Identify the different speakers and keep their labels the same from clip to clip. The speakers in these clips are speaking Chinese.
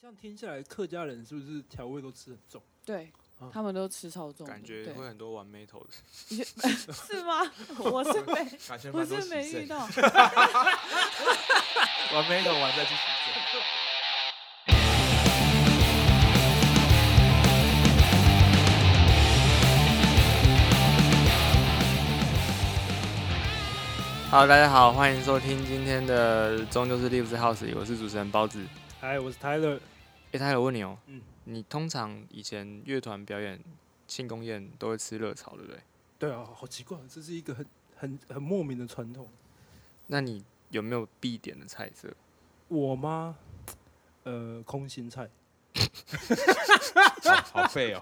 Speaker 1: 这样听下来，客家人是不是调味都吃很重？
Speaker 2: 对
Speaker 1: 啊，
Speaker 2: 他们都吃超重的，
Speaker 3: 感觉
Speaker 2: 对
Speaker 3: 会很多玩妹头的，
Speaker 2: 是吗？我是没，
Speaker 4: 感觉
Speaker 2: 我
Speaker 4: 蛮多
Speaker 2: 是
Speaker 4: 喜
Speaker 2: 没遇
Speaker 4: 事。
Speaker 2: 到。
Speaker 4: 完美的玩再去洗证。
Speaker 3: Hello，大家好，欢迎收听今天的《终究是 Lives House》，我是主持人包子。
Speaker 1: 哎，我是 Tyler，
Speaker 3: 诶，他有问你哦、
Speaker 1: 嗯
Speaker 3: 你通常以前乐团表演庆功宴都会吃热炒，对不对？
Speaker 1: 对啊，好奇怪，这是一个很很很莫名的传统。
Speaker 3: 那你有没有必点的菜色？
Speaker 1: 我吗？呃，空心菜，
Speaker 4: 好好废哦！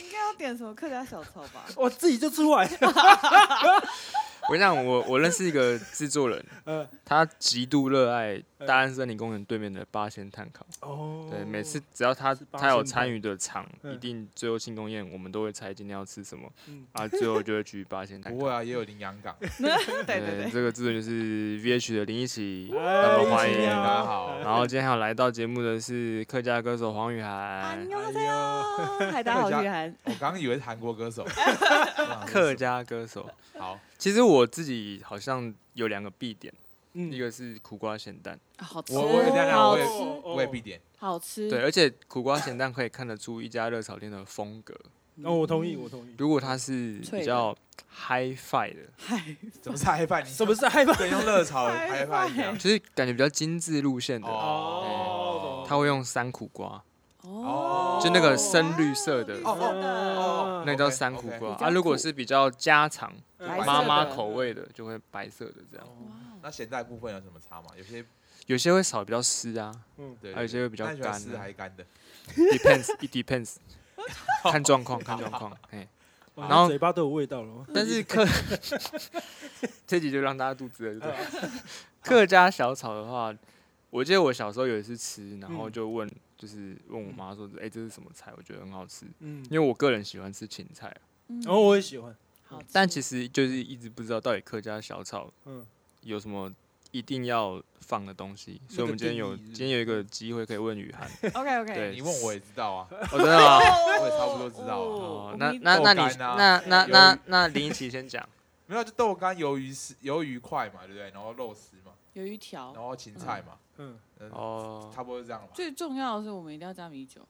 Speaker 2: 应该要点什么客家小炒吧？
Speaker 1: 我自己就出来。
Speaker 3: 我跟你讲，我我认识一个制 作人，
Speaker 1: 呃，
Speaker 3: 他极度热爱
Speaker 1: 呃
Speaker 3: 大安森林公园对面的八仙炭烤。
Speaker 1: 哦，
Speaker 3: 对，每次只要他
Speaker 1: 是八
Speaker 3: 他有
Speaker 1: 仙
Speaker 3: 参
Speaker 1: 炭
Speaker 3: 与的场，一
Speaker 1: 嗯
Speaker 3: 定最后庆功宴我们都会猜今天要吃什么
Speaker 1: 嗯
Speaker 3: 啊，最后就会去 八仙炭
Speaker 4: 不
Speaker 3: 烤。
Speaker 4: 会啊，也有羚羊
Speaker 3: 哎
Speaker 4: 港。
Speaker 2: 对对对，
Speaker 3: 这个制作人就是 VH 的林 一奇。
Speaker 1: 哎
Speaker 3: 们欢迎
Speaker 1: 一起
Speaker 3: 大
Speaker 4: 家好
Speaker 1: 哎
Speaker 3: 然后今天还有来到节目的是客家歌手黄雨
Speaker 2: 啊，
Speaker 3: 涵
Speaker 2: 你，好在哦，海达好玉涵，
Speaker 4: 我刚以为是韩国歌 手，
Speaker 3: 客家歌手。
Speaker 4: 好，
Speaker 3: 其实我自己好像有两个必点，
Speaker 1: 嗯
Speaker 3: 一个是苦瓜咸蛋，
Speaker 2: 啊好吃，
Speaker 4: 我我等一下
Speaker 2: 好
Speaker 4: 我也
Speaker 2: 吃，
Speaker 4: 我也必点。
Speaker 2: 好吃。
Speaker 3: 对，而且苦瓜咸蛋可以看得出一家热炒店的风格。
Speaker 1: 哦，我同意，我同意。
Speaker 3: 如果它是
Speaker 2: 脆的
Speaker 3: 比较 high fi 的，
Speaker 2: 嗨，
Speaker 4: 怎么是嗨饭？你
Speaker 1: 什么是 害怕？
Speaker 4: 跟用热炒嗨饭一样？
Speaker 3: 就是感觉比较精致路线的，
Speaker 4: 哦
Speaker 3: 它会用三苦瓜，
Speaker 2: 哦，
Speaker 3: 就那个深绿色的
Speaker 2: 绿
Speaker 4: 哦
Speaker 2: 色的，
Speaker 3: 那个叫三苦瓜
Speaker 4: OK，OK
Speaker 3: 啊。如果是比较家常
Speaker 2: 白色的
Speaker 3: 妈妈口味的，就会白色的这样。
Speaker 4: 哦
Speaker 1: 哦
Speaker 2: 哇，
Speaker 4: 那咸蛋部分有什么差吗？有些
Speaker 3: 有些会少比较湿啊
Speaker 1: 嗯，
Speaker 4: 对，
Speaker 3: 还有一些会比较
Speaker 4: 那你喜欢
Speaker 3: 干
Speaker 4: 湿
Speaker 3: 的
Speaker 4: 还干的。
Speaker 3: ，depends it depends，看状况看状况，哎。
Speaker 1: 哇
Speaker 3: 然后
Speaker 1: 嘴巴都有味道了。
Speaker 3: 但是客 这集就让大家肚子饿，对
Speaker 4: 嗯
Speaker 3: 不对客家小炒的话，我记得我小时候有一次吃，然后
Speaker 1: 嗯
Speaker 3: 就问，就是问我妈说，哎、这是什么菜？我觉得很好吃，
Speaker 1: 嗯，
Speaker 3: 因为我个人喜欢吃芹菜，
Speaker 2: 嗯
Speaker 1: 然后哦我也喜欢。
Speaker 2: 好吃，
Speaker 3: 但其实就是一直不知道到底客家小炒
Speaker 1: 嗯，
Speaker 3: 有什么。一定要放的东西，
Speaker 1: 那
Speaker 3: 所以我
Speaker 1: 个
Speaker 3: 们今天
Speaker 1: 定
Speaker 3: 有
Speaker 1: 义是
Speaker 3: 今天有一个机会可以问雨涵，
Speaker 2: OK OK，
Speaker 3: 对
Speaker 4: 你问我也知 道啊，
Speaker 3: 我真的
Speaker 2: 哦
Speaker 3: 吗？
Speaker 4: 我也差不多知道啊
Speaker 3: 哦，那那那你
Speaker 4: 豆干啊
Speaker 3: 那那
Speaker 4: 鱿
Speaker 3: 那那林一奇先讲，
Speaker 4: 没有就豆干、鱿鱼丝、鱿鱼块嘛，对不对？然后肉丝嘛，
Speaker 2: 有一
Speaker 4: 然
Speaker 2: 条。
Speaker 4: 后芹菜嘛，
Speaker 1: 嗯，
Speaker 4: 嗯，
Speaker 3: 哦，
Speaker 4: 差不多是这样吧。
Speaker 2: 最重要的是，我们一定要加米酒。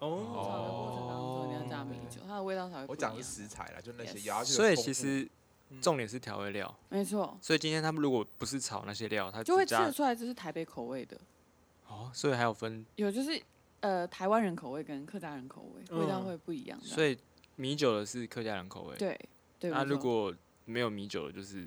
Speaker 2: 炒
Speaker 1: 哦，
Speaker 2: 的过程当中一定要加米酒，它的味道才会不
Speaker 4: 我
Speaker 2: 一样。
Speaker 4: 讲的是食材啦，就那些
Speaker 2: Yes
Speaker 4: 咬下去的
Speaker 3: 所以
Speaker 4: 丰
Speaker 3: 其
Speaker 4: 富
Speaker 3: 实
Speaker 1: 嗯
Speaker 3: 重点是调味料，
Speaker 2: 没错，
Speaker 3: 所以今天他们如果不是炒那些料，他
Speaker 2: 就会吃
Speaker 3: 只加
Speaker 2: 得出来这是台北口味的，
Speaker 3: 哦，所以还有分，
Speaker 2: 有就是呃台湾人口味跟客家人口味味道
Speaker 1: 嗯
Speaker 2: 会不一样的。
Speaker 3: 所以米酒的是客家人口味，，
Speaker 2: 啊对对，
Speaker 3: 那
Speaker 2: 没错
Speaker 3: 如果没有米酒的，就是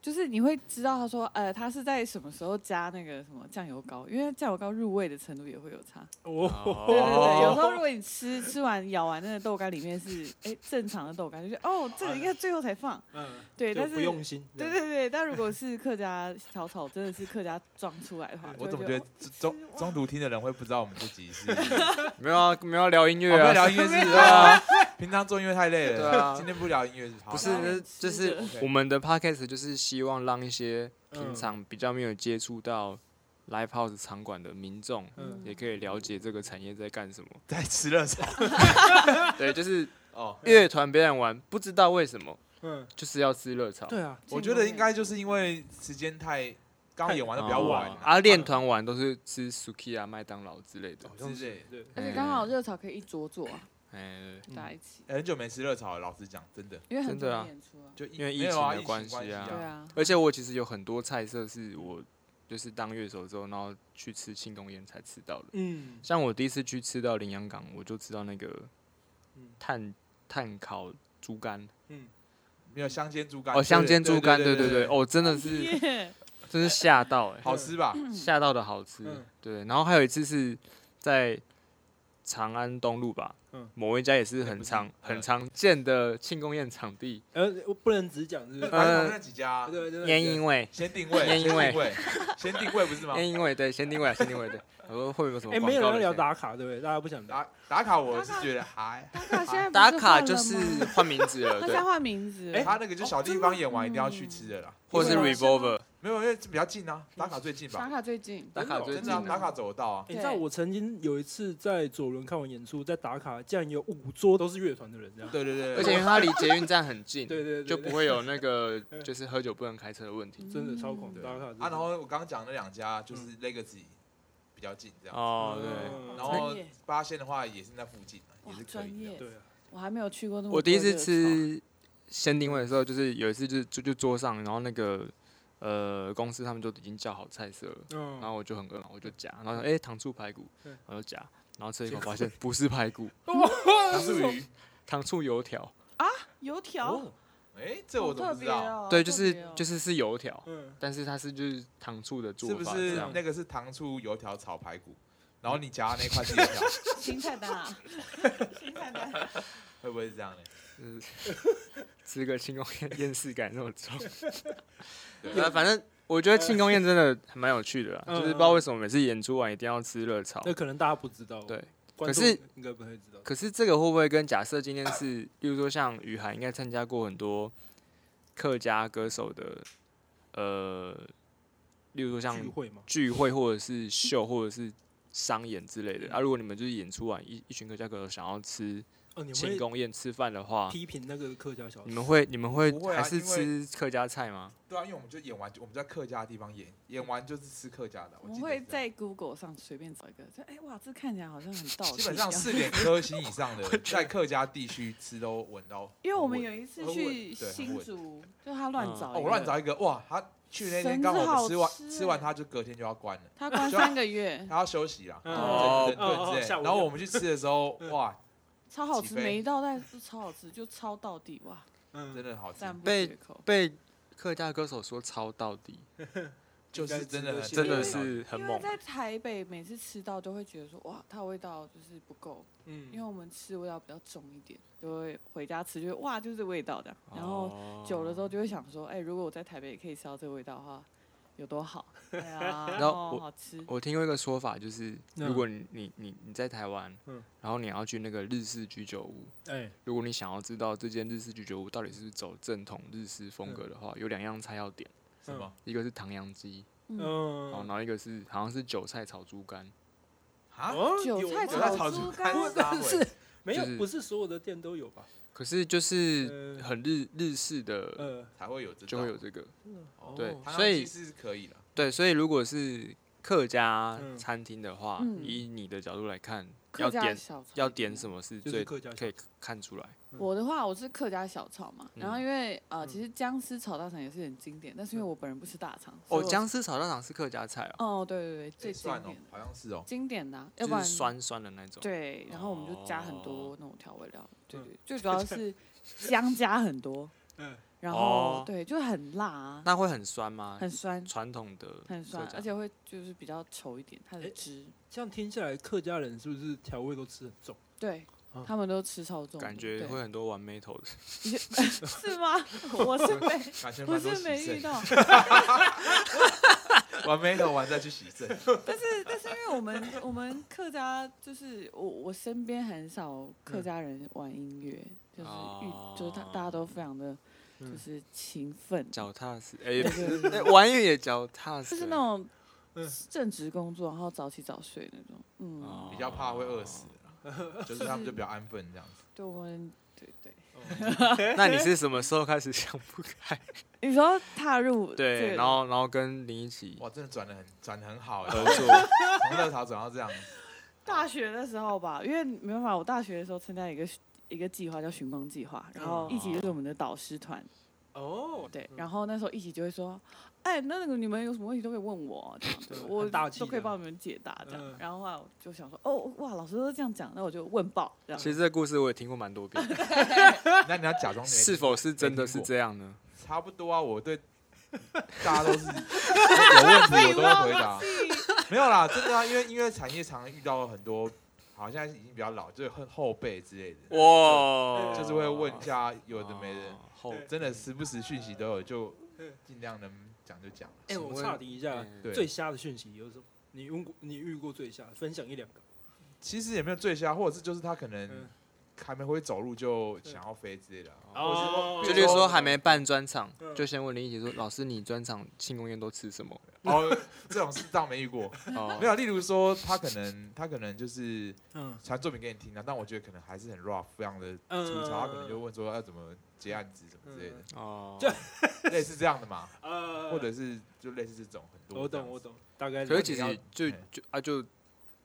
Speaker 2: 就是你会知道他说呃他是在什么时候加那个什么酱油膏，因为酱油膏入味的程度也会有差。
Speaker 1: 哦
Speaker 3: 哦
Speaker 2: 对对对，有时候如果你吃吃完咬完那个豆干里面是哎正常的豆干，就觉得哦这个应该最后才放。
Speaker 1: 嗯，
Speaker 2: 对，
Speaker 1: 就
Speaker 2: 但是
Speaker 1: 不用心。
Speaker 2: 对对对，但如果是客家小炒，真的是客家装出来的话，
Speaker 4: 我
Speaker 2: 就
Speaker 4: 怎
Speaker 2: 会
Speaker 4: 么
Speaker 2: 觉得
Speaker 4: 觉
Speaker 2: 哦
Speaker 4: 得中中途听的人会不知道我们这集是？
Speaker 3: 没有啊，没有要聊音乐
Speaker 4: 我们
Speaker 3: 啊，
Speaker 4: 哦聊音 乐是不是
Speaker 3: 对啊，
Speaker 4: 平常做音乐太累
Speaker 3: 对啊
Speaker 4: 了，今天不聊音乐是好
Speaker 3: 不是
Speaker 4: 那
Speaker 2: 聊
Speaker 3: 那
Speaker 2: 点吃
Speaker 3: 就
Speaker 2: 的
Speaker 3: 是
Speaker 4: OK
Speaker 3: 我们的 podcast 就是希望让一些
Speaker 1: 嗯
Speaker 3: 平常比较没有接触到 live house 场馆的民众。
Speaker 1: 嗯
Speaker 3: 也可以了解这个产业在干什么。
Speaker 4: 在吃热炒
Speaker 3: 对，就是
Speaker 4: 哦。
Speaker 3: 乐团表演完，不知道为什么
Speaker 1: 嗯，
Speaker 3: 就是要吃热炒。
Speaker 1: 对啊，
Speaker 4: 我觉得应该就是因为时间太刚演完的比较晚
Speaker 3: 哦
Speaker 4: 啊
Speaker 3: 啊，练团玩都是吃 Suki 啊、麦当劳之类的。
Speaker 1: 好像
Speaker 4: 之
Speaker 1: 是
Speaker 4: 类的
Speaker 1: 对，
Speaker 2: 而且刚好热炒可以一桌做啊，
Speaker 3: 哎，
Speaker 1: 嗯
Speaker 2: 大家一起，
Speaker 4: 很久没吃热炒了，老实讲，真的
Speaker 2: 因为很
Speaker 3: 真的啊
Speaker 2: 多演出啊，
Speaker 4: 就
Speaker 3: 因为疫
Speaker 4: 没有啊
Speaker 3: 情的
Speaker 4: 疫
Speaker 3: 关
Speaker 4: 关
Speaker 3: 系啊
Speaker 4: 啊
Speaker 2: 对啊，
Speaker 3: 而且我其实有很多菜色是我就是当乐手之后，然后去吃庆功宴才吃到的。
Speaker 1: 嗯，
Speaker 3: 像我第一次去吃到羚羊港，我就吃到那个
Speaker 1: 嗯
Speaker 3: 炭炭烤猪肝，
Speaker 4: 没有香煎猪肝
Speaker 3: 哦，香煎猪肝，对
Speaker 4: 啊对
Speaker 3: 对对，，哦，真的是
Speaker 2: 耶
Speaker 3: 真是吓到哎、
Speaker 4: 好吃吧？
Speaker 3: 吓到的好吃
Speaker 1: 嗯。
Speaker 3: 对，然后还有一次是在长安东路吧
Speaker 1: 嗯，
Speaker 3: 某一家也是
Speaker 4: 哎
Speaker 3: 很
Speaker 4: 不是
Speaker 3: 常
Speaker 4: 呃
Speaker 3: 很常见的庆功宴场地，
Speaker 1: 呃，我不能只讲是不是
Speaker 4: 反正那几家啊
Speaker 1: 对对对
Speaker 3: 烟因为。
Speaker 4: 先定位，
Speaker 3: 呃先
Speaker 4: 先
Speaker 3: 定
Speaker 4: 定
Speaker 3: 位
Speaker 4: 位，先定位不是吗？
Speaker 3: 先定位，对，先定位，啊先定位，对。我说会不会有什么？
Speaker 1: 哎，没有人要聊，打卡，对不对？大家不想
Speaker 3: 啊
Speaker 1: 打。
Speaker 4: 打打卡我是觉得还，
Speaker 2: 打卡现在不
Speaker 3: 打
Speaker 2: 是
Speaker 3: 卡
Speaker 2: 换
Speaker 3: 就
Speaker 2: 了
Speaker 3: 是
Speaker 2: 吗
Speaker 3: 换名字 了，
Speaker 2: 他现在
Speaker 3: 对，哎
Speaker 2: 换名字了，
Speaker 4: 哎他那个就小地方演完一定要去吃的啦，
Speaker 3: 或是
Speaker 2: 对啊
Speaker 3: Revolver，
Speaker 4: 没有，因为比较近啊，打卡最近
Speaker 2: 打
Speaker 4: 吧，
Speaker 2: 卡最近，
Speaker 3: 打卡最
Speaker 4: 真
Speaker 3: 近
Speaker 4: 的啊
Speaker 3: 啊
Speaker 4: 打卡走得到啊。
Speaker 1: 哎你知道我曾经有一次在左轮看完演出，在打卡，竟然有五桌都是乐团的人，这样。
Speaker 4: 对对对，
Speaker 3: 而且因为它离捷运站很近，
Speaker 1: 对对对，
Speaker 3: 就不会嗯有那个
Speaker 1: 对
Speaker 3: 就是喝酒不能开车的问题。
Speaker 1: 真的超恐
Speaker 4: 对
Speaker 1: 打卡真的。
Speaker 4: 啊，然后我刚刚讲的那两家就是
Speaker 2: 嗯
Speaker 4: Legacy 比较近这样，
Speaker 3: 哦，对，
Speaker 1: 嗯
Speaker 4: 然后
Speaker 2: 专业
Speaker 4: 八仙的话也是那附近啊，也
Speaker 2: 哇
Speaker 4: 是可
Speaker 2: 专
Speaker 4: 以的。
Speaker 2: 业，
Speaker 1: 对啊，
Speaker 2: 我还没有去过那么。
Speaker 3: 我第一次，吃先定位的时候，就是有一次就是就就桌上，然后那个呃公司他们就已经叫好菜色了，然
Speaker 1: 嗯，
Speaker 3: 后我就很饿嘛，我就夹，然后哎、诶糖醋排骨
Speaker 1: 对，
Speaker 3: 我就夹，然后吃一口发现不是排骨，
Speaker 4: 糖醋鱼，
Speaker 2: 哦
Speaker 3: 糖醋油条，
Speaker 2: 油条，
Speaker 4: 哎，这我怎么知
Speaker 2: 哦
Speaker 4: 道？
Speaker 3: 对，就是就是是是油条，
Speaker 1: 嗯，
Speaker 3: 但是它是就是糖醋的做
Speaker 4: 是不
Speaker 3: 法
Speaker 4: 是
Speaker 3: 这样。
Speaker 4: 那个是糖醋油条炒排骨？然后你夹的那块是油条，
Speaker 2: 新菜单 啊，新菜单。
Speaker 4: 会不会是这样呢？
Speaker 3: 就是吃个庆功宴，厌世感那么重。
Speaker 4: 对
Speaker 3: 对啊，反正我觉得庆功宴真的还蛮有趣的啦，啊
Speaker 1: 嗯
Speaker 3: 就是不知道为什么每次演出完一定要吃热炒。
Speaker 1: 那可能大家不知道，
Speaker 3: 对，
Speaker 1: 观
Speaker 3: 可
Speaker 1: 众
Speaker 3: 是
Speaker 1: 应该不太知道。
Speaker 3: 可是这个会不会跟假设今天是，例如说像雨涵应该参加过很多客家歌手的，呃，例如说像
Speaker 1: 聚会嘛，
Speaker 3: 聚会或者是秀或者是商演之类的啊，如果你们就是演出完一一群客家歌手想要吃
Speaker 1: 哦，你
Speaker 3: 庆
Speaker 1: 们
Speaker 3: 功宴吃饭的话
Speaker 1: 会，批评那个客家小
Speaker 3: 你
Speaker 1: 吃，
Speaker 3: 们会你们会
Speaker 4: 不会啊
Speaker 3: 还是
Speaker 4: 因为
Speaker 3: 吃客家菜吗？
Speaker 4: 对啊，因为我们就演完，我们在客家的地方演，演完就是吃客家的。
Speaker 2: 我
Speaker 4: 记
Speaker 2: 们
Speaker 4: 得
Speaker 2: 会
Speaker 4: 是这样
Speaker 2: 在 Google 上随便找一个，就哎、哇，这看起来好像很道地。
Speaker 4: 基本上四点颗星以上的，在客家地区吃都闻到。
Speaker 2: 因为我们
Speaker 4: 很稳
Speaker 2: 有一次
Speaker 4: 很稳
Speaker 2: 去
Speaker 4: 对很
Speaker 2: 新
Speaker 4: 稳
Speaker 2: 竹，就他乱找、
Speaker 4: 哦，我乱，找一个哇，他去那天刚好我们吃完
Speaker 2: 神之好吃
Speaker 4: 吃完，他就隔天就要关了，
Speaker 2: 他关三个 月，
Speaker 4: 他要休息啊啦。
Speaker 1: 嗯
Speaker 3: 哦
Speaker 4: 整整顿之
Speaker 1: 哦哦
Speaker 4: 类
Speaker 1: 下午
Speaker 4: 然后我们去吃的时候，哇，
Speaker 2: 超好
Speaker 4: 起
Speaker 2: 吃，
Speaker 4: 飞
Speaker 2: 每一道菜都超好吃，就超道地哇，
Speaker 1: 嗯
Speaker 4: 真，的好吃，
Speaker 2: 赞不
Speaker 3: 被
Speaker 2: 绝口。
Speaker 3: 被客家歌手说超到底，
Speaker 4: 就是真的很
Speaker 1: 应该值得
Speaker 3: 真的
Speaker 1: 信
Speaker 3: 是很
Speaker 2: 因为
Speaker 3: 猛。
Speaker 2: 在台北每次吃到都会觉得说哇，它的味道就是不够，因为
Speaker 1: 嗯，
Speaker 2: 我们吃的味道比较重一点，就会回家吃就会哇就是这味道的，然后
Speaker 3: 哦
Speaker 2: 久了之后就会想说，哎、如果我在台北也可以吃到这个味道的话，有多好？对啊，
Speaker 3: 然后
Speaker 2: 哦
Speaker 3: 我
Speaker 2: 好吃。
Speaker 3: 我听过一个说法，就是
Speaker 1: 嗯
Speaker 3: 如果你你你你在台湾，
Speaker 1: 嗯
Speaker 3: 然后你要去那个日式居酒屋，
Speaker 1: 哎，
Speaker 3: 如果你想要知道这间日式居酒屋到底是不是走正统日式风格的话，有两样菜要点，
Speaker 4: 是吗？
Speaker 3: 一个是唐扬鸡，
Speaker 2: 嗯，
Speaker 1: 嗯
Speaker 3: 然后，然后一个是好像是韭菜炒猪肝，
Speaker 4: 啊，
Speaker 1: 哦
Speaker 2: 韭
Speaker 1: 有
Speaker 2: 菜
Speaker 1: 吗
Speaker 4: 韭菜
Speaker 2: 炒
Speaker 4: 炒
Speaker 2: 猪
Speaker 4: 猪
Speaker 2: 肝
Speaker 4: 肝
Speaker 1: 不，但是没
Speaker 3: 就
Speaker 1: 有，
Speaker 3: 是
Speaker 1: 不是所有的店都有吧？
Speaker 3: 可是就是
Speaker 1: 呃
Speaker 3: 很日日式的
Speaker 1: 呃，
Speaker 4: 才会有这道，
Speaker 3: 就会有这个，
Speaker 4: 哦
Speaker 3: 对
Speaker 1: 哦
Speaker 4: 唐
Speaker 3: 所以
Speaker 4: 扬鸡是可以的，
Speaker 3: 对，所以如果是客家
Speaker 1: 嗯
Speaker 3: 餐厅的话，
Speaker 2: 嗯
Speaker 3: 以你的角度来看，
Speaker 2: 客
Speaker 3: 要
Speaker 2: 家
Speaker 3: 点
Speaker 2: 小炒
Speaker 3: 要点什么是
Speaker 1: 就是
Speaker 3: 最
Speaker 1: 客家小
Speaker 3: 可
Speaker 1: 吃
Speaker 3: 以看出来，
Speaker 2: 我的话，我是客家小炒嘛，然后
Speaker 3: 嗯
Speaker 2: 因为呃，
Speaker 1: 嗯
Speaker 2: 其实姜丝炒大肠也是很经典，但是因为我本人不吃大肠，所以我
Speaker 3: 哦，姜丝炒大肠是客家菜哦，
Speaker 2: 哦，对对对，最经
Speaker 4: 诶算哦
Speaker 2: 典的，
Speaker 4: 好像 是哦，
Speaker 2: 经典的啊，要不
Speaker 3: 就
Speaker 2: 然
Speaker 3: 是酸酸的那种，
Speaker 2: 对，然后我们就加很多
Speaker 3: 哦
Speaker 2: 那种调味料，对
Speaker 1: 嗯
Speaker 2: 对， 最主要是姜加很多，
Speaker 1: 嗯，
Speaker 2: 然后
Speaker 3: 哦
Speaker 2: 对，就很辣啊，
Speaker 3: 那会很酸吗？
Speaker 2: 很酸，
Speaker 3: 传统的
Speaker 2: 很酸
Speaker 3: 客，家
Speaker 2: 而且会就是比较稠一点，它的
Speaker 1: 诶
Speaker 2: 汁，
Speaker 1: 这样听下来，客家人是不是调味都吃很重？
Speaker 2: 对
Speaker 1: 啊。
Speaker 2: 他们都吃超重的，
Speaker 3: 哦感觉
Speaker 2: 对
Speaker 3: 会很多玩 妹头的，
Speaker 2: 是吗？我是没，
Speaker 4: 感觉
Speaker 2: 我
Speaker 4: 蛮多
Speaker 2: 是
Speaker 4: 洗
Speaker 2: 没遇
Speaker 4: 肾，
Speaker 2: 到，
Speaker 4: 完没头完再去洗肾，
Speaker 2: 但是，但是因为我们我们客家就是我我身边很少客家人玩音乐，就是遇、
Speaker 3: 嗯哦
Speaker 2: 就是他大家都非常的
Speaker 1: 嗯
Speaker 2: 就是勤奋，
Speaker 3: 脚踏实，
Speaker 2: 对
Speaker 3: 哎、
Speaker 2: 对对
Speaker 3: 哎玩乐也脚踏实，
Speaker 2: 就
Speaker 3: 欸
Speaker 2: 是那种
Speaker 1: 嗯
Speaker 2: 正职工作，然后早起早睡那种。嗯，
Speaker 3: 哦
Speaker 4: 比较怕会饿死啦，就是他们就比较安分这样 子。
Speaker 2: 对我们对对，
Speaker 3: 那你是什么时候开始想不 开？
Speaker 2: 你说踏入这
Speaker 3: 对，
Speaker 2: 个
Speaker 3: 然后然后跟林一起
Speaker 4: 哇，真的转的很转的很好哎，
Speaker 3: 合作，
Speaker 4: 从热潮转到这样，
Speaker 2: 大学的时候吧，因为没办法，我大学的时候参加一个一个计划叫寻光计划，
Speaker 1: 嗯
Speaker 2: 然后一起就是我们的导师团。
Speaker 1: 哦，
Speaker 2: 对，然后那时候一起就会说，哎，那那个你们有什么问题都可以问我，这样子
Speaker 1: 对，
Speaker 2: 我
Speaker 1: 很大气
Speaker 2: 都可以
Speaker 1: 的
Speaker 2: 帮你们解答这样
Speaker 1: 嗯。
Speaker 2: 然后啊，我就想说，哦，哇，老师都这样讲，那我就问爆这样
Speaker 3: 其。实这个故事我也听过蛮多遍，
Speaker 4: 那你要假装你没
Speaker 3: 是否是真的是这样呢？
Speaker 4: 差不多啊？我对大家都是 有问题我都会回答。没有啦，真的啊，因为音乐产业常遇到很多，好像已经比较老，就是后后辈之类的，
Speaker 3: 哇，
Speaker 4: 就是会问一下有的没的
Speaker 3: 哦，后
Speaker 1: 对
Speaker 4: 真的时不时讯息都有，就
Speaker 1: 嗯
Speaker 4: 尽量能讲就讲。
Speaker 1: 哎，我
Speaker 3: 请问
Speaker 1: 岔题一下，
Speaker 3: 嗯
Speaker 4: 啊对
Speaker 1: 最瞎的讯息有什么？你用过你遇过最瞎？分享一两个。
Speaker 4: 其实也没有最瞎，或者是就是他可能
Speaker 1: 嗯
Speaker 4: 还没会走路就想要飞之类的啊。
Speaker 1: 哦
Speaker 4: 或
Speaker 3: 就
Speaker 4: 者
Speaker 3: 例如
Speaker 4: 是说
Speaker 3: 说还没办专场，
Speaker 1: 嗯
Speaker 3: 就先问林一姐说：“老师，你专场庆功宴都吃什么
Speaker 4: 哦，这种事倒没遇过。？”没
Speaker 3: 嗯哦，
Speaker 4: 有，例如说他可能他可能就是
Speaker 1: 嗯
Speaker 4: 传作品给你听啊，但我觉得可能还是很 rough，非常的
Speaker 1: 嗯
Speaker 4: 粗糙，他可能就
Speaker 1: 嗯
Speaker 4: 问说要怎么结案子什么之类的，
Speaker 3: 哦，
Speaker 1: 就
Speaker 4: 类似这样的嘛，
Speaker 1: 呃，
Speaker 4: 或者是就类似这种很多。
Speaker 1: 我懂我。懂，大概
Speaker 3: 可是
Speaker 1: 了
Speaker 3: 其
Speaker 1: 解。
Speaker 4: 那你
Speaker 3: 实
Speaker 4: 要
Speaker 3: 就
Speaker 2: 哎
Speaker 4: 嘿
Speaker 3: 就啊就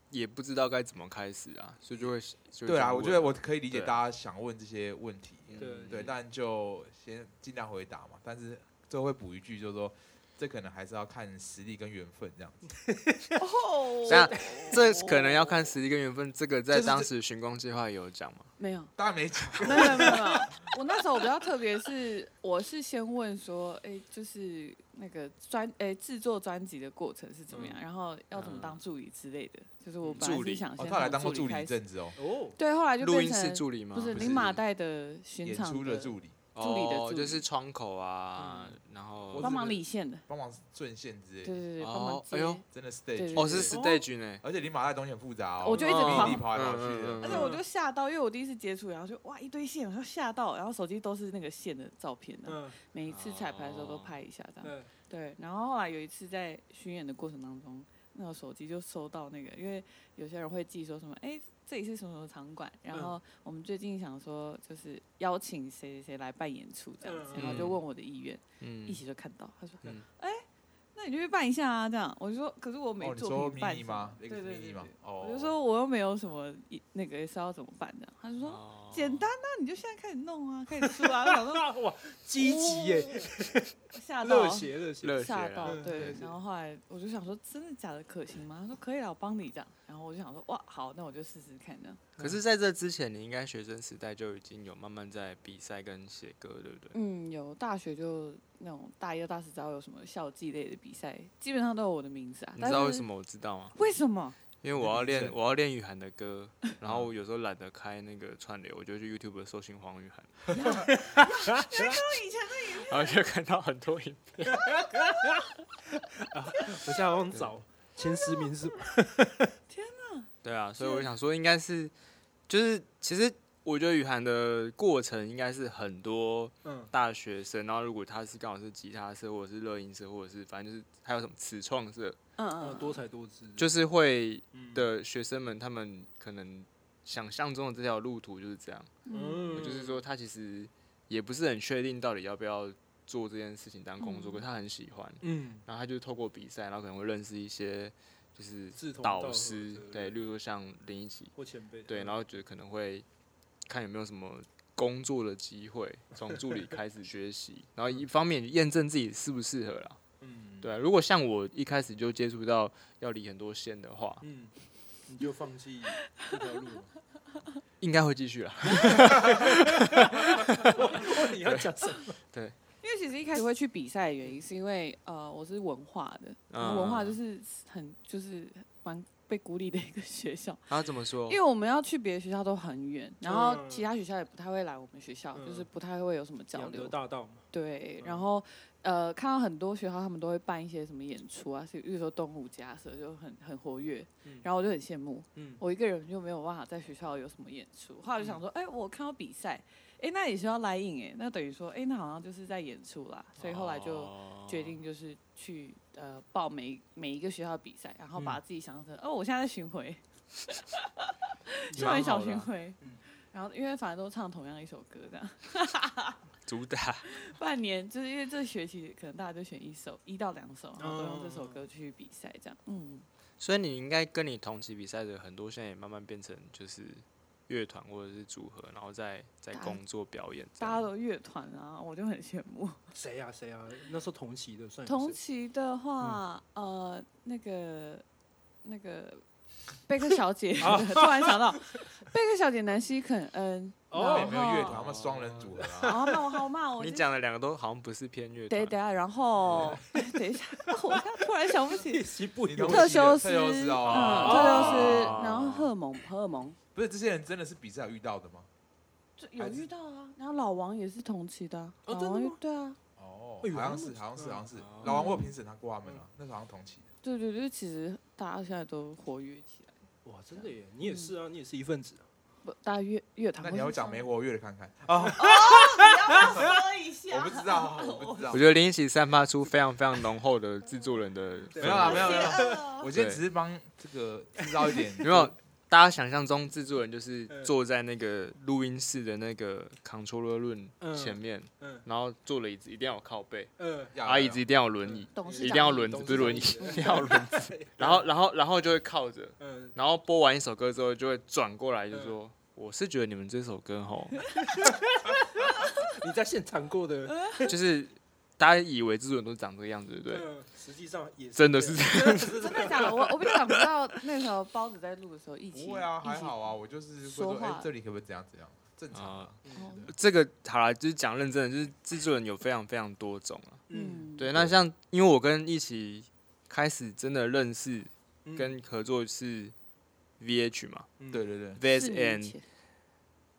Speaker 3: 也不知道该怎么开始啊，所以就会就这
Speaker 4: 对啊，
Speaker 3: 样
Speaker 4: 我觉
Speaker 3: 问
Speaker 4: 得我可以理解
Speaker 3: 对啊
Speaker 4: 大家想问这些问题，
Speaker 1: 对
Speaker 4: 对，
Speaker 1: 嗯
Speaker 4: 但就先尽量回答嘛。但是最后会补一句，就是说这可能还是要看实力跟缘分这样子。
Speaker 2: 哦
Speaker 3: 等下这可能要看实力跟缘分，这个在
Speaker 4: 就是
Speaker 3: 当时寻光计划也有讲嘛。
Speaker 2: 没有，
Speaker 4: 当然没讲，
Speaker 2: 没有没有没有，我那时候比较特别是，我是先问说，哎、就是那个专哎制作专辑的过程是怎么样，
Speaker 1: 嗯
Speaker 2: 然后要怎么
Speaker 3: 嗯
Speaker 2: 当助理之类的，就是我
Speaker 3: 嗯
Speaker 2: 本来
Speaker 3: 助
Speaker 2: 是
Speaker 3: 理
Speaker 2: 想
Speaker 4: 哦，
Speaker 2: 先
Speaker 4: 他来当过助
Speaker 2: 助
Speaker 4: 理一
Speaker 2: 开始，
Speaker 4: 阵子哦，
Speaker 1: 哦，
Speaker 2: 对，后来就
Speaker 3: 录
Speaker 2: 变
Speaker 3: 音室
Speaker 2: 成
Speaker 3: 助理吗？
Speaker 2: 不是
Speaker 4: 不
Speaker 2: 林
Speaker 4: 是
Speaker 2: 马代的
Speaker 4: 演
Speaker 2: 巡场
Speaker 4: 出的助理
Speaker 2: 助理的嗯助
Speaker 3: 哦
Speaker 2: 理
Speaker 3: 就是窗口啊，然后
Speaker 4: 我
Speaker 2: 帮忙理线的，
Speaker 4: 帮忙顺线之类
Speaker 2: 对
Speaker 4: 的，
Speaker 2: 对对，
Speaker 3: 哦
Speaker 2: 帮忙接。
Speaker 3: 哎呦
Speaker 4: 真的
Speaker 2: 对
Speaker 4: stage
Speaker 2: 对
Speaker 3: 哦是
Speaker 2: 对
Speaker 3: stage 呢，
Speaker 4: 而且林马带东西很复杂哦，
Speaker 2: 我就一直
Speaker 4: 跑
Speaker 2: 狂
Speaker 4: 跑来跑去
Speaker 3: 嗯嗯嗯
Speaker 2: 而
Speaker 4: 的，
Speaker 2: 且我就吓到，因为我第一次接触，然后就哇一堆线，然后吓到，然后手机都是那个线的照片的、
Speaker 1: 嗯，
Speaker 2: 每一次彩排的时候都拍一下这样。
Speaker 1: 对，
Speaker 2: 对，然后后来有一次在巡演的过程当中，那个手机就收到那个，因为有些人会记说什么，哎、这里是什么什么场馆，然
Speaker 4: 嗯
Speaker 2: 后我们最近想说就是邀请谁谁谁来办演出这样子，
Speaker 1: 嗯
Speaker 2: 然后就问我的意愿，
Speaker 3: 嗯
Speaker 2: 一，起就看到，他说，哎、
Speaker 3: 嗯
Speaker 2: 那你就去办一下啊，这样，我就说，可是我没
Speaker 4: 哦，你
Speaker 2: 作
Speaker 4: 说
Speaker 2: 品办
Speaker 4: mini
Speaker 2: 什
Speaker 4: 吗
Speaker 2: 么，？
Speaker 4: 那
Speaker 2: 对
Speaker 4: 个
Speaker 2: 对
Speaker 4: 是
Speaker 2: 对
Speaker 4: mini 吗
Speaker 2: 对？
Speaker 4: 哦，
Speaker 2: 我就说我又没有什么一那个是要怎么办这样，他就说。
Speaker 3: 哦
Speaker 2: 简单啊，你就现在开始弄啊，开始出啊！我想说，
Speaker 1: 啊哇，积极耶，
Speaker 2: 吓哦到
Speaker 1: 热血热血，
Speaker 3: 热血
Speaker 2: 吓
Speaker 3: 啦
Speaker 2: 到，
Speaker 1: 嗯
Speaker 2: 对
Speaker 4: 对。
Speaker 2: 然后后来我就想说，真的假的，可行吗？他说可以了，啊我帮你这样。然后我就想说，哇，好，那我就试试看这样。
Speaker 3: 可是在这之前，你应该学生时代就已经有慢慢在比赛跟写歌，对不对？
Speaker 2: 嗯，有大学就那种大一到大四，只要有什么校际类的比赛，基本上都有我的名字啊。
Speaker 3: 你
Speaker 2: 但
Speaker 3: 知道为什
Speaker 2: 是？
Speaker 3: 么我知道吗？
Speaker 2: 为什么？
Speaker 3: 因为我要
Speaker 4: 那你嗯
Speaker 3: 练
Speaker 4: 是
Speaker 3: 我要练雨涵的歌，然后我有时候懒得开那个串流，我就去 YouTube 搜寻黄雨 涵，
Speaker 2: 以前
Speaker 3: 然后就看到很多影
Speaker 1: 我现在好像找前十名是
Speaker 3: 对啊，所以我想说，应该是就是其实我觉得雨涵的过程应该是很多
Speaker 1: 嗯
Speaker 3: 大学生，然后如果他是刚好是吉他社或者是乐音社，或者是反正就是还有什么词创社，
Speaker 2: 嗯
Speaker 1: 嗯
Speaker 2: 嗯，
Speaker 1: 多才多姿，
Speaker 3: 就是会
Speaker 1: 嗯，
Speaker 3: 的学生们，他们可能想象中的这条路途就是这样，
Speaker 2: 嗯
Speaker 1: 嗯
Speaker 3: 就是说他其实也不是很确定到底要不要做这件事情当工作，
Speaker 2: 嗯
Speaker 3: 可是他很喜欢，
Speaker 1: 嗯，
Speaker 3: 然后他就透过比赛，然后可能会认识一些就是
Speaker 1: 志同道合
Speaker 3: 导
Speaker 1: 的
Speaker 3: 师，对，例如说像林一奇，
Speaker 1: 或前辈，
Speaker 3: 对，然后觉得可能会看有没有什么工作的机会，从助理开始学习，然后一方面验证自己适不适合啦。
Speaker 1: 嗯，
Speaker 3: 对啊，如果像我一开始就接触到要理很多线的话，
Speaker 1: 嗯，你就放弃这条路了。
Speaker 3: 应该会继续啦。
Speaker 1: 你要讲什 么？
Speaker 2: 因为其实一开始会去比赛的原因，是因为呃，我是文化的，
Speaker 3: 啊
Speaker 2: 然后文化就是很就是蛮被孤立的一个学校。
Speaker 3: 然后啊怎么说
Speaker 2: 因？为我们要去别的学校都很远，然后
Speaker 1: 嗯
Speaker 2: 其他学校也不太会来我们学校，
Speaker 1: 嗯
Speaker 2: 就是不太会有什么交
Speaker 1: 养德
Speaker 2: 流。
Speaker 1: 大道嘛，
Speaker 2: 对，
Speaker 1: 嗯
Speaker 2: 然后呃，看到很多学校他们都会办一些什么演出啊，是比如说动物家社就很很活跃
Speaker 1: 嗯，
Speaker 2: 然后我就很羡慕，
Speaker 1: 嗯，
Speaker 2: 我一个人就没有办法在学校有什么演出。后来就想说，哎、我看到比赛，哎、那也是要来影哎，那等于说，哎、那好像就是在演出啦，所以后来就。
Speaker 3: 哦
Speaker 2: 决定就是去呃报每每一个学校的比赛，然后把自己想象成、哦，我现在在巡回，校园
Speaker 3: 蛮
Speaker 2: 小
Speaker 3: 好的
Speaker 2: 巡
Speaker 3: 啊
Speaker 2: 回
Speaker 1: 嗯，
Speaker 2: 然后因为反正都唱同样一首歌这样，
Speaker 3: 主打，
Speaker 2: 半年就是因为这学期可能大家就选一首一到两首，然后都用这首歌去比赛这样，嗯，
Speaker 3: 所以你应该跟你同期比赛的很多，现在也慢慢变成就是乐团或者是组合，然后再再
Speaker 2: 大家
Speaker 3: 工作表演这
Speaker 2: 大家
Speaker 3: 样。
Speaker 2: 都乐团啊，我就很羡 慕。
Speaker 1: 谁呀谁呀？那时候同期的算有
Speaker 2: 同
Speaker 1: 谁
Speaker 2: 期的话，呃，那个那个贝克小姐， 突然想到贝克小姐南希肯恩，
Speaker 1: 哦
Speaker 4: 也没有乐团，他
Speaker 3: 哦
Speaker 4: 们双人组合啊。
Speaker 2: 然后好嘛好嘛，我
Speaker 3: 你
Speaker 2: 就
Speaker 3: 讲的两个都好像不是偏乐
Speaker 2: 等一
Speaker 3: 团，
Speaker 2: 等一下，然后 等一下，我突然想不起
Speaker 1: 练习不一
Speaker 4: 你
Speaker 1: 样
Speaker 4: 同期
Speaker 2: 特
Speaker 4: 的啊
Speaker 2: 修斯，
Speaker 4: 特修斯哦
Speaker 2: 嗯，特修斯，然后荷尔蒙，荷尔蒙，
Speaker 4: 不是这些人真的是比赛有遇到的吗？
Speaker 2: 这有遇到啊。然后老王也是同期的啊，
Speaker 1: 哦
Speaker 2: 老
Speaker 1: 真的
Speaker 2: 王也
Speaker 1: 吗
Speaker 2: 对啊，
Speaker 4: 哦
Speaker 1: 哎，呦
Speaker 4: 好像是，好像是，
Speaker 1: 嗯
Speaker 4: 好像是
Speaker 3: 哦。
Speaker 4: 老王我有评审他过他们啊，那时候好像同期的。
Speaker 2: 对对对，其实大家现在都活跃起来。嗯
Speaker 1: 哇，真的耶！你也是啊，你也是一份子啊。
Speaker 2: 不大家乐乐团会
Speaker 4: 那你
Speaker 2: 去唱吗。
Speaker 4: 要讲美国乐看看啊？
Speaker 2: 要说一
Speaker 4: 我
Speaker 2: 下
Speaker 4: 不知道，啊我不知道
Speaker 3: 我，觉得林一起散发出非常非常浓厚的制作人的氛围，
Speaker 4: 没有啦，没有没有，
Speaker 2: 有，
Speaker 4: 我今天
Speaker 3: 对
Speaker 4: 只是帮这个制造一点
Speaker 3: 有 没有？大家想象中制作人就是
Speaker 1: 嗯
Speaker 3: 坐在那个录音室的那个 controller room
Speaker 1: 嗯
Speaker 3: 前面，
Speaker 1: 嗯
Speaker 3: 然后坐了椅子一定要有靠背，
Speaker 1: 嗯，
Speaker 4: 要
Speaker 3: 啊椅子一定要有轮椅，
Speaker 2: 董事长
Speaker 3: 一定要轮子，
Speaker 1: 董
Speaker 3: 不是
Speaker 1: 事
Speaker 3: 轮椅，
Speaker 1: 长
Speaker 3: 一定要轮子。然后然后然后就会靠着，
Speaker 1: 嗯，
Speaker 3: 然后播完一首歌之后就会转过来就说。我是觉得你们这首歌 吼，
Speaker 1: 你在现场过
Speaker 2: 嗯
Speaker 1: 的，呃
Speaker 3: 就是大家以为制作人都是长这个样子，对不对？
Speaker 1: 嗯，实际上也
Speaker 3: 真的是
Speaker 1: 这
Speaker 3: 这
Speaker 1: 样
Speaker 3: 样，
Speaker 2: 真的假的？我我比较想知道那时候包子在录的时候一起，
Speaker 4: 不会啊，还
Speaker 2: 一起
Speaker 4: 好啊，我就是会
Speaker 2: 说
Speaker 4: 说，哎
Speaker 2: 话，
Speaker 4: 这里可不可以怎样怎样？正
Speaker 3: 嗯
Speaker 4: 常啊。
Speaker 1: 嗯
Speaker 2: 哦
Speaker 3: 这个好啦，就是讲认真的，就是制作人有非常非常多种啊。
Speaker 1: 嗯，
Speaker 3: 对，那像因为我跟一起开始真的认识
Speaker 1: 嗯
Speaker 3: 跟合作是 VH 嘛
Speaker 1: 嗯
Speaker 4: 对对对，
Speaker 3: ，VS
Speaker 2: 四年
Speaker 3: and
Speaker 2: 前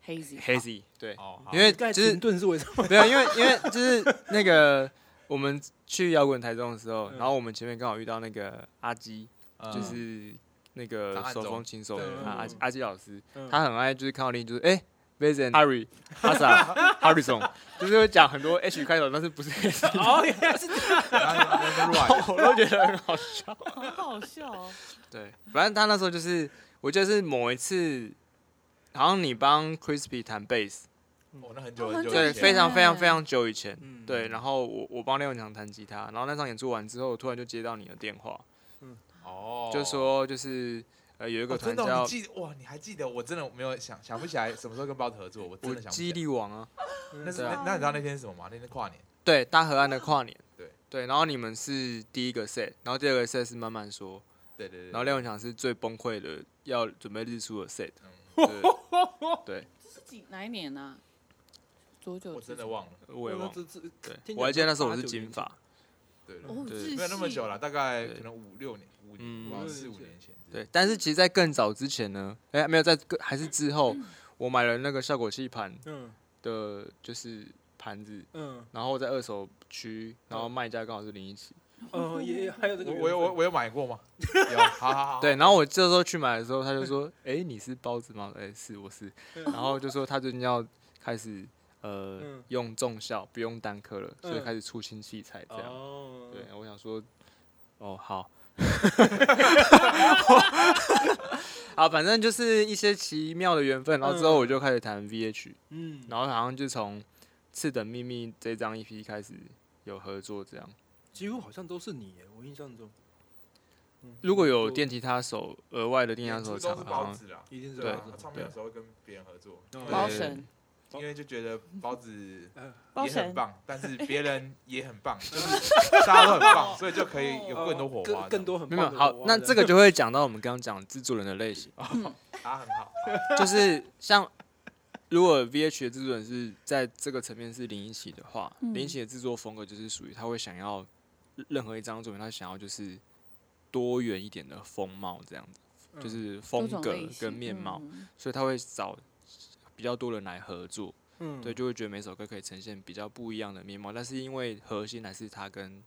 Speaker 2: Hazy
Speaker 3: Hazy，对，
Speaker 4: 哦，好
Speaker 3: 因为
Speaker 1: 盖
Speaker 3: 就是
Speaker 1: 停顿是为什么？
Speaker 3: 没有，因为因为就是那个我们去摇滚台中的时候，
Speaker 1: 嗯
Speaker 3: 然后我们前面刚好遇到那个阿基，
Speaker 4: 嗯
Speaker 3: 就是那
Speaker 4: 张
Speaker 3: 个
Speaker 4: 汉
Speaker 3: 手
Speaker 4: 忠
Speaker 3: 风琴手
Speaker 4: 对
Speaker 3: 的
Speaker 1: 嗯
Speaker 3: 阿阿基阿基老师，
Speaker 1: 嗯
Speaker 3: 他很爱就是看到你就是哎。v i s o n Harry、Hasa、Harrison，就是会讲很多 H 开头，但是不是 S，
Speaker 1: 哦，原来是这样
Speaker 4: 然后 在那边乱
Speaker 3: 我都觉得很好笑。
Speaker 2: 好好笑哦，
Speaker 3: 对，反正他那时候就是，我记得是某一次，好像你帮 Crispy 弹 bass，
Speaker 4: 哦，那很久
Speaker 2: 哦
Speaker 4: 很
Speaker 2: 很
Speaker 4: 久以
Speaker 2: 久
Speaker 4: 前，
Speaker 3: 对，
Speaker 2: 以前
Speaker 3: 非常非常
Speaker 2: 欸
Speaker 3: 非常久以前，
Speaker 1: 嗯
Speaker 3: 对。然后我我帮廖永强弹吉他，然后那场演出完之后，我突然就接到你的电话，
Speaker 4: 哦，
Speaker 3: 就说就是呃有一个
Speaker 4: 哦
Speaker 3: 团
Speaker 4: 真的哦
Speaker 3: 叫
Speaker 4: 你记哇，你还记得？我真的没有想想不起来什么时候跟包子合作，我真
Speaker 3: 我
Speaker 4: 的想不
Speaker 3: 记忆
Speaker 4: 起来。
Speaker 3: 力王啊，
Speaker 4: 那是
Speaker 3: 对
Speaker 4: 那
Speaker 3: 啊
Speaker 4: 那你知道那天是什么吗？那天跨年，
Speaker 3: 对，大河岸的跨年，
Speaker 4: 对
Speaker 3: 对。然后你们是第一个 set，然后第二个 set 是慢慢说，
Speaker 4: 对对对，
Speaker 3: 然后廖永强是最崩溃的，要准备日出的 set，
Speaker 4: 嗯
Speaker 3: 对对，
Speaker 2: 这是几哪一年啊？多
Speaker 3: 嗯
Speaker 2: 久？
Speaker 4: 我真的忘了，
Speaker 3: 我也忘了，对
Speaker 1: 听起来
Speaker 3: 我还记得那时候我是
Speaker 1: 八九
Speaker 3: 金
Speaker 1: 年
Speaker 3: 发，
Speaker 4: 对对
Speaker 2: 哦，
Speaker 3: 对
Speaker 2: 自
Speaker 4: 没有那么久了，大概
Speaker 3: 对
Speaker 4: 可能五六年，五
Speaker 3: 嗯
Speaker 4: 年吧，
Speaker 1: 五六
Speaker 4: 四五
Speaker 1: 年
Speaker 4: 年前。
Speaker 3: 对，但是其实，在更早之前呢，哎、没有，在更还是之后，我买了那个效果器盘
Speaker 1: 嗯
Speaker 3: 的，就是盘子，
Speaker 1: 嗯
Speaker 3: 然后在二手区，然后卖家刚好是林一奇，
Speaker 1: 嗯，也还有这个
Speaker 4: 我
Speaker 1: 缘分，
Speaker 4: 我有我我有买过 吗？有，好好
Speaker 1: 哦
Speaker 4: 好。
Speaker 3: 对，然后我这时候去买的时候，他 就说，哎、你是包子吗？哎、是，我是，
Speaker 1: 嗯
Speaker 3: 然后就说他最近要开始呃、
Speaker 1: 嗯
Speaker 3: 用重效，不用单颗了，所以
Speaker 1: 嗯
Speaker 3: 开始出新器材这样，
Speaker 1: 哦，
Speaker 3: 对，我想说，哦，好。 好，反正就是一些奇妙的缘分，然后之后我就开始弹 VH，、
Speaker 1: 嗯，
Speaker 3: 然后好像就从《次等秘密》这张 EP 开始有合作，这样。
Speaker 1: 几乎好像都是你耶，我印象中，嗯
Speaker 3: 如果有
Speaker 1: 就
Speaker 3: 电吉他手额外的电吉他
Speaker 4: 演
Speaker 3: 手
Speaker 4: 出
Speaker 3: 场
Speaker 4: 都是包
Speaker 3: 好像
Speaker 4: 子啦。
Speaker 1: 一定是啊
Speaker 3: 对
Speaker 1: 包
Speaker 4: 他
Speaker 1: 子
Speaker 4: 唱片有时候跟别人合作，
Speaker 1: 对
Speaker 2: 包
Speaker 3: 对
Speaker 2: 神
Speaker 4: 因为就觉得包子
Speaker 1: 嗯
Speaker 2: 包
Speaker 4: 也很
Speaker 2: 神，
Speaker 4: 棒，但是别人也很棒，就是大家都很棒，所以就可以有更多火花
Speaker 1: 呃更，更多很
Speaker 3: 没有
Speaker 1: 棒的
Speaker 3: 好
Speaker 1: 火，花
Speaker 3: 那这个就会讲到我们刚刚讲制作人的类型，
Speaker 4: 啊，很好。
Speaker 3: 就是像如果 VH 的制作人是在这个层面是林一奇的话，
Speaker 2: 嗯
Speaker 3: 林一奇的制作风格就是属于他会想要任何一张作品，他想要就是多元一点的风貌这样子，
Speaker 1: 嗯
Speaker 3: 就是风
Speaker 2: 多种
Speaker 3: 格
Speaker 2: 类型
Speaker 3: 跟面貌，
Speaker 2: 嗯
Speaker 3: 所以他会找比较多人来合作。
Speaker 1: 嗯
Speaker 3: 对，就会觉得每首歌可以呈现比较不一样的面貌，但是因为核心还是他跟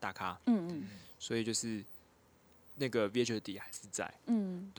Speaker 3: 大咖，
Speaker 2: 嗯
Speaker 3: 所以就是那个 VH 的底还是在。
Speaker 2: 嗯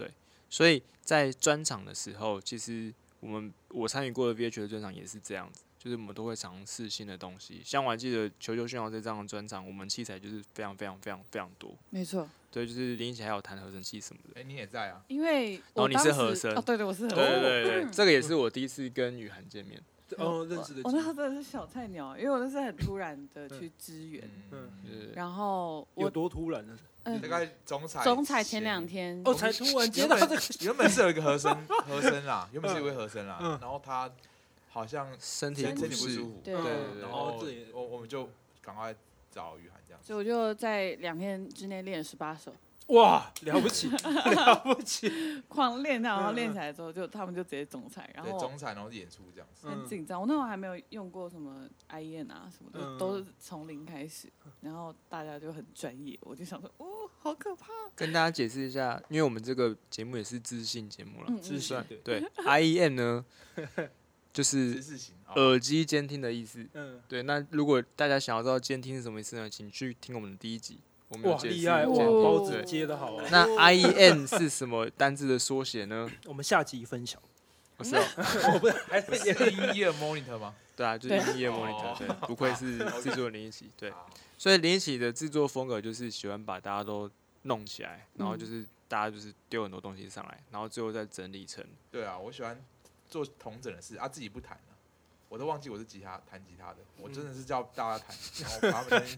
Speaker 3: 所以在专场的时候，其实我们我参与过的 VH 的专场也是这样子，就是我们都会尝试新的东西。像我还记得《球球炫耀》这张专场，我们器材就是非常非常非常非常多，
Speaker 2: 没错，
Speaker 3: 对，就是林起还有弹合成器什么的。
Speaker 4: 哎，你也在啊？
Speaker 2: 因为
Speaker 3: 后
Speaker 2: 我
Speaker 3: 你是
Speaker 2: 当时
Speaker 3: 和声
Speaker 2: 哦，对对，我是和
Speaker 3: 对
Speaker 2: 声，
Speaker 3: 对对对，
Speaker 2: 嗯
Speaker 3: 这个也是我第一次跟雨涵见面，
Speaker 1: 哦认识的
Speaker 2: 我那时候
Speaker 1: 几，
Speaker 2: 真的是小菜鸟，因为我那是很突然的去支援，
Speaker 1: 嗯
Speaker 3: 就
Speaker 4: 嗯，
Speaker 3: 是
Speaker 2: 然后
Speaker 1: 有
Speaker 2: 我
Speaker 1: 多突然呢？
Speaker 2: 嗯
Speaker 4: 大，概总裁
Speaker 2: 总裁前两。天
Speaker 1: 哦，才突然接
Speaker 4: 原
Speaker 1: 到
Speaker 4: 本
Speaker 1: 这个，
Speaker 4: 原本是有一个和 声和声啦，原本是有一位和声啦
Speaker 1: 嗯，
Speaker 4: 然后他好像
Speaker 3: 身体
Speaker 4: 身
Speaker 3: 不
Speaker 4: 身体不
Speaker 3: 适
Speaker 4: 舒，服，
Speaker 2: 对
Speaker 1: 嗯
Speaker 3: 对
Speaker 4: 然
Speaker 1: 然
Speaker 4: 后
Speaker 1: 后这也
Speaker 4: 我我们就赶快找雨涵这样子。
Speaker 2: 所以我就在两天之内练了十八首，
Speaker 1: 哇了不起了不起，
Speaker 2: 狂练啊它，然后
Speaker 1: 嗯嗯
Speaker 2: 练起来之后就他们就直接总裁，然
Speaker 4: 对，
Speaker 2: 后
Speaker 4: 总裁然后演出这样子，
Speaker 2: 很紧张。我那时候还没有用过什么 IEN 啊什么的，
Speaker 1: 嗯
Speaker 2: 都是从零开始，然后大家就很专业，我就想说，哦，好可怕，
Speaker 3: 跟大家解释一下，因为我们这个节目也是知性节目了，
Speaker 2: 嗯
Speaker 1: 自信
Speaker 3: 算
Speaker 1: 对，
Speaker 3: 对 IEM 呢，就
Speaker 4: 知
Speaker 2: 嗯
Speaker 3: 是
Speaker 4: 识型啊，
Speaker 3: 耳机监听的意思。
Speaker 1: 嗯，
Speaker 3: 对，那如果大家想要知道监听是什么意思呢，请去听我们的第一集，我们有
Speaker 1: 哇
Speaker 3: 解释
Speaker 1: 厉害，
Speaker 3: 监
Speaker 1: 哇
Speaker 3: 听
Speaker 1: 包
Speaker 3: 对 E
Speaker 1: 子 接的好啊，
Speaker 3: 那 IEM 是什么单字的缩写呢？
Speaker 1: 我们下集分享。
Speaker 3: 不是哦，
Speaker 1: 呃我不是还是也
Speaker 4: 是一页 monitor 吗？
Speaker 3: 对啊，就是
Speaker 2: 对
Speaker 3: 音乐 monitor，
Speaker 4: 哦
Speaker 3: 对，不愧是制作人林一起，对，
Speaker 4: 好
Speaker 3: 所以林一起的制作风格就是喜欢把大家都弄起来，然后
Speaker 2: 嗯
Speaker 3: 就是大家就是丢很多东西上来，然后最后再整理 成
Speaker 4: 对啊，我喜欢做同整的事啊，自己不弹了、我都忘记我是吉他弹吉他的，我真的是叫大家弹，然后把他们东西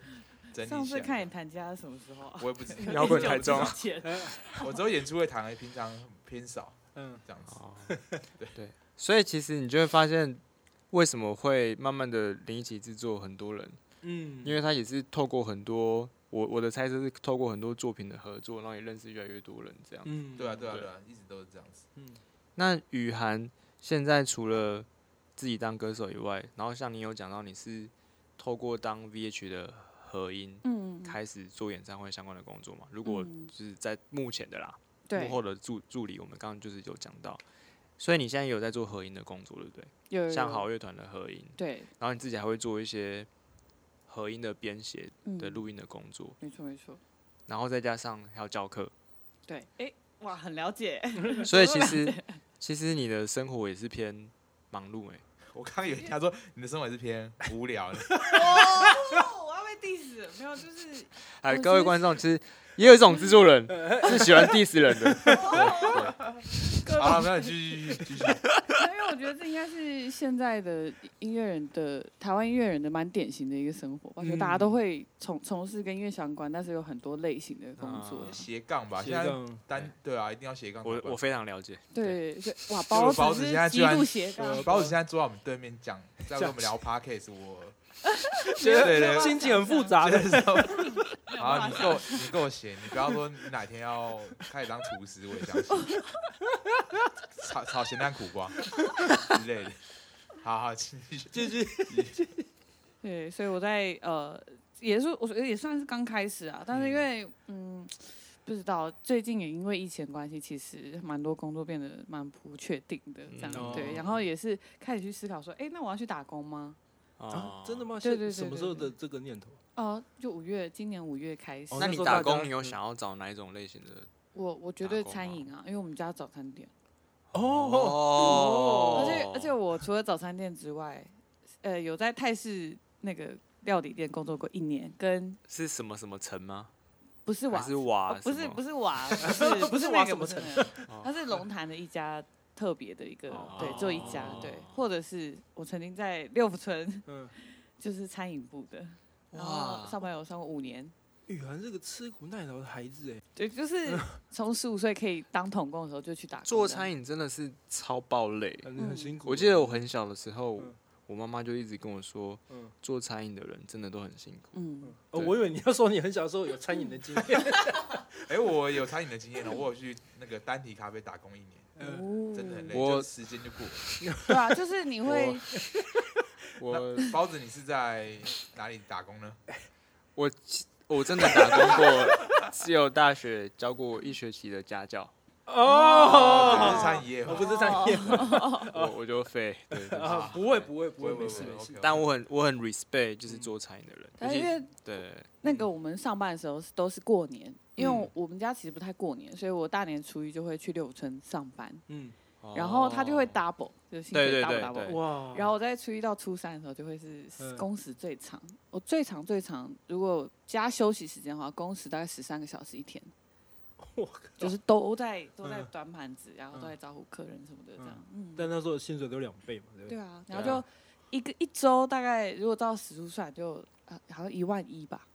Speaker 4: 整理起来。
Speaker 2: 嗯 上次看你弹吉他是什么时候啊？
Speaker 4: 我也不知 道，
Speaker 3: 摇滚台中
Speaker 2: 19之前
Speaker 4: 我只有演出会弹，平常偏少
Speaker 1: 嗯，
Speaker 4: 这样子。
Speaker 3: 哦，对，所以其实你就会发现，为什么会慢慢的林一起制作很多人，
Speaker 1: 嗯，
Speaker 3: 因为他也是透过很多我我的猜测是透过很多作品的合作，然后也认识越来越多人这样。
Speaker 1: 嗯，
Speaker 4: 对啊，对啊，
Speaker 3: 对
Speaker 4: 对啊，一直都是这样子。
Speaker 1: 嗯，
Speaker 3: 那雨涵现在除了自己当歌手以外，然后像你有讲到你是透过当 VH 的合音
Speaker 2: 嗯，
Speaker 3: 开始做演唱会相关的工作嘛？如果
Speaker 2: 嗯
Speaker 3: 就是在目前的啦，幕
Speaker 2: 对，
Speaker 3: 后的助助理，我们刚刚就是有讲到，所以你现在有在做合音的工作，对不对？
Speaker 2: 有有
Speaker 3: 像
Speaker 2: 有
Speaker 3: 好乐团的合音，
Speaker 2: 对
Speaker 3: 然后你自己还会做一些合音的编写的
Speaker 2: 嗯
Speaker 3: 录音的工作，
Speaker 2: 没错没错，
Speaker 3: 然后再加上还要教 课，
Speaker 2: 对，哎，哇，很了解，
Speaker 3: 所以其实其实你的生活也是偏忙碌欸诶、
Speaker 4: 我刚刚以为他说你的生活也是偏无聊的，
Speaker 2: 哦我要被 diss，了没有， 就是
Speaker 3: 哎，
Speaker 2: 我
Speaker 3: 各位
Speaker 2: 是
Speaker 3: 观众，其实也有一种制作 人是喜欢 diss 人的，
Speaker 2: 各
Speaker 4: 好了，没有，你继续继续继 续。
Speaker 2: 因为我觉得这应该是现在的音乐人的台湾音乐人的蛮典型的一个生活吧，就大家都会从从事跟音乐相关，但是有很多类型的工作
Speaker 3: 啊。
Speaker 4: 斜杠吧，现
Speaker 1: 斜
Speaker 4: 在
Speaker 1: 杠，
Speaker 4: 单对啊，一定要斜杠。
Speaker 3: 我我非常了解。
Speaker 2: 对，所以哇，
Speaker 4: 我包
Speaker 2: 包
Speaker 4: 子
Speaker 2: 子
Speaker 4: 现在
Speaker 2: 是
Speaker 4: 居
Speaker 2: 极
Speaker 4: 然呃
Speaker 2: 度斜杠，
Speaker 4: 包子现在坐在我们对面讲，在跟我们聊 podcast，我
Speaker 1: 觉
Speaker 4: 对
Speaker 1: 得
Speaker 4: 对
Speaker 1: 心情很复杂的，
Speaker 4: 啊，你够你够闲，你不要说你哪天要开始当厨师，我也相信。炒炒咸蛋苦瓜之类的，好好继续继续。
Speaker 2: 对，所以我在呃，也是我觉得也算是刚开始啊，但是因为嗯不知道最近也因为疫情的关系，其实蛮多工作变得蛮不确定的这样、
Speaker 3: 嗯哦
Speaker 2: 对，然后也是开始去思考说，哎、那我要去打工吗？
Speaker 3: 哦
Speaker 1: 啊真的吗？
Speaker 2: 对对对
Speaker 1: 是什么时候的这个念头？
Speaker 2: 哦、就五月，今年五月开始，
Speaker 1: 哦
Speaker 3: 那
Speaker 1: 那
Speaker 3: 你
Speaker 1: 时候
Speaker 3: 打
Speaker 1: 大家
Speaker 3: 工，你有
Speaker 1: 嗯
Speaker 3: 想要找哪一种类型的？
Speaker 2: 我我觉
Speaker 3: 打
Speaker 2: 得
Speaker 3: 工
Speaker 2: 餐
Speaker 3: 吗
Speaker 2: 饮啊，因为我们家早餐店，
Speaker 1: 哦，
Speaker 2: 而
Speaker 3: 哦
Speaker 2: 且而且我除了早餐店之外，呃，有在泰式那个料理店工作过一年，跟
Speaker 3: 是什么什么城吗？
Speaker 2: 不是
Speaker 3: 还
Speaker 2: 瓦
Speaker 3: 是瓦
Speaker 2: 哦
Speaker 3: 啊什
Speaker 2: 不
Speaker 3: 么？
Speaker 2: 是不是瓦，不 是不
Speaker 1: 不是
Speaker 2: 是
Speaker 1: 瓦
Speaker 2: 那
Speaker 1: 什
Speaker 2: 个，
Speaker 1: 么
Speaker 2: 不是
Speaker 1: 城
Speaker 2: 那个，
Speaker 3: 哦
Speaker 2: 它是龙潭的一家特别的一个
Speaker 3: 哦，
Speaker 2: 对，就一家
Speaker 3: 哦，
Speaker 2: 对，或者是我曾经在六福村
Speaker 1: 嗯，
Speaker 2: 就是餐饮部的，然后
Speaker 3: 哇
Speaker 2: 上班有上过五年，
Speaker 1: 雨涵是个吃苦耐劳的孩子，哎，
Speaker 2: 对，就是从十五岁可以当童工的时候就去打工
Speaker 3: 做
Speaker 2: 这样
Speaker 3: 餐饮真的是超爆累。
Speaker 1: 感
Speaker 4: 嗯
Speaker 1: 觉很辛苦。
Speaker 3: 我记得我很小的时候
Speaker 1: 嗯，
Speaker 3: 我妈妈就一直跟我说
Speaker 1: 嗯，
Speaker 3: 做餐饮的人真的都很辛苦。
Speaker 2: 嗯，
Speaker 1: 哦，
Speaker 3: 对
Speaker 1: 我以为你要说你很小的时候有餐饮的经 验，
Speaker 4: 哎，我有餐饮的经验哦了，我有去那个丹提咖啡打工一年，
Speaker 3: 呃
Speaker 1: 嗯
Speaker 2: 哦
Speaker 4: 真的很累，
Speaker 3: 我
Speaker 4: 就时间就过了。
Speaker 2: 对啊，就是你会
Speaker 3: 我我
Speaker 4: 包子，你是在哪里打工呢？
Speaker 3: 我其我真的打工过，只有大学教过一学期的家教，
Speaker 1: 哦，
Speaker 4: 不是餐饮业吧，
Speaker 1: 我不是餐饮业
Speaker 3: 我我就废。对对
Speaker 2: 哦
Speaker 3: 对
Speaker 1: 啊，不会不会不
Speaker 4: 不会
Speaker 1: 会，
Speaker 4: 不会
Speaker 1: 没
Speaker 4: 不
Speaker 1: 事
Speaker 4: 会
Speaker 1: 没事。
Speaker 4: ，OK，OK，
Speaker 3: 但我很我很 respect 就是做餐饮的人，
Speaker 2: 但
Speaker 3: 毕
Speaker 2: 嗯因
Speaker 3: 竟
Speaker 2: 为
Speaker 3: 对
Speaker 2: 那个我们上班的时候是都是过年，因为
Speaker 1: 嗯
Speaker 2: 我我们家其实不太过年，所以我大年初一就会去六村上班，
Speaker 1: 嗯，
Speaker 2: 然后他就会 double，就是薪水
Speaker 3: 哦对对
Speaker 2: double
Speaker 3: 对
Speaker 2: double，
Speaker 3: 对
Speaker 1: 哇，
Speaker 2: 然后我在初一到初三的时候就会是
Speaker 1: 嗯
Speaker 2: 工时最长，我最长最长，如果加休息时间的话，工时大概十三个小时一天，
Speaker 3: 哦
Speaker 1: 我靠
Speaker 2: 就是都在都在
Speaker 1: 嗯
Speaker 2: 端盘子，然后都在招呼客人什么的这样。嗯，
Speaker 1: 但那时候薪水都两倍嘛，对不
Speaker 2: 对
Speaker 1: 对？
Speaker 2: 啊，
Speaker 3: 对
Speaker 2: 然后
Speaker 3: 啊
Speaker 2: 就一个一周大概如果照时数算就啊好像一万一吧，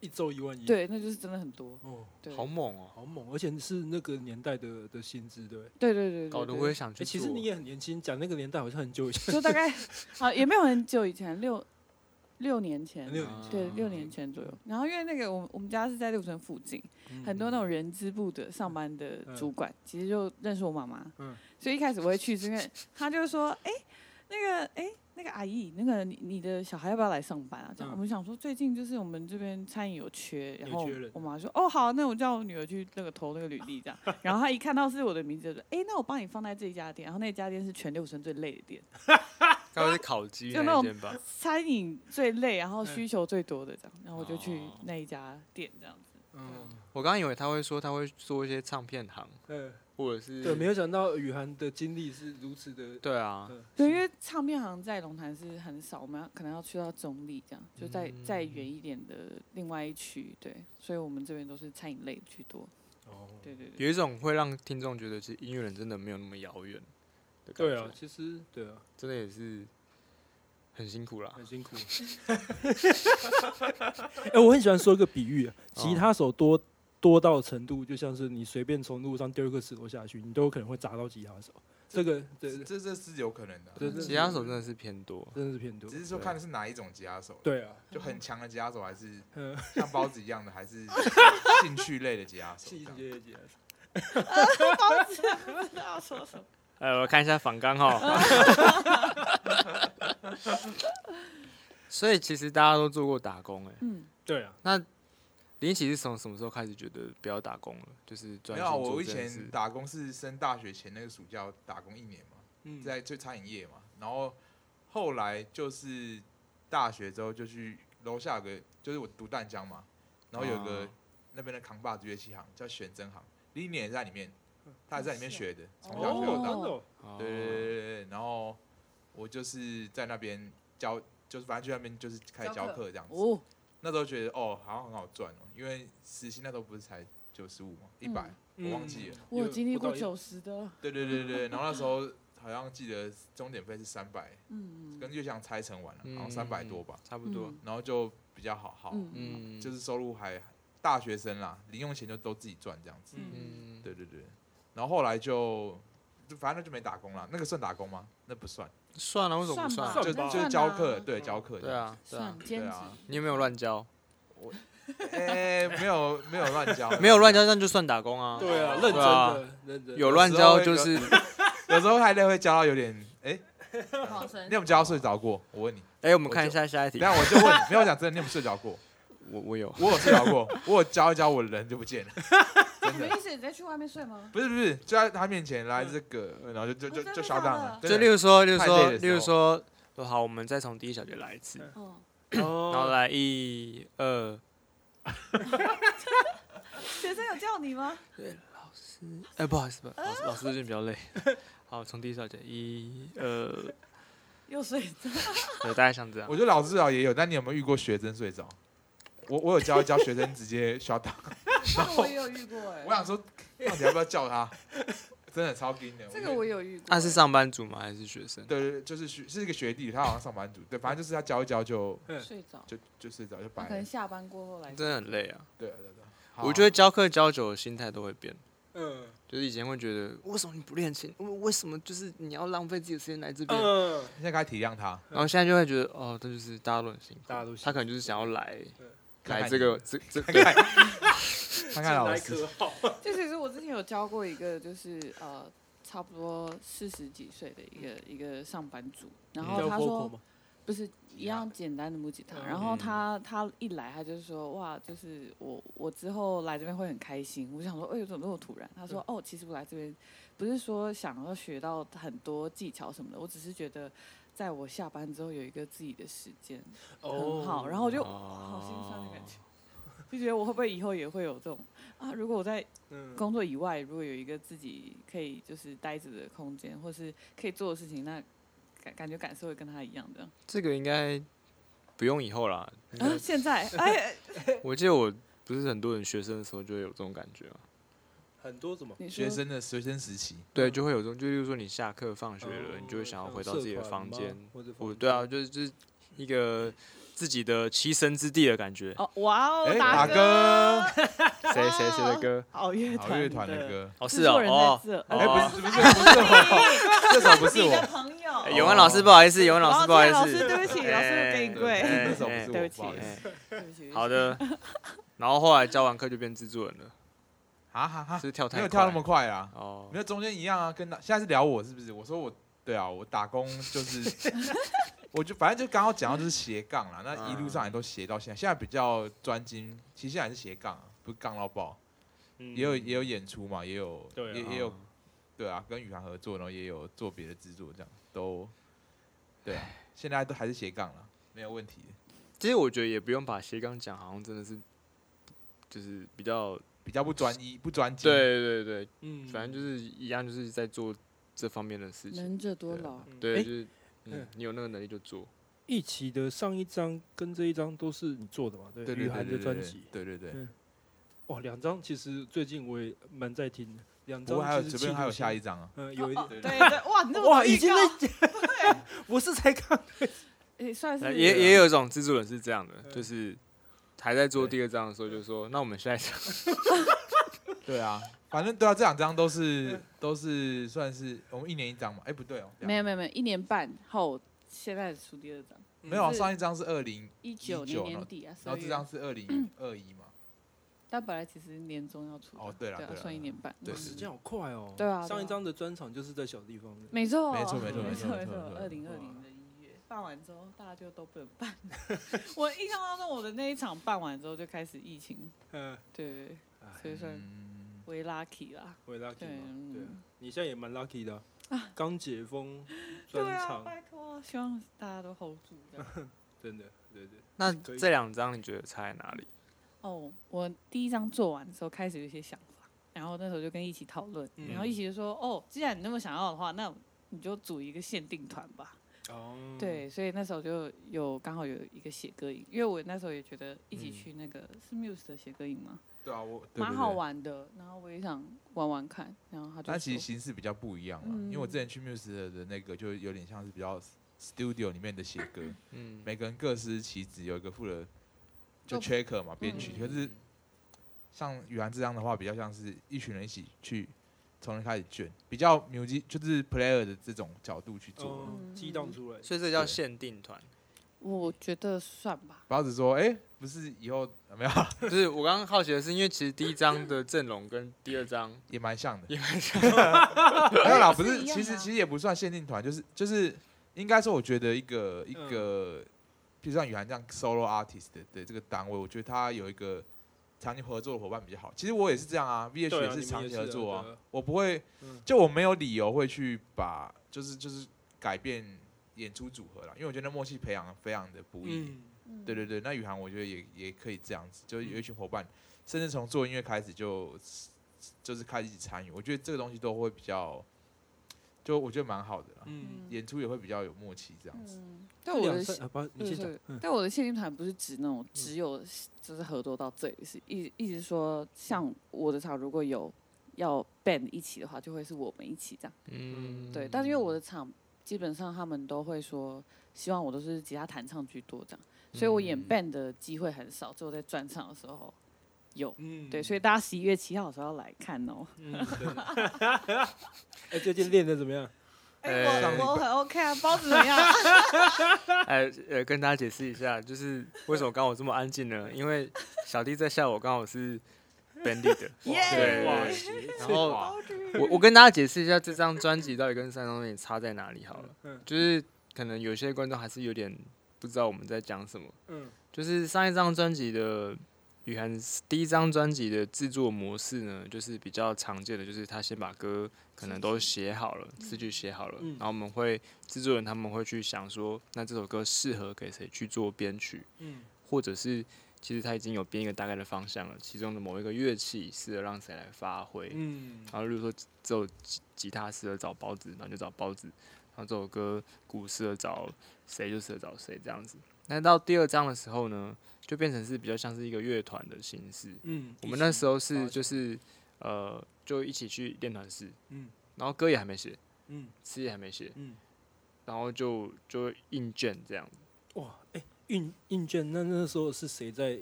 Speaker 1: 一周一万一，，
Speaker 2: 对，那就是真的很多。
Speaker 1: 哦，
Speaker 2: 对，
Speaker 3: 好猛哦，
Speaker 1: 好猛，而且是那个年代的的薪资，对不对。
Speaker 2: 对对对对
Speaker 3: 搞得
Speaker 2: 对
Speaker 3: 我也想去
Speaker 1: 哎，
Speaker 3: 做。
Speaker 1: 其实你也很年轻，讲那个年代好像很久以前，
Speaker 2: 就 大概啊也没有很久以前，六六年前，
Speaker 1: 六
Speaker 3: 啊
Speaker 2: 对，六年前左右。然后因为那个我我们家是在六城附近，
Speaker 1: 嗯
Speaker 2: 很多那种人资部的上班的主管，其实就认识我妈妈，
Speaker 1: 嗯
Speaker 2: 所以一开始我会去，是因为她就说，哎、那个，哎、那个阿姨，那个你你的小孩要不要来上班啊？这样、
Speaker 1: 嗯
Speaker 2: 我们想说，最近就是我们这边餐饮有缺，然后
Speaker 1: 有缺人
Speaker 2: 我妈说，哦好，那我叫我女儿去那个投那个履历这样。 然后她一看到是我的名字，就说，哎、那我帮你放在这一家店，然后那家店是全六城最累的店，
Speaker 3: 该不是烤鸡
Speaker 2: 就那
Speaker 3: 那一
Speaker 2: 种
Speaker 3: 间吧？
Speaker 2: 餐饮最累，然后
Speaker 1: 嗯
Speaker 2: 需求最多的这样，然后我就去
Speaker 3: 哦
Speaker 2: 那一家店这样子。
Speaker 1: 嗯，
Speaker 3: 我刚刚以为他会说他会做一些唱片行，
Speaker 1: 对，
Speaker 3: 或者是
Speaker 1: 对，没有想到雨涵的经历是如此的，呃
Speaker 3: 对啊，
Speaker 2: 对，因为唱片好像在龙潭是很少，我们要可能要去到中立这样，就再、
Speaker 3: 嗯
Speaker 2: 再远一点的另外一区，对，所以我们这边都是餐饮类居多，
Speaker 1: 哦，
Speaker 2: 对对对，
Speaker 3: 有一种会让听众觉得，其实音乐人真的没有那么遥远的感
Speaker 1: 对
Speaker 3: 觉
Speaker 1: 啊，，其实对啊，
Speaker 3: 真的也是很辛苦啦。
Speaker 1: 很辛苦。 哎、我很喜欢说一个比喻、啊，
Speaker 3: 哦
Speaker 1: 吉他手多多到程度，就像是你随便从路上丢一个石头下去，你都有可能会砸到吉他手。这个对，
Speaker 4: 这这是有可能的啊，
Speaker 1: 对对
Speaker 3: 吉他手真的是偏多，
Speaker 1: 真的是偏多。
Speaker 4: 只是说看的是哪一种吉他手，
Speaker 1: 对啊，
Speaker 4: 就很强的吉他手，还是
Speaker 1: 嗯，
Speaker 4: 像包子一样的，还是兴趣类的吉他手
Speaker 1: 细
Speaker 4: 这样。
Speaker 1: 节吉他手。
Speaker 2: 包子不知道说什么，
Speaker 3: 哎，我看一下仿纲哈。 所以其实大家都做过打工哎、
Speaker 2: 嗯，
Speaker 1: 对啊，
Speaker 3: 林奇是从什么时候开始觉得不要打工了？就是专心
Speaker 4: 没有啊，
Speaker 3: 做
Speaker 4: 我以
Speaker 3: 这件事
Speaker 4: 前打工是升大学前那个暑假打工一年嘛，
Speaker 1: 嗯，
Speaker 4: 在就餐饮业嘛，然后后来就是大学之后就去楼下有个，就是我读淡江嘛，然后有个、
Speaker 3: 哦
Speaker 4: 那边的扛把子乐器行叫玄真行，林也在里面，他也在里面
Speaker 2: 是啊
Speaker 4: 学的，从小学
Speaker 1: 哦，
Speaker 4: 到大，
Speaker 1: 真的哦，
Speaker 3: 哦
Speaker 4: 对对对对对，然后我就是在那边教，就是反正去那边就是开始
Speaker 2: 教
Speaker 4: 教
Speaker 2: 课
Speaker 4: 课这样子。
Speaker 2: 哦，
Speaker 4: 那时候觉得哦，好像很好赚哦，因为时薪那时候不是才九十五嘛，一百、我忘记了。
Speaker 1: 嗯
Speaker 2: 我有经历过，
Speaker 1: 有
Speaker 2: 九十的，
Speaker 4: 对对对对，然后那时候好像记得钟点费是三百，
Speaker 2: 嗯，
Speaker 4: 跟月相拆成完了，
Speaker 3: 嗯
Speaker 4: 好像三百多吧，
Speaker 3: 差不多。
Speaker 4: 然后就比较好好，
Speaker 2: 嗯嗯
Speaker 3: 嗯，
Speaker 4: 就是是收入还大学生啦，零用钱就都自己赚这样子。
Speaker 1: 嗯，
Speaker 3: 嗯，
Speaker 4: 对对对，然后后来就就反正就没打工了，那个算打工吗？那不算，
Speaker 3: 算了，为什么不
Speaker 2: 算吧
Speaker 3: 算？
Speaker 1: 算
Speaker 4: 就
Speaker 1: 吧
Speaker 4: 就是
Speaker 2: 算
Speaker 4: 教
Speaker 2: 啊
Speaker 4: 课，对教课这
Speaker 3: 对
Speaker 4: 样子。
Speaker 3: 啊，对啊
Speaker 2: 算，兼职，
Speaker 4: 啊
Speaker 3: 你有没有乱交？
Speaker 4: 哎、没有没有乱交，
Speaker 3: 没有乱交，，那就算打工啊。
Speaker 1: 对啊，认
Speaker 3: 对
Speaker 1: 真
Speaker 3: 啊
Speaker 1: 的，认真的。
Speaker 3: 有乱交就是
Speaker 4: 有时候还会交到有点，哎、
Speaker 5: 好神
Speaker 4: 你有没有交到睡着过？我 问你，
Speaker 3: 哎，我们看一下下一题
Speaker 4: 等一。下我就问你，没有我讲真的，你有没有睡着过？
Speaker 3: 我我有，
Speaker 4: 我有睡着过，我有交一交，我人就 不见了，
Speaker 2: 什么意思？你再去外面睡吗？
Speaker 4: 不是不是，就在他面前来这个，
Speaker 2: 嗯
Speaker 4: 然后就就
Speaker 2: 哦
Speaker 4: 就就嚣张了，
Speaker 3: 就
Speaker 4: 真
Speaker 3: 例
Speaker 4: 的
Speaker 3: 如说，例如
Speaker 4: 太
Speaker 3: 说，
Speaker 4: 累的时
Speaker 3: 例
Speaker 4: 候嗯
Speaker 3: 如说，说好，我们再从第一小节来一次，
Speaker 2: 哦，
Speaker 3: 然后
Speaker 1: 哦，
Speaker 3: 来一二，
Speaker 2: 学生有叫你吗？
Speaker 3: 哎，不好意思，不好意思老师老师最近比较累。好，从第一小节一二，
Speaker 2: 又睡着，
Speaker 3: 对，大概像这样
Speaker 4: 我。觉得老师老也有，但你有没有遇过学生睡着？我我有教一教学生直接 嚣张，
Speaker 2: 这个我也有遇过哎
Speaker 4: 我，想说，到底要不要叫他？真的超惊的。
Speaker 2: 这个我也有遇过，
Speaker 3: 那啊是上班族吗？还是学生？
Speaker 4: 对对，对就是学是一个学弟，他好像上班族，对，反正就是他教一教就
Speaker 2: 哎睡着，
Speaker 4: 就就睡着就
Speaker 2: 他
Speaker 4: 白
Speaker 2: 可
Speaker 4: 了
Speaker 2: 能，下班过后来，
Speaker 3: 真的很累啊。
Speaker 4: 对对对。好
Speaker 3: 我觉得教课教久了，心态都会变。
Speaker 1: 嗯
Speaker 3: 就是以前会觉得，为什么你不练琴？为为什么就是你要浪费自己的时间来这边？
Speaker 1: 嗯，
Speaker 4: 现在该体谅他，
Speaker 3: 然后现在就会觉得，哦，这就是大家都很辛苦，
Speaker 1: 大家都辛苦
Speaker 3: 他可能就是想要来
Speaker 1: 对
Speaker 3: 来
Speaker 4: 看
Speaker 3: 这个这这
Speaker 4: 看看看看老
Speaker 1: 来
Speaker 4: 师，
Speaker 1: 可好？
Speaker 2: 就其实我之前有教过一个，就是呃，差不多四十几岁的一个一个上班族，然
Speaker 3: 嗯
Speaker 2: 后
Speaker 1: 叫
Speaker 2: 他
Speaker 1: vocal
Speaker 2: 说
Speaker 1: 吗
Speaker 2: 不是一样简单的嗯木吉他，然后他他一来他就说哇，就是我我之后来这边会很开心，我想说哎呦怎么那么突然？他说哦，其实我来这边不是说想要学到很多技巧什么的，我只是觉得在我下班之后有一个自己的时间很好，然后我就好心酸的感觉。 就觉得我会不会以后也会有这种啊？如果我在
Speaker 1: 嗯
Speaker 2: 工作以外，如果有一个自己可以就是待着的空间，或是可以做的事情，那感感觉感受会跟他一样的。
Speaker 3: 这个应该不用以后啦。应该
Speaker 2: 啊，现在哎，
Speaker 3: 我记得我不是很多人学生的时候就会有这种感觉嘛，
Speaker 1: 很多什么？
Speaker 2: 你说
Speaker 4: 学生的学生时期，
Speaker 3: 对，就会有这种，就例如说你下课放学
Speaker 1: 哦
Speaker 3: 了，你就会想要
Speaker 1: 像
Speaker 3: 回到
Speaker 1: 社
Speaker 3: 自己的
Speaker 1: 团
Speaker 3: 房
Speaker 1: 吗
Speaker 3: 间。
Speaker 1: 或者
Speaker 3: 我
Speaker 1: 房
Speaker 3: 对啊，
Speaker 1: 间，
Speaker 3: 就是就是一个自己的栖身之地的感 觉。
Speaker 2: 哦，哇哦
Speaker 4: 哎，
Speaker 2: 达
Speaker 4: 达
Speaker 2: 哥，
Speaker 3: 谁谁谁的歌？
Speaker 2: 好乐
Speaker 4: 好乐团
Speaker 2: 团
Speaker 4: 的，歌，
Speaker 3: 哦，
Speaker 2: 制
Speaker 3: 是哦
Speaker 2: 作人
Speaker 3: 哦
Speaker 2: 在，这，
Speaker 3: 哦
Speaker 4: 哎，
Speaker 2: 哦
Speaker 4: 不是不是不是我，这首不是
Speaker 2: 你的
Speaker 4: 我，
Speaker 2: 朋友，
Speaker 3: 哎永安老师不好意思，永安老师
Speaker 2: 哦
Speaker 3: 不好意
Speaker 2: 老
Speaker 3: 思
Speaker 2: 师，对不起，老师给你
Speaker 3: 哎
Speaker 2: 跪，
Speaker 3: 哎
Speaker 4: 这首不是
Speaker 2: 对不
Speaker 4: 我，
Speaker 2: 起
Speaker 4: 不好意思，
Speaker 3: 哎
Speaker 2: 对不起。
Speaker 3: 好的。然后后来教完课就变制作人了，
Speaker 4: 啊哈哈
Speaker 3: 就，是跳太快
Speaker 4: 没有跳那么快啊，
Speaker 3: 哦
Speaker 4: 没，有中间一样啊，跟现在是聊我是不是？我说我对啊，我打工就是，我就反正就刚刚讲到就是斜杠啦，那一路上也都斜到现在，现在比较专精，其实现在还是斜杠啊，不是杠到爆，也有也有演出嘛，也有
Speaker 1: 对啊
Speaker 4: 也也有
Speaker 3: 嗯
Speaker 4: 对啊，跟宇航合作，然后也有做别的制作，这样都对啊，现在都还是斜杠了，没有问题的。
Speaker 3: 其实我觉得也不用把斜杠讲，好像真的是就是比较
Speaker 4: 比较不专一、不专精。，
Speaker 3: 对对对，
Speaker 1: 嗯，
Speaker 3: 反正就是一样，就是在做这方面的事情。
Speaker 2: 能者多
Speaker 3: 对
Speaker 2: 劳。
Speaker 3: 对，
Speaker 1: 诶
Speaker 3: 就是嗯
Speaker 1: 嗯，
Speaker 3: 你有那个能力就做。
Speaker 1: 一期的上一张跟这一张都是你做的嘛？对，
Speaker 4: 对
Speaker 1: 雨
Speaker 4: 对
Speaker 1: 涵
Speaker 4: 对
Speaker 1: 的
Speaker 4: 对
Speaker 1: 专
Speaker 4: 对
Speaker 1: 辑。
Speaker 4: 对对对。
Speaker 1: 嗯哇，两张其实最近我也蛮在听的，两
Speaker 4: 不
Speaker 1: 张
Speaker 4: 过还有，
Speaker 1: 其实
Speaker 4: 这边
Speaker 1: 企
Speaker 4: 还有
Speaker 1: 图心
Speaker 4: 下一，张啊。
Speaker 1: 嗯，有一
Speaker 2: 哦
Speaker 1: 点，
Speaker 2: 对对，哇， 你那么多
Speaker 1: 哇，
Speaker 2: 预
Speaker 1: 已经
Speaker 2: 告
Speaker 1: 在， 我是才刚，
Speaker 2: 诶算
Speaker 3: 那
Speaker 2: 是
Speaker 3: 呃也也有一种制作人是这样的，
Speaker 1: 嗯
Speaker 3: 就是还在做
Speaker 4: 对
Speaker 3: 第二章的时候就说，那我们下一 张，
Speaker 4: 对啊，反正对啊，这两张都是都是算是我们一年一张嘛。哎，不对哦，
Speaker 2: 没有没有没有，一年半后现在出第二张，
Speaker 4: 没有
Speaker 2: 嗯
Speaker 4: 啊，
Speaker 2: 是
Speaker 4: 上一张是二零，
Speaker 2: 一九年
Speaker 4: 19
Speaker 2: 年底啊，
Speaker 4: 然
Speaker 2: 所
Speaker 4: 后
Speaker 2: 以
Speaker 4: 这张是二零二一嘛。
Speaker 2: 但本来其实年终要出的，
Speaker 4: 哦对啦
Speaker 2: 啊
Speaker 4: 对啦
Speaker 2: 算一年半，
Speaker 4: 对
Speaker 1: 哇
Speaker 2: 嗯
Speaker 1: 时间好快哦。
Speaker 2: 对啊对
Speaker 1: 上一
Speaker 2: 啊
Speaker 1: 张的专场就是在小地方的，
Speaker 2: 没错，
Speaker 4: 没错
Speaker 1: 没错
Speaker 2: 没
Speaker 1: 没
Speaker 4: 错
Speaker 2: 没
Speaker 4: 没错
Speaker 2: 错，二
Speaker 4: 没错
Speaker 2: 零二零的一月办完之后，大家就都不能办。我印象当中，我的那一场办完之后就开始疫情，
Speaker 1: 嗯，
Speaker 2: 对，
Speaker 1: 哎
Speaker 2: 所以算
Speaker 4: 嗯，
Speaker 2: 为 lucky 啦。
Speaker 1: 我也 lucky
Speaker 2: 对
Speaker 1: 嘛，对啊
Speaker 2: 嗯，
Speaker 1: 你现在也蛮 lucky 的啊，刚解封
Speaker 2: 对
Speaker 1: 专
Speaker 2: 啊，
Speaker 1: 场，
Speaker 2: 拜托，希望大家都 hold 住这样。
Speaker 1: 真的，对对，
Speaker 3: 那
Speaker 1: 可以
Speaker 3: 这两张你觉得差在哪里？
Speaker 2: 哦，我第一张做完的时候开始有一些想法，然后那时候就跟一起讨论，
Speaker 1: 嗯
Speaker 2: 然后一起就说，哦，既然你那么想要的话，那你就组一个限定团吧。
Speaker 4: 嗯
Speaker 1: 哦，
Speaker 2: 对，所以那时候就有刚好有一个写歌营，因为我那时候也觉得一起
Speaker 4: 嗯
Speaker 2: 去那个、是 Muse 的写歌营吗？
Speaker 4: 对啊，我对
Speaker 2: 蛮
Speaker 4: 对
Speaker 2: 好
Speaker 4: 对
Speaker 2: 玩的，然后我也想玩玩看，然后他就
Speaker 4: 但其实
Speaker 2: 说
Speaker 4: 形式比较不一样
Speaker 2: 嗯
Speaker 4: 嘛，因为我之前去 Muse 的的那个就有点像是比较 studio 里面的写歌，
Speaker 3: 嗯，
Speaker 4: 每个人各司其职，有一个负责就
Speaker 2: 做
Speaker 4: checker 嘛编曲，
Speaker 2: 嗯
Speaker 4: 可是像雨涵这样的话，比较像是一群人一起去从零开始卷，比较 music 就是 player 的这种角度去做。
Speaker 1: 哦，
Speaker 2: 嗯
Speaker 1: 激荡出来，
Speaker 3: 所以这叫
Speaker 4: 对
Speaker 3: 限定团。
Speaker 2: 我觉得算吧，
Speaker 4: 包子说：“哎、不是以后啊没有 啊，
Speaker 3: 就是我刚刚好奇的是，因为其实第一张的阵容跟第二张
Speaker 4: 也 蛮像的，
Speaker 3: 也 蛮
Speaker 4: 像。没有啦，不
Speaker 2: 是
Speaker 4: 是，
Speaker 2: 一样
Speaker 4: 其实
Speaker 2: 啊
Speaker 4: 其实也不算限定团，就是就是应该说，我觉得一个一个，
Speaker 1: 嗯
Speaker 4: 比如像雨涵这样 solo artist 的的这个单位，我觉得他有一个长期合作的伙伴比较好。其实我也是这样啊，VH
Speaker 1: 对啊
Speaker 4: 也
Speaker 1: 你
Speaker 4: 是
Speaker 1: 们
Speaker 4: 长
Speaker 1: 也
Speaker 4: 期
Speaker 1: 是
Speaker 4: 合
Speaker 1: 啊
Speaker 4: 作
Speaker 1: 对啊
Speaker 4: 我不会
Speaker 1: 嗯，
Speaker 4: 就我没有理由会去把就是就是改变演出组合啦，因为我觉得默契培养得非常的不易。
Speaker 1: 嗯，
Speaker 2: 嗯
Speaker 4: 对对对，那宇航我觉得也也可以这样子，就是有一群伙伴，甚至从做音乐开始就就是开始一起参与，我觉得这个东西都会比较，就我觉得蛮好的啦，
Speaker 1: 嗯，
Speaker 4: 演出也会比较有默契这样子。
Speaker 2: 嗯，
Speaker 1: 这
Speaker 2: 但我
Speaker 1: 两
Speaker 2: 的
Speaker 1: 三
Speaker 2: 限
Speaker 1: 啊，不，你
Speaker 2: 对
Speaker 1: 先
Speaker 2: 对
Speaker 1: 讲，嗯
Speaker 2: 但我的限定团不是指那种
Speaker 4: 嗯
Speaker 2: 只有就是合作到这里，是一一直说像我的场如果有要 band 一起的话，就会是我们一起这样。
Speaker 3: 嗯，
Speaker 2: 对，但是因为 我的场基本上他们都会说，希望我都是吉他弹唱居多这样，所以我演
Speaker 3: 嗯
Speaker 2: band 的机会很少，只有在专场的时候有。
Speaker 1: 嗯
Speaker 2: 对，所以大家十一月七号的时候要来看哦。
Speaker 1: 嗯，对哎，最近练的怎么样？
Speaker 3: 哎我
Speaker 4: 上礼拜我
Speaker 2: 很 OK 啊，包子怎么样？
Speaker 3: 哎呃，跟大家解释一下，就是为什么刚好这么安静呢？因为小弟在下午刚好是 band leader，
Speaker 2: 耶
Speaker 3: 对
Speaker 1: 哇
Speaker 3: 对
Speaker 1: 鞋
Speaker 3: 然
Speaker 1: 子
Speaker 3: 后
Speaker 4: 哇，
Speaker 3: 我我跟大家解释一下这张专辑到底跟上张专辑差在哪里好了，
Speaker 1: 嗯
Speaker 3: 就是可能有些观众还是有点不知道我们在讲什么。
Speaker 1: 嗯
Speaker 3: 就是上一张专辑的雨涵第一张专辑的制作模式呢，就是比较常见的，就是他先把歌可能都写好了，词曲写好了，
Speaker 1: 嗯
Speaker 3: 然后我们会制作人他们会去想说，那这首歌适合给谁去做编曲，
Speaker 1: 嗯
Speaker 3: 或者是其实他已经有编一个大概的方向了，其中的某一个乐器适合让谁来发挥，
Speaker 1: 嗯
Speaker 3: 然后例如说这首吉吉他适合找包子，然后就找包子；然后这首歌鼓适合找谁就适合找谁这样子。那到第二章的时候呢，就变成是比较像是一个乐团的形式。
Speaker 1: 嗯，
Speaker 3: 我们那时候
Speaker 1: 发
Speaker 3: 是
Speaker 1: 展
Speaker 3: 就是呃，就一起去练团室，
Speaker 1: 嗯
Speaker 3: 然后歌也还没写，
Speaker 1: 嗯
Speaker 3: 词也还没写，
Speaker 1: 嗯，
Speaker 3: 然后就就印卷这样子。
Speaker 1: 哇，哎，印印卷那那时候是谁在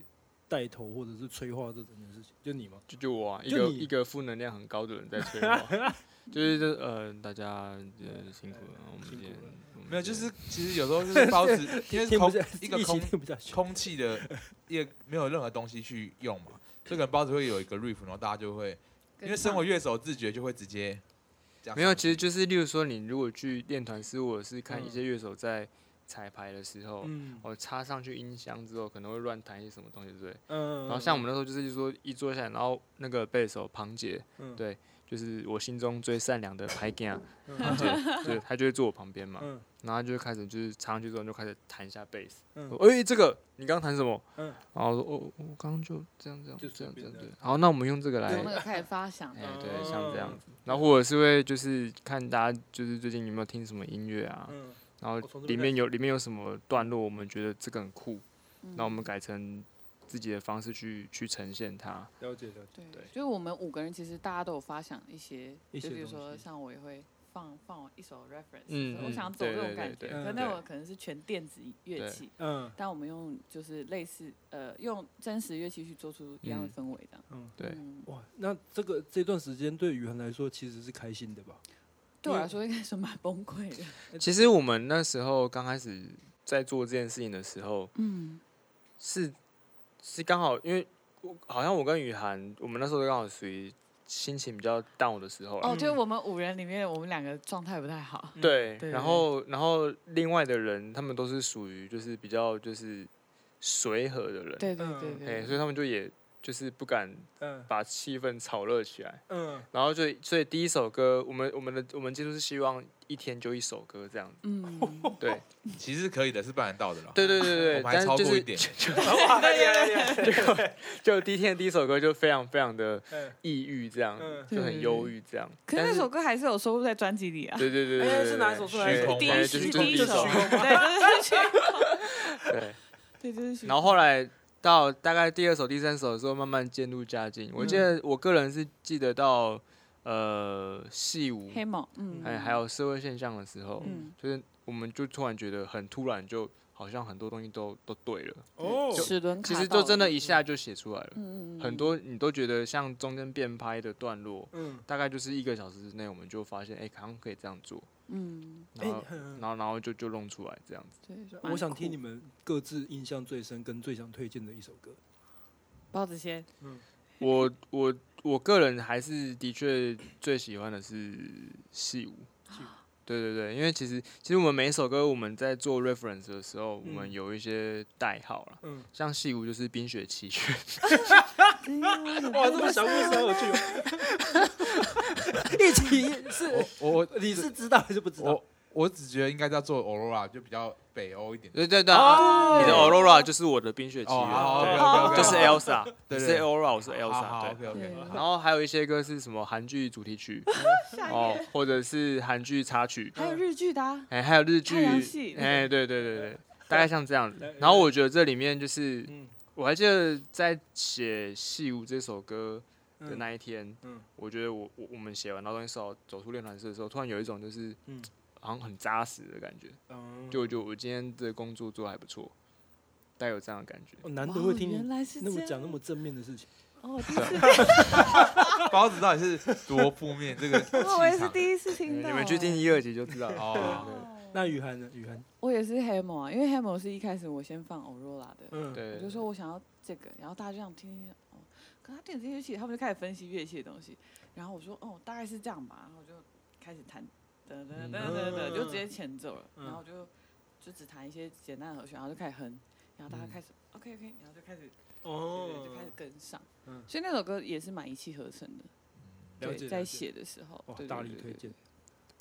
Speaker 1: 带头或者是催化这整件事情？就你吗？
Speaker 3: 就就我啊，一
Speaker 1: 就
Speaker 3: 个
Speaker 1: 你
Speaker 3: 一个负能量很高的人在催我， 就是就是呃，大家呃辛苦了，我们
Speaker 1: 辛
Speaker 3: 今
Speaker 1: 苦
Speaker 3: 天
Speaker 1: 了
Speaker 3: 我们
Speaker 4: 没有，就
Speaker 3: 今天
Speaker 4: 是其实有时候 就是包子，因为是
Speaker 1: 嗯听不
Speaker 4: 空
Speaker 1: 下，
Speaker 4: 一
Speaker 1: 一
Speaker 4: 个
Speaker 1: 起
Speaker 4: 空
Speaker 1: 听不下去。
Speaker 4: 空气的也没有任何东西去用嘛，所以可能包子会有一个 riff，然后大家就会因为身为乐手自觉就会直接这样上去。
Speaker 3: 没有，其实就是例如说，你如果去练团师，或者是看一
Speaker 1: 嗯
Speaker 3: 些乐手在彩排的时候，
Speaker 1: 嗯
Speaker 3: 我、插上去音箱之后，可能会乱弹一些什么东西，对不对？
Speaker 1: 嗯，
Speaker 3: 然后像我们那时候就是说一坐下来，然后那个贝手庞杰
Speaker 1: 嗯
Speaker 3: 对就是我心中最善良的拍 g 啊，
Speaker 1: 嗯
Speaker 3: 就是他就会坐我旁边嘛，
Speaker 1: 嗯
Speaker 3: 然后他就会开始就是插上去之后就开始弹一下贝斯，
Speaker 1: 嗯
Speaker 3: 说哎、这个你刚刚弹什么？
Speaker 1: 嗯
Speaker 3: 然后我说哦我刚刚就这样这样
Speaker 1: 就
Speaker 3: 这
Speaker 1: 随
Speaker 3: 样这
Speaker 1: 便
Speaker 3: 样
Speaker 1: 的
Speaker 3: 对，好那我们用这个来，
Speaker 2: 从那个开始发想
Speaker 3: 哎、
Speaker 2: 的，
Speaker 3: 对，像这样
Speaker 1: 哦
Speaker 3: 子，然后或者是会就是看大家就是最近有没有听什么音乐啊，
Speaker 1: 嗯，
Speaker 3: 然后
Speaker 1: 哦从这边
Speaker 3: 里
Speaker 1: 开
Speaker 3: 面有里面有什么段落我们觉得这个很酷，
Speaker 2: 嗯
Speaker 3: 那我们改成自己的方式去去呈现它，
Speaker 1: 了解了解，
Speaker 2: 对
Speaker 3: 对，
Speaker 2: 就是我们五个人其实大家都有发想一些，
Speaker 1: 一些
Speaker 2: 就比如
Speaker 1: 东
Speaker 2: 说
Speaker 1: 西
Speaker 2: 像我也会放放一首 reference，、
Speaker 3: 嗯
Speaker 2: 我
Speaker 3: 嗯
Speaker 2: 想走这
Speaker 3: 对
Speaker 2: 种
Speaker 3: 对
Speaker 2: 感觉，
Speaker 3: 对
Speaker 1: 对
Speaker 2: 可
Speaker 1: 嗯
Speaker 2: 那
Speaker 3: 对
Speaker 2: 我可能是全电子乐
Speaker 3: 对
Speaker 2: 器，
Speaker 1: 嗯
Speaker 2: 但我们用就是类似呃用真实乐器去做出一样的
Speaker 3: 嗯
Speaker 2: 氛围的。
Speaker 1: 嗯，
Speaker 3: 对
Speaker 2: 嗯
Speaker 1: 哇，那这个这段时间对宇恒来说其实是开心的吧？
Speaker 2: 对我
Speaker 1: 因为
Speaker 2: 来说应该是蛮崩溃的。
Speaker 1: 嗯
Speaker 3: 其实我们那时候刚开始在做这件事情的时候，
Speaker 2: 嗯，
Speaker 3: 是是刚好，因为我好像我跟雨涵，我们那时候刚好属于心情比较 down 的时候啦。
Speaker 2: 哦，就是我们五人里面，我们两个状态不太好。
Speaker 3: 对，
Speaker 2: 对
Speaker 3: 然后然后另外的人，他们都是属于就是比较就是随和的人，
Speaker 2: 对对
Speaker 1: 嗯
Speaker 2: 对
Speaker 3: 哎、
Speaker 2: 对
Speaker 3: 所以他们就也就是不敢
Speaker 1: 嗯
Speaker 3: 把气氛炒热起来。
Speaker 1: 嗯
Speaker 3: 然后就所以第一首歌，我们我们的我们就是希望一天就一首歌这样子。
Speaker 2: 嗯，
Speaker 3: 对
Speaker 4: 其实可以的，是办得到的了。
Speaker 3: 对对对对，
Speaker 4: 我们还
Speaker 3: 但
Speaker 4: 超
Speaker 3: 是就
Speaker 4: 过一
Speaker 3: 是
Speaker 4: 点，
Speaker 3: 就第一天的第一首歌就非常非常的
Speaker 1: 嗯
Speaker 3: 抑郁这样，
Speaker 1: 嗯，
Speaker 3: 就很忧郁这样。
Speaker 2: 可是
Speaker 3: 但
Speaker 2: 那首歌还是有收录在专辑里啊。
Speaker 3: 对对对对
Speaker 1: 哎
Speaker 3: 对，
Speaker 1: 是哪一首
Speaker 3: 对
Speaker 1: 出来的
Speaker 4: 虚空
Speaker 2: 第
Speaker 4: 吗
Speaker 2: 一
Speaker 3: 哎
Speaker 2: 是
Speaker 3: 就是
Speaker 2: 第一
Speaker 3: 就是
Speaker 2: 首，
Speaker 3: 第一首
Speaker 2: 对，就是
Speaker 3: 对，
Speaker 2: 对，就是虚
Speaker 3: 然后后来到大概第二首、第三首的时候，慢慢渐入佳境。我记得我个人是记得到呃戏舞，哎
Speaker 2: 黑猫，嗯，
Speaker 3: 还还有社会现象的时候，
Speaker 2: 嗯
Speaker 3: 就是我们就突然觉得很突然，就好像很多东西都都对了，
Speaker 1: 哦，
Speaker 2: 齿轮卡
Speaker 3: 其
Speaker 2: 到了，
Speaker 3: 实就真的一下就写出来了。
Speaker 2: 嗯，嗯嗯，
Speaker 3: 很多你都觉得像中间变拍的段落，
Speaker 1: 嗯，
Speaker 3: 大概就是一个小时之内，我们就发现，哎、好像可以这样做，
Speaker 2: 嗯，
Speaker 3: 然后，
Speaker 1: 嗯
Speaker 3: 然后，然后就就弄出来这样 子。
Speaker 2: 对，
Speaker 1: 我想听你
Speaker 2: 们
Speaker 1: 们各自印象最深跟最想推荐的一首歌。
Speaker 2: 包子先，
Speaker 3: 我我我个人还是的确最喜欢的是戏舞
Speaker 1: 戏舞，
Speaker 2: 啊
Speaker 3: 对对对，因为其实其实我们每一首歌我们在做 reference 的时候，我们
Speaker 1: 嗯
Speaker 3: 有一些代号啦，
Speaker 1: 嗯，
Speaker 3: 像戏舞就是《冰雪奇缘》，
Speaker 1: 哇，这 么想不深， 我去。一起是，
Speaker 4: 我我
Speaker 1: 你是知道还是不知道？
Speaker 4: 我我只觉得应该叫做 Aurora，就比较北欧一点。
Speaker 3: 对对对啊，你的 Aurora 就是我的《冰雪奇
Speaker 4: 哦好
Speaker 3: 缘
Speaker 4: 好》，
Speaker 3: 对，就
Speaker 4: ，OK，OK，OK
Speaker 3: 是 Elsa，
Speaker 4: 对
Speaker 3: 你
Speaker 4: 对
Speaker 3: 是 Aurora，我是
Speaker 4: 好好
Speaker 3: Elsa，对。
Speaker 4: ，OK OK，
Speaker 2: 对
Speaker 3: 然后还有一些歌是什么韩剧主题曲哦，或者是韩剧插曲，
Speaker 2: 还有日剧的啊，
Speaker 3: 哎，还有日
Speaker 2: 太
Speaker 3: 剧
Speaker 2: 阳系，
Speaker 3: 哎，对对对对，大概像这样
Speaker 1: 对
Speaker 3: 子
Speaker 1: 对。
Speaker 3: 然后我觉得这里面就是，
Speaker 1: 嗯
Speaker 3: 我还记得在写《戏舞》这首歌的
Speaker 1: 嗯
Speaker 3: 那一天，
Speaker 1: 嗯
Speaker 3: 我觉得我我我们写完那东西走走出练团室的时候，突然有一种就是
Speaker 1: 嗯
Speaker 3: 好像很扎实的感觉，
Speaker 1: 嗯，
Speaker 3: 就我觉得我今天的工作做得还不错，大概有这样的感觉。
Speaker 1: 哦难得
Speaker 2: 哦
Speaker 1: 会听
Speaker 2: 原
Speaker 1: 你
Speaker 2: 来是
Speaker 1: 那么啊
Speaker 2: 这
Speaker 1: 讲那
Speaker 2: 样
Speaker 1: 么正面的事情。
Speaker 2: 哦，我第一
Speaker 3: 对
Speaker 2: 次
Speaker 4: 包子到底是多负面这个气
Speaker 2: 听，我也是
Speaker 4: 场？
Speaker 2: 第一次
Speaker 3: 你
Speaker 2: 听到，欸
Speaker 3: 们你们去听一二集就知道了。
Speaker 4: 哦，
Speaker 2: 哦。
Speaker 1: 那雨涵呢？雨涵，
Speaker 2: 我也是 Hammer 啊，因为 Hammer 是一开始我先放 Aurora 的，
Speaker 1: 嗯，
Speaker 3: 对，
Speaker 2: 我
Speaker 3: 对
Speaker 2: 就说我想要这个，然后大家就这样听听听，哦，可他电子乐器，他们就开始分析乐器的东西，然后我说哦，大概是这样吧，然后我就开始弹，噔
Speaker 1: 嗯
Speaker 2: 噔噔噔噔，就直接前奏了，然后就就只弹一些简单的和弦，然后就开始哼，然后大家开始 OK OK，然后就开始对
Speaker 1: 嗯
Speaker 2: 对
Speaker 1: 哦
Speaker 2: 对就开始跟上
Speaker 1: 嗯，
Speaker 2: 所以那首歌也是蛮一气呵成的，
Speaker 1: 了
Speaker 2: 对，
Speaker 1: 解，
Speaker 2: 在
Speaker 1: 了解，
Speaker 2: 写的时候
Speaker 1: 哇，
Speaker 2: 对，
Speaker 1: 大
Speaker 2: 对
Speaker 1: 力推。荐。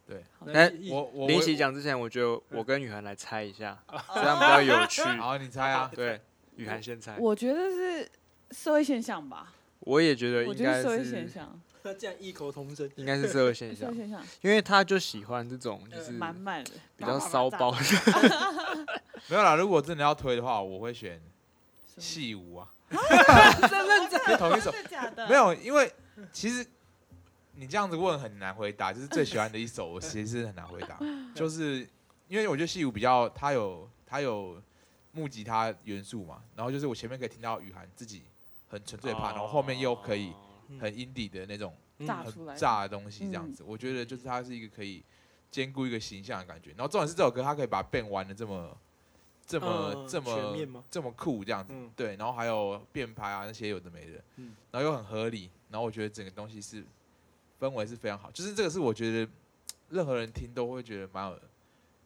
Speaker 4: 对
Speaker 2: 那
Speaker 1: 那一
Speaker 4: 我我
Speaker 3: 林夕，讲之前，我觉得我跟雨涵来猜一下，这样比较有趣。
Speaker 4: 我好，你猜啊？
Speaker 3: 对，雨涵先猜
Speaker 2: 对对对。我觉得是社会现象吧，
Speaker 3: 我也觉得
Speaker 2: 我
Speaker 3: 应
Speaker 2: 觉得
Speaker 3: 该
Speaker 2: 社会现
Speaker 3: 是，
Speaker 2: 象，
Speaker 1: 那这样异口同声，
Speaker 3: 应该是社会现
Speaker 2: 社
Speaker 3: 象
Speaker 2: 会，现象
Speaker 3: 因为他就喜欢这种就是
Speaker 2: 满满的，
Speaker 3: 比较骚包的。
Speaker 4: 没有啦，如果真的要推的话，我会选
Speaker 2: 是吗
Speaker 4: 戏舞啊，
Speaker 2: 真的假
Speaker 4: 就
Speaker 2: 的？
Speaker 4: 同一首。
Speaker 2: 真的假的？
Speaker 4: 没，有，因为其实你这样子问很难回答，就是最喜欢的一首， 我其实是很难回答，就是因为我觉得戏舞比较，它有它有木吉他元素嘛，然后就是我前面可以听到雨涵自己很纯粹的
Speaker 2: 哦
Speaker 4: part，然后后面又可以很 indie 的那种
Speaker 1: 嗯
Speaker 2: 炸出来嗯
Speaker 4: 很炸的东西这样子，我觉得就是它是一个可以兼顾一个形象的感觉，然后重点是这首歌它可以把 b a n 玩的这么这么、
Speaker 1: 嗯
Speaker 4: 这
Speaker 1: 全面
Speaker 4: 么
Speaker 1: 吗
Speaker 4: 这么酷这样子，
Speaker 1: 嗯
Speaker 4: 对，然后还有变拍啊那些有的没的，
Speaker 1: 嗯
Speaker 4: 然后又很合理，然后我觉得整个东西是氛围是非常好，就是这个是我觉得任何人听都会觉得蛮有，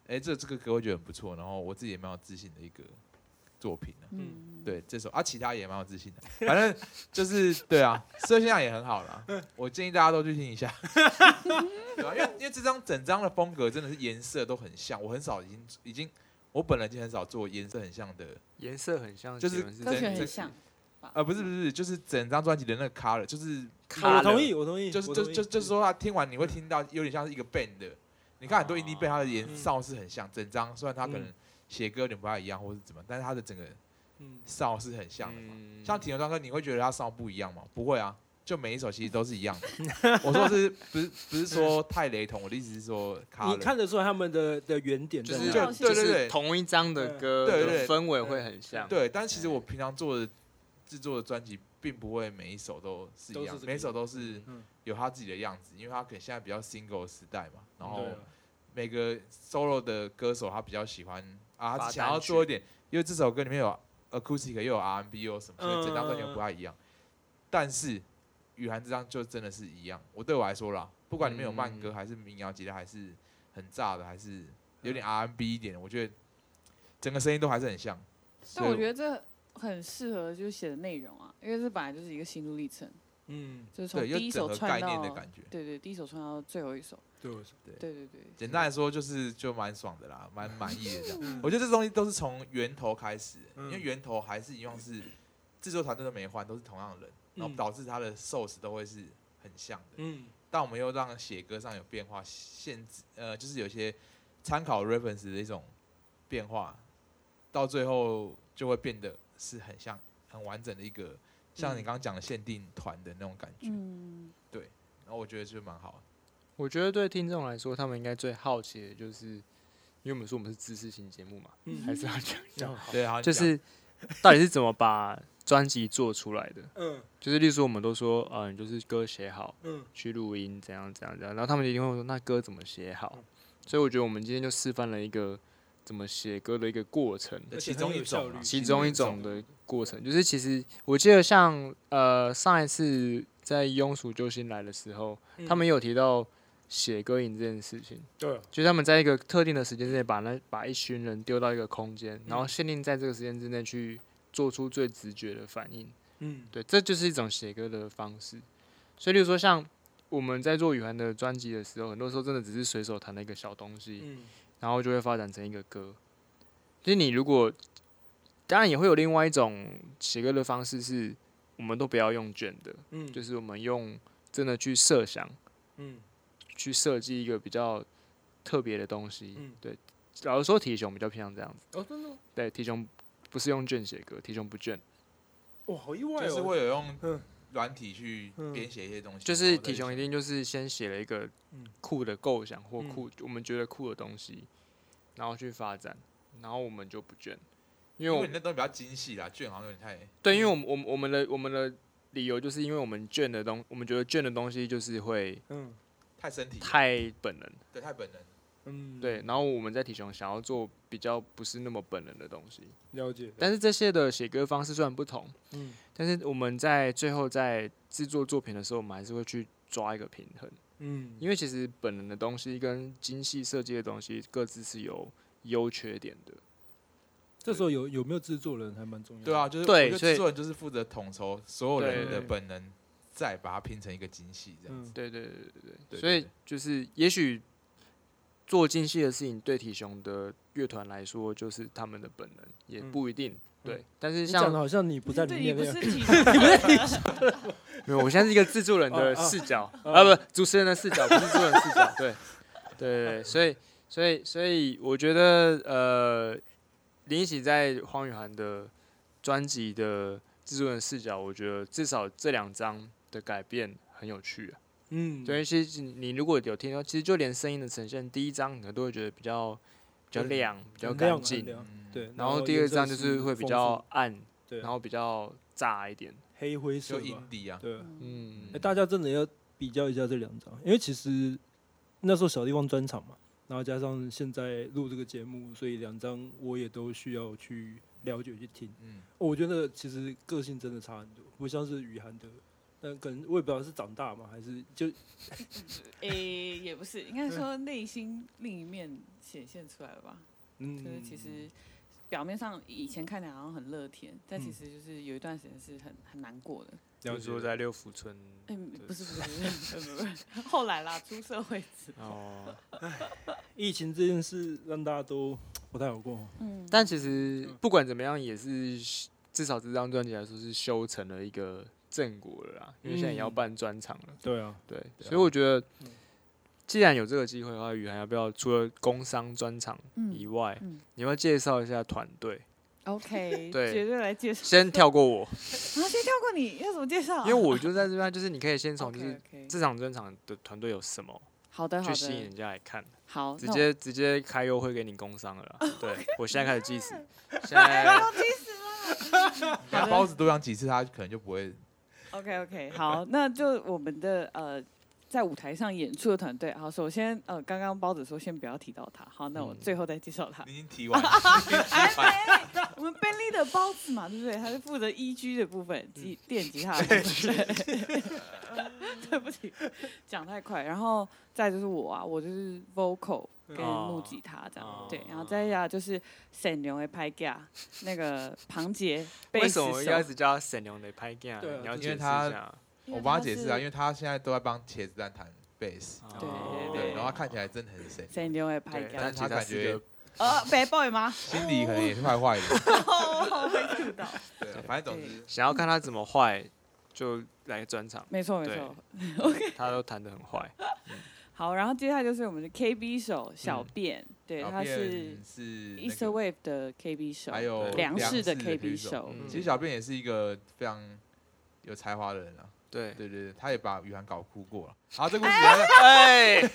Speaker 4: 哎、这这个歌会觉得很不错，然后我自己也蛮有自信的一个作品了。
Speaker 2: 嗯，
Speaker 4: 对，这首啊，其他也蛮有自信的，反正就是 对啊，社现象也很好啦。我建议大家都去听一下，对啊，因为因为这张整张的风格真的是颜色都很像，我很少已经已经我本来已经很少做颜色很像的，
Speaker 3: 颜色很像，
Speaker 4: 就是
Speaker 3: 结论是
Speaker 2: 歌曲
Speaker 4: 选
Speaker 2: 很像，
Speaker 4: 呃，不是不是，就是整张专辑的那个 color，就是
Speaker 1: 我
Speaker 3: 卡
Speaker 1: 同
Speaker 3: 了
Speaker 1: 意，我同意，
Speaker 4: 就是
Speaker 1: 我
Speaker 4: 就
Speaker 1: 同意
Speaker 4: 就就是，说，他听完你会听到有点像是一个 band 的，你看很多
Speaker 3: 哦
Speaker 4: indie band 它的
Speaker 1: 嗯
Speaker 4: 颜色是很像，整张虽然它可能
Speaker 1: 嗯
Speaker 4: 写歌有点不太一样或是怎么样，但是它的整个
Speaker 1: 嗯，
Speaker 4: 哨是很像的嘛。
Speaker 3: 嗯
Speaker 4: 像《体牛专歌》，你会觉得它哨不一样吗？不会啊，就每一首其实都是一 样的。我说是不是不是说太雷同？我的意思是说，
Speaker 1: 你看得出来他们的的原点
Speaker 3: 就
Speaker 1: 在
Speaker 3: 是
Speaker 1: 哪？
Speaker 4: 就
Speaker 2: 对
Speaker 3: 就
Speaker 4: 对
Speaker 3: 是
Speaker 4: 对
Speaker 3: 同一张的歌
Speaker 4: 对对
Speaker 3: 的
Speaker 4: 对
Speaker 3: 氛围会很像，
Speaker 4: 对，但
Speaker 1: 哎
Speaker 4: 其实我平常做的制作的专辑，并不会每一首都是一
Speaker 1: 都
Speaker 4: 样
Speaker 1: 是这，个
Speaker 4: 每一首都是
Speaker 1: 嗯
Speaker 4: 有他自己的样子，因为他可能现在比较 single 时代嘛，然后
Speaker 1: 对啊
Speaker 4: 每个 solo 的歌手他比较喜欢
Speaker 3: 发
Speaker 4: 啊，他
Speaker 3: 单
Speaker 4: 想要做一点，因为这首歌里面有 acoustic 又有 R&B 又有什么，所以整张专辑
Speaker 1: 嗯嗯嗯
Speaker 4: 不太一样。但是雨涵这张就真的是一样，我对我来说啦，不管里面有慢歌
Speaker 3: 嗯
Speaker 4: 还是民谣吉他，还是很炸的，还是有点 R&B 一点的，我觉得整个声音都还是很像。
Speaker 2: 但我
Speaker 4: 所以
Speaker 2: 觉得这很适合就是写的内容啊，因为这本来就是一个心路历程，
Speaker 1: 嗯，
Speaker 2: 就是从
Speaker 4: 对，有
Speaker 2: 第一
Speaker 4: 整
Speaker 2: 首
Speaker 4: 个概
Speaker 2: 串
Speaker 4: 念的
Speaker 2: 到，
Speaker 4: 感觉。
Speaker 2: 对对，第一首串到最后一首，
Speaker 1: 对我说，
Speaker 2: 对对对，
Speaker 4: 简单来说就是就蛮爽的啦，蛮满意的这样。
Speaker 1: 嗯
Speaker 4: 我觉得这东西都是从源头开始的，
Speaker 1: 嗯
Speaker 4: 因为源头还是一样是制作团队都没换，都是同样的人，然
Speaker 1: 嗯
Speaker 4: 后导致它的 source 都会是很像的。
Speaker 1: 嗯
Speaker 4: 但我们又让写歌上有变化，限制呃就是有些参考 reference 的一种变化，到最后就会变得是很像很完整的一个，像
Speaker 3: 嗯
Speaker 4: 你刚刚讲的限定团的那种感觉。
Speaker 2: 嗯，
Speaker 4: 然后我觉得就蛮好的。
Speaker 3: 我觉得对听众来说，他们应该最好奇的就是，因为我们说我们是知识型节目嘛，
Speaker 1: 嗯，
Speaker 3: 还是要讲一下，
Speaker 4: 对，
Speaker 1: 啊
Speaker 4: 好，
Speaker 3: 就
Speaker 4: 你讲
Speaker 3: 是到底是怎么把专辑做出来的？
Speaker 1: 嗯
Speaker 3: 就是例如说，我们都说，嗯、你就是歌写好
Speaker 1: 嗯
Speaker 3: 去录音，怎样怎样怎样，然后他们一定会说，那歌怎么写好
Speaker 1: 嗯？
Speaker 3: 所以我觉得我们今天就示范了一个怎么写歌的一个过程。
Speaker 4: 对
Speaker 1: 而且
Speaker 4: 其中
Speaker 1: 很有
Speaker 4: 一种
Speaker 1: 效
Speaker 4: 啦
Speaker 1: 率
Speaker 3: 其中一种的过程，就是其实我记得像呃上一次在庸俗救星来的时候，
Speaker 1: 嗯
Speaker 3: 他们也有提到写歌影这件事情，
Speaker 1: 对啊，
Speaker 3: 就是他们在一个特定的时间之内把那把一群人丢到一个空间，然后
Speaker 1: 嗯
Speaker 3: 限定在这个时间之内去做出最直觉的反应。
Speaker 1: 嗯
Speaker 3: 对，这就是一种写歌的方式。所以，例如说像我们在做雨涵的专辑的时候，很多时候真的只是随手弹了一个小东西，
Speaker 1: 嗯
Speaker 3: 然后就会发展成一个歌。就是你如果，当然也会有另外一种写歌的方式是，我们都不要用卷的，
Speaker 1: 嗯，
Speaker 3: 就是是我们用真的去设想，
Speaker 1: 嗯
Speaker 3: 去设计一个比较特别的东西。
Speaker 1: 嗯
Speaker 3: 对，老实说，体雄比较偏向这样子。
Speaker 1: 哦，真的
Speaker 3: 对，体雄不是用卷写歌，体雄不卷，
Speaker 1: 哇，好意外哦，
Speaker 4: 就是会有用
Speaker 1: 嗯
Speaker 4: 软体去
Speaker 1: 嗯
Speaker 4: 编写一些东西，
Speaker 3: 就是体
Speaker 4: 体
Speaker 3: 雄一定就是先写了一个
Speaker 1: 嗯
Speaker 3: 酷的构想或
Speaker 1: 嗯
Speaker 3: 酷、我们觉得酷的东西，然后去发展，然后我们就不卷，因为
Speaker 4: 因
Speaker 3: 我
Speaker 4: 为你那东西比较精细啦，卷好像有点太
Speaker 3: 对，因为我们我们我们的我们的理由就是因为我们卷的东，我们觉得卷的东西就是会
Speaker 1: 嗯
Speaker 4: 太身体了，
Speaker 3: 太本能，
Speaker 4: 对太本能。
Speaker 1: 嗯，
Speaker 3: 对，然后我们在体雄想要做比较不是那么本能的东西，
Speaker 1: 了解，
Speaker 3: 但是这些的写歌方式虽然不同，
Speaker 1: 嗯
Speaker 3: 但是我们在最后在制作作品的时候，我们还是会去抓一个平衡，
Speaker 1: 嗯，
Speaker 3: 因为其实本能的东西跟精细设计的东西各自是有优缺点的，
Speaker 1: 这时候有有没有制作人还蛮重要，
Speaker 4: 对，啊，就是
Speaker 3: 对
Speaker 4: 我觉得
Speaker 3: 所以
Speaker 4: 制作人就是负责统筹所有人
Speaker 3: 对
Speaker 4: 的本能，再把它拼成一个精细这样子。
Speaker 1: 嗯
Speaker 3: 对对对对对
Speaker 4: 对
Speaker 3: 所以就是也许做精细的事情对体雄的乐团来说就是他们的本能，也
Speaker 1: 嗯
Speaker 3: 不一定。对，但是
Speaker 1: 你讲的
Speaker 3: 像
Speaker 1: 好像你不在里
Speaker 2: 嗯对你
Speaker 1: 面
Speaker 2: 不
Speaker 1: 那
Speaker 2: 是
Speaker 1: 样，
Speaker 2: 体，
Speaker 3: 没有，我现在是一个制作人的
Speaker 1: 哦哦
Speaker 3: 视角啊，不，主持人的视角，不是制作人的视角。对，对对对，所以所以所以我觉得呃，林喜在黄雨涵的专辑的制作人视角，我觉得至少这两张的改变很有趣、啊。
Speaker 1: 嗯，
Speaker 3: 对，其实你如果有听到，其实就连声音的呈现，第一张你可能都会觉得比较比较
Speaker 1: 对
Speaker 3: 亮、比较
Speaker 1: 很
Speaker 3: 干
Speaker 1: 亮很
Speaker 3: 净，
Speaker 1: 亮
Speaker 4: 嗯，
Speaker 1: 对，
Speaker 3: 然后第二张就是会比较暗，
Speaker 1: 对，
Speaker 3: 然后比较炸一点。
Speaker 1: 黑灰色
Speaker 4: 就
Speaker 1: 吧，
Speaker 4: 印地啊，
Speaker 1: 对，
Speaker 2: 嗯
Speaker 3: 嗯
Speaker 1: 哎，大家真的要比较一下这两张，因为其实那时候小地方专场嘛，然后加上现在录这个节目，所以两张我也都需要去了解去听。
Speaker 4: 嗯，
Speaker 1: 我觉得其实个性真的差很多，不像是雨涵的，但可能我也不知道是长大嘛，还是就
Speaker 2: 诶，也不是，应该说内心另一面显现出来了吧？
Speaker 1: 嗯，
Speaker 2: 就是其实表面上以前看起来好像很乐天，但其实就是有一段时间是很很难过的。
Speaker 3: 就是说在六福村
Speaker 2: 嗯，不是不是不 是不是不是，后来啦，出社会之后，
Speaker 3: 哦，
Speaker 1: 疫情这件事让大家都不太好过。哦
Speaker 2: 嗯，
Speaker 3: 但其实不管怎么样，也是至少这张专辑来说是修成了一个正果了啦，因为现在也要
Speaker 1: 嗯
Speaker 3: 办专场了。
Speaker 1: 对啊，
Speaker 3: 对，
Speaker 4: 对啊
Speaker 3: 所以我觉得
Speaker 1: 嗯，
Speaker 3: 既然有这个机会的话，雨涵要不要除了工商专场
Speaker 2: 嗯
Speaker 3: 以外，
Speaker 2: 嗯
Speaker 3: 你要不要介绍一下团队？
Speaker 2: OK，
Speaker 3: 对
Speaker 2: 绝对来介绍。
Speaker 3: 先跳 过我，
Speaker 2: 然后先跳过你，要怎么介绍啊？
Speaker 3: 因为我就在这边，就是你可以先从就
Speaker 2: OK
Speaker 3: 是
Speaker 2: OK，
Speaker 3: 这场专场的团队有什么
Speaker 2: 好的好
Speaker 3: 去吸引
Speaker 2: 的，
Speaker 3: 人家来看，
Speaker 2: 好，
Speaker 3: 直
Speaker 2: 那我
Speaker 3: 接直接开优惠给你工商了 啦。对我现在开始计时，现在
Speaker 4: 把包子多讲几次，他可能就不会。
Speaker 2: OK OK，好，那就我们的呃，在舞台上演出的团队。好，首先呃，刚刚包子说先不要提到他，好，那我
Speaker 3: 嗯
Speaker 2: 最后再介绍他。
Speaker 4: 你已经提完了， 你已经 提完了
Speaker 2: 哎我们 Bentley 的包子嘛，对不对？他是负责 EG 的部分，
Speaker 4: 嗯
Speaker 2: 吉电吉他的部分。 对不起，讲太快。然后再就是我啊，我就是 vocal
Speaker 4: 嗯
Speaker 2: 跟
Speaker 3: 哦
Speaker 2: 木吉他这样，
Speaker 3: 哦
Speaker 2: 对。然后再加就是沈牛的拍架，那个庞 杰贝
Speaker 3: 为
Speaker 2: 斯
Speaker 3: 什
Speaker 2: 手
Speaker 3: 么一。开始叫他沈龙的拍镜？
Speaker 1: 对啊
Speaker 3: 你要
Speaker 4: 因
Speaker 3: 解
Speaker 4: 为
Speaker 3: 释一
Speaker 4: 他
Speaker 3: 下。
Speaker 2: 为
Speaker 4: 我帮他
Speaker 2: 他
Speaker 4: 解释
Speaker 2: 是
Speaker 4: 啊，因为他现在都在帮茄子蛋弹贝斯，
Speaker 2: 对
Speaker 3: 哦
Speaker 4: 对，然后他看起来真的很 神，
Speaker 2: 沈牛的拍
Speaker 3: 对，
Speaker 2: 架，
Speaker 3: 但
Speaker 4: 但
Speaker 3: 其
Speaker 4: 他
Speaker 3: 实他
Speaker 4: 感
Speaker 3: 是一
Speaker 4: 觉
Speaker 3: 个
Speaker 2: 呃，北 boy 吗？
Speaker 4: 心里可能也是坏 坏的。
Speaker 2: 哦，没听到。
Speaker 4: 对，啊反正总之
Speaker 3: 想要看他怎么坏，就来专场，
Speaker 2: 没错没
Speaker 3: 对
Speaker 2: 错。
Speaker 3: 他都弹得很坏。
Speaker 2: 好，然后接下来就是我们的 KB 手小
Speaker 3: 嗯
Speaker 2: 便，对，
Speaker 4: 小
Speaker 2: 他是
Speaker 4: 便是
Speaker 2: Easter
Speaker 4: 那个
Speaker 2: Wave 的 KB 手，
Speaker 4: 还有
Speaker 3: 对
Speaker 2: 粮食
Speaker 4: 的
Speaker 2: 的 KB
Speaker 4: 手。
Speaker 2: 手。
Speaker 3: 嗯
Speaker 4: 其实小便也是一个非常有才华的人啊，
Speaker 3: 对，
Speaker 4: 对对对，他也把雨涵搞哭过了。好，这故事完了
Speaker 3: 哎，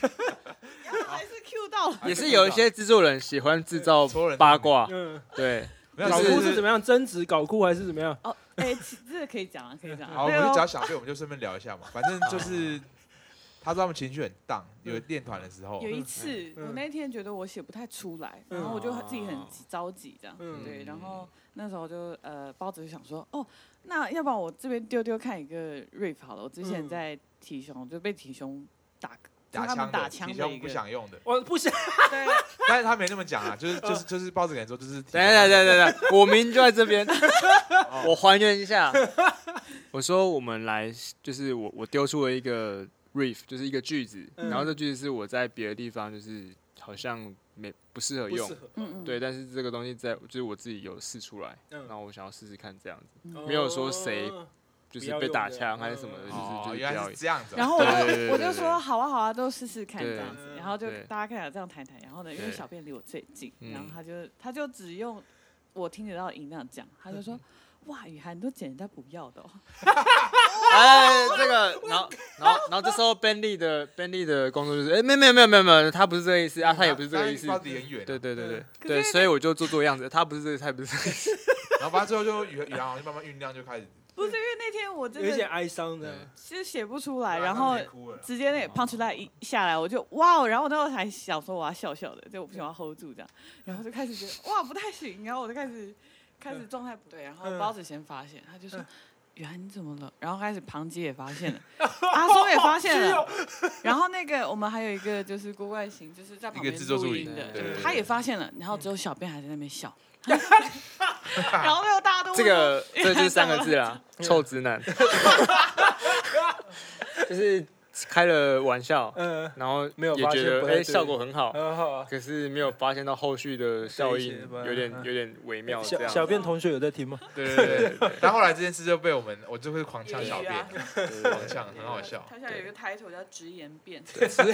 Speaker 2: 还是 Q 到了，
Speaker 4: 啊
Speaker 3: 也是有一些制作人喜欢制造
Speaker 4: 戳人
Speaker 3: 八卦，
Speaker 1: 嗯，
Speaker 3: 对，
Speaker 4: 没有
Speaker 1: 搞
Speaker 4: 就
Speaker 1: 哭是怎么样？争执搞哭还是怎么样？
Speaker 2: 哦，哎，其这个可以讲啊，可以讲啊。
Speaker 4: 好，我
Speaker 2: 对
Speaker 4: 们
Speaker 2: 哦
Speaker 4: 就讲小贝，我们就顺便聊一下嘛。反正 就是，他说他们情绪很荡，有练团的时候
Speaker 2: 有，一次，
Speaker 1: 嗯
Speaker 2: 我那天觉得我写不太出来，
Speaker 1: 嗯
Speaker 2: 然后我就自己很急着急这样，
Speaker 1: 嗯
Speaker 2: 对，然后那时候就呃，包子就想说，哦，那要不然我这边丢丢看一个 riff 好了，我之前
Speaker 1: 嗯
Speaker 2: 在体雄就被体雄打，
Speaker 4: 打
Speaker 2: 他
Speaker 4: 枪
Speaker 2: 们
Speaker 4: 的，
Speaker 2: 打
Speaker 4: 体
Speaker 2: 枪
Speaker 4: 胸
Speaker 2: 的一
Speaker 4: 不
Speaker 2: 个，
Speaker 4: 想用的，
Speaker 1: 我不想，
Speaker 2: 对，
Speaker 4: 但是他没那么讲 啊，就是就是就是包子感说就是体
Speaker 3: 等
Speaker 4: 胸
Speaker 3: 一
Speaker 4: 不
Speaker 3: 下等
Speaker 4: 想用，
Speaker 3: 一下等一下，我明明就在这边，我还原一下，我说我们来，就是我我丢出了一个 riff，就是一个句子，
Speaker 1: 嗯
Speaker 3: 然后这句子是我在别的地方就是好像没不适合
Speaker 1: 不
Speaker 3: 用
Speaker 1: 适，合，
Speaker 2: 嗯嗯，
Speaker 3: 对，但是这个东西在就是我自己有试出来，然
Speaker 1: 嗯，
Speaker 3: 后我想要试试看这样子，
Speaker 2: 嗯
Speaker 3: 没有说谁
Speaker 1: 哦
Speaker 3: 就是
Speaker 1: 不要
Speaker 3: 被
Speaker 1: 用
Speaker 3: 打
Speaker 1: 这样
Speaker 3: 枪还是什么的，
Speaker 1: 嗯
Speaker 3: 就是
Speaker 4: 哦
Speaker 3: 就，是
Speaker 4: 原
Speaker 3: 不
Speaker 4: 来
Speaker 3: 要
Speaker 4: 是这样子啊。
Speaker 2: 然后我
Speaker 3: 对对对
Speaker 2: 就我
Speaker 3: 对
Speaker 2: 就说
Speaker 3: 对
Speaker 2: 好啊好啊，都试试看
Speaker 3: 对
Speaker 2: 这样子，
Speaker 1: 嗯
Speaker 2: 然后就
Speaker 3: 对
Speaker 2: 大家看起来这样谈谈，然后呢，因为
Speaker 3: 对
Speaker 2: 小便离我最近，
Speaker 3: 嗯
Speaker 2: 然后他就他就只用我听得到的音量讲，他就 说。哇，雨涵你都捡人家不要的、哦，
Speaker 3: 哎，这个，然后，然后，然后 这时候 Benly 的 Benly 的工作就是，哎，没有没有没有没有没有，他不是这个意思啊，他也不是这个意思
Speaker 4: 他，包子很远啊，
Speaker 3: 对对对
Speaker 1: 嗯
Speaker 3: 对
Speaker 2: 可是
Speaker 3: 对，所以我就做做样子，他不是这个，他不 是
Speaker 1: 哦
Speaker 3: 这个意思，
Speaker 4: 然后反正最后就雨雨涵好像慢慢酝酿就开始，
Speaker 2: 不是因为那天我真
Speaker 1: 有一些
Speaker 2: 的
Speaker 1: 哀伤的，
Speaker 2: 是写不出来，
Speaker 3: 啊
Speaker 4: 对
Speaker 2: 然
Speaker 4: 他们
Speaker 2: 后
Speaker 4: 也哭了啦。
Speaker 2: 直接那个 punch line 一下来，我就哇哦，然后我那时候还想说我要笑笑的，就我不想要 hold 住这样，然后就开始觉得哇不太行，然后我就开始开始状态不嗯对，然后
Speaker 1: 嗯
Speaker 2: 包子先发现，他就说。原来你怎么了？然后开始庞吉也发现 了，阿松也发现了， 然后那个我们还有一个就是郭冠行，就是在旁边
Speaker 4: 一个制作助
Speaker 2: 录
Speaker 4: 理
Speaker 2: 音的，
Speaker 3: 对对对
Speaker 2: 他也发现了，然后只有小编还在那边笑， 然后最后大家都
Speaker 3: 这个这就是三个字 啦，臭直男， 就是开了玩笑，
Speaker 1: 嗯，
Speaker 3: 然后
Speaker 1: 没有
Speaker 3: 也
Speaker 1: 发
Speaker 3: 觉
Speaker 1: 现
Speaker 3: 得
Speaker 1: 不太
Speaker 3: 哎
Speaker 1: 对
Speaker 3: 效果很好，
Speaker 1: 很好啊。
Speaker 3: 可是没有发现到后续的效
Speaker 1: 一
Speaker 3: 应
Speaker 1: 些吧
Speaker 3: 有点
Speaker 1: 嗯
Speaker 3: 有点微妙这
Speaker 1: 小
Speaker 3: 样，
Speaker 1: 小便同学有在听吗？
Speaker 4: 对对对对对，但后来这件事就被我们，我就会狂
Speaker 2: 啊
Speaker 4: 呛小便，
Speaker 3: 对
Speaker 4: 狂呛，很好笑。
Speaker 2: 他现在有一个 title 叫直言辩，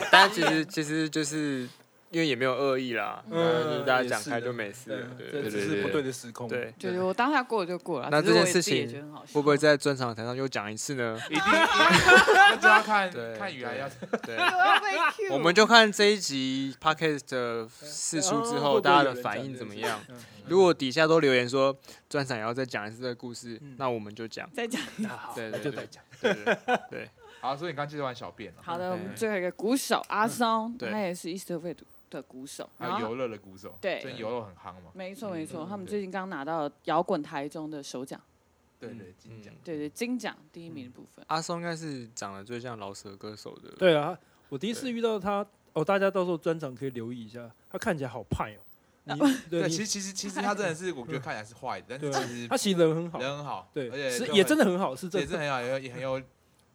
Speaker 3: 但其实其实就是因为也没有恶意啦，
Speaker 1: 嗯
Speaker 3: 嗯，就是大家
Speaker 1: 也
Speaker 3: 讲
Speaker 1: 是
Speaker 3: 开
Speaker 1: 的
Speaker 3: 就没事了，对对
Speaker 1: 这只
Speaker 3: 对
Speaker 1: 是
Speaker 3: 对
Speaker 1: 不对的时空。
Speaker 3: 对，
Speaker 2: 对，我当下过了就过了。
Speaker 3: 那
Speaker 2: 只是我
Speaker 3: 这件事情
Speaker 2: 也自己也觉得很好笑
Speaker 3: 会不会在专场台上又讲一次呢？
Speaker 4: 一定，那 就要看
Speaker 3: 对，
Speaker 4: 看雨涵要
Speaker 3: 对，
Speaker 2: 我要啊被 Q？
Speaker 3: 我们就看这一集 podcast 的试出之后，
Speaker 1: 哦
Speaker 3: 大家的反应怎么样？？如果底下都留言说专场也要再讲一次这个故事
Speaker 1: 嗯，
Speaker 3: 那我们就讲。
Speaker 2: 再讲。
Speaker 1: 会不会有人这样子那好
Speaker 3: 对
Speaker 1: 那
Speaker 3: 对
Speaker 1: 就
Speaker 3: 对
Speaker 1: 再讲。
Speaker 3: 对对对，
Speaker 4: 好，所以你刚介绍完小便了，
Speaker 2: 好的，我们
Speaker 3: 对嗯
Speaker 2: 最后一个鼓手阿松，
Speaker 3: 对啊
Speaker 2: 他也是 Easter Way 的鼓手。
Speaker 4: 还
Speaker 2: 然
Speaker 4: 有
Speaker 2: 后
Speaker 4: 游乐的鼓手，
Speaker 2: 对
Speaker 4: 最近游乐很夯嘛，
Speaker 2: 没错没错，
Speaker 4: 嗯
Speaker 2: 他们
Speaker 4: 对
Speaker 2: 最近刚拿到摇滚台中的首奖，
Speaker 4: 对对，
Speaker 1: 嗯
Speaker 4: 金奖。
Speaker 2: 对对，金奖第一名的
Speaker 3: 嗯
Speaker 2: 部分。
Speaker 3: 阿松应该是长得最像饶舌歌手的。
Speaker 1: 对啊，我第一次遇到他，哦，大家到时候专场可以留意一下，他看起来好派哦，你
Speaker 4: 对，
Speaker 1: 对，
Speaker 4: 其
Speaker 1: 实
Speaker 4: 实其实其实他真的是，我觉得看起来是坏的，但是
Speaker 1: 对
Speaker 4: 其实
Speaker 1: 他其实人很好，
Speaker 4: 人很好，
Speaker 1: 对
Speaker 4: 而，且
Speaker 1: 是
Speaker 4: 就
Speaker 1: 也
Speaker 4: 很
Speaker 1: 真的很好，是真
Speaker 4: 也
Speaker 1: 的
Speaker 4: 是很好，也很也很有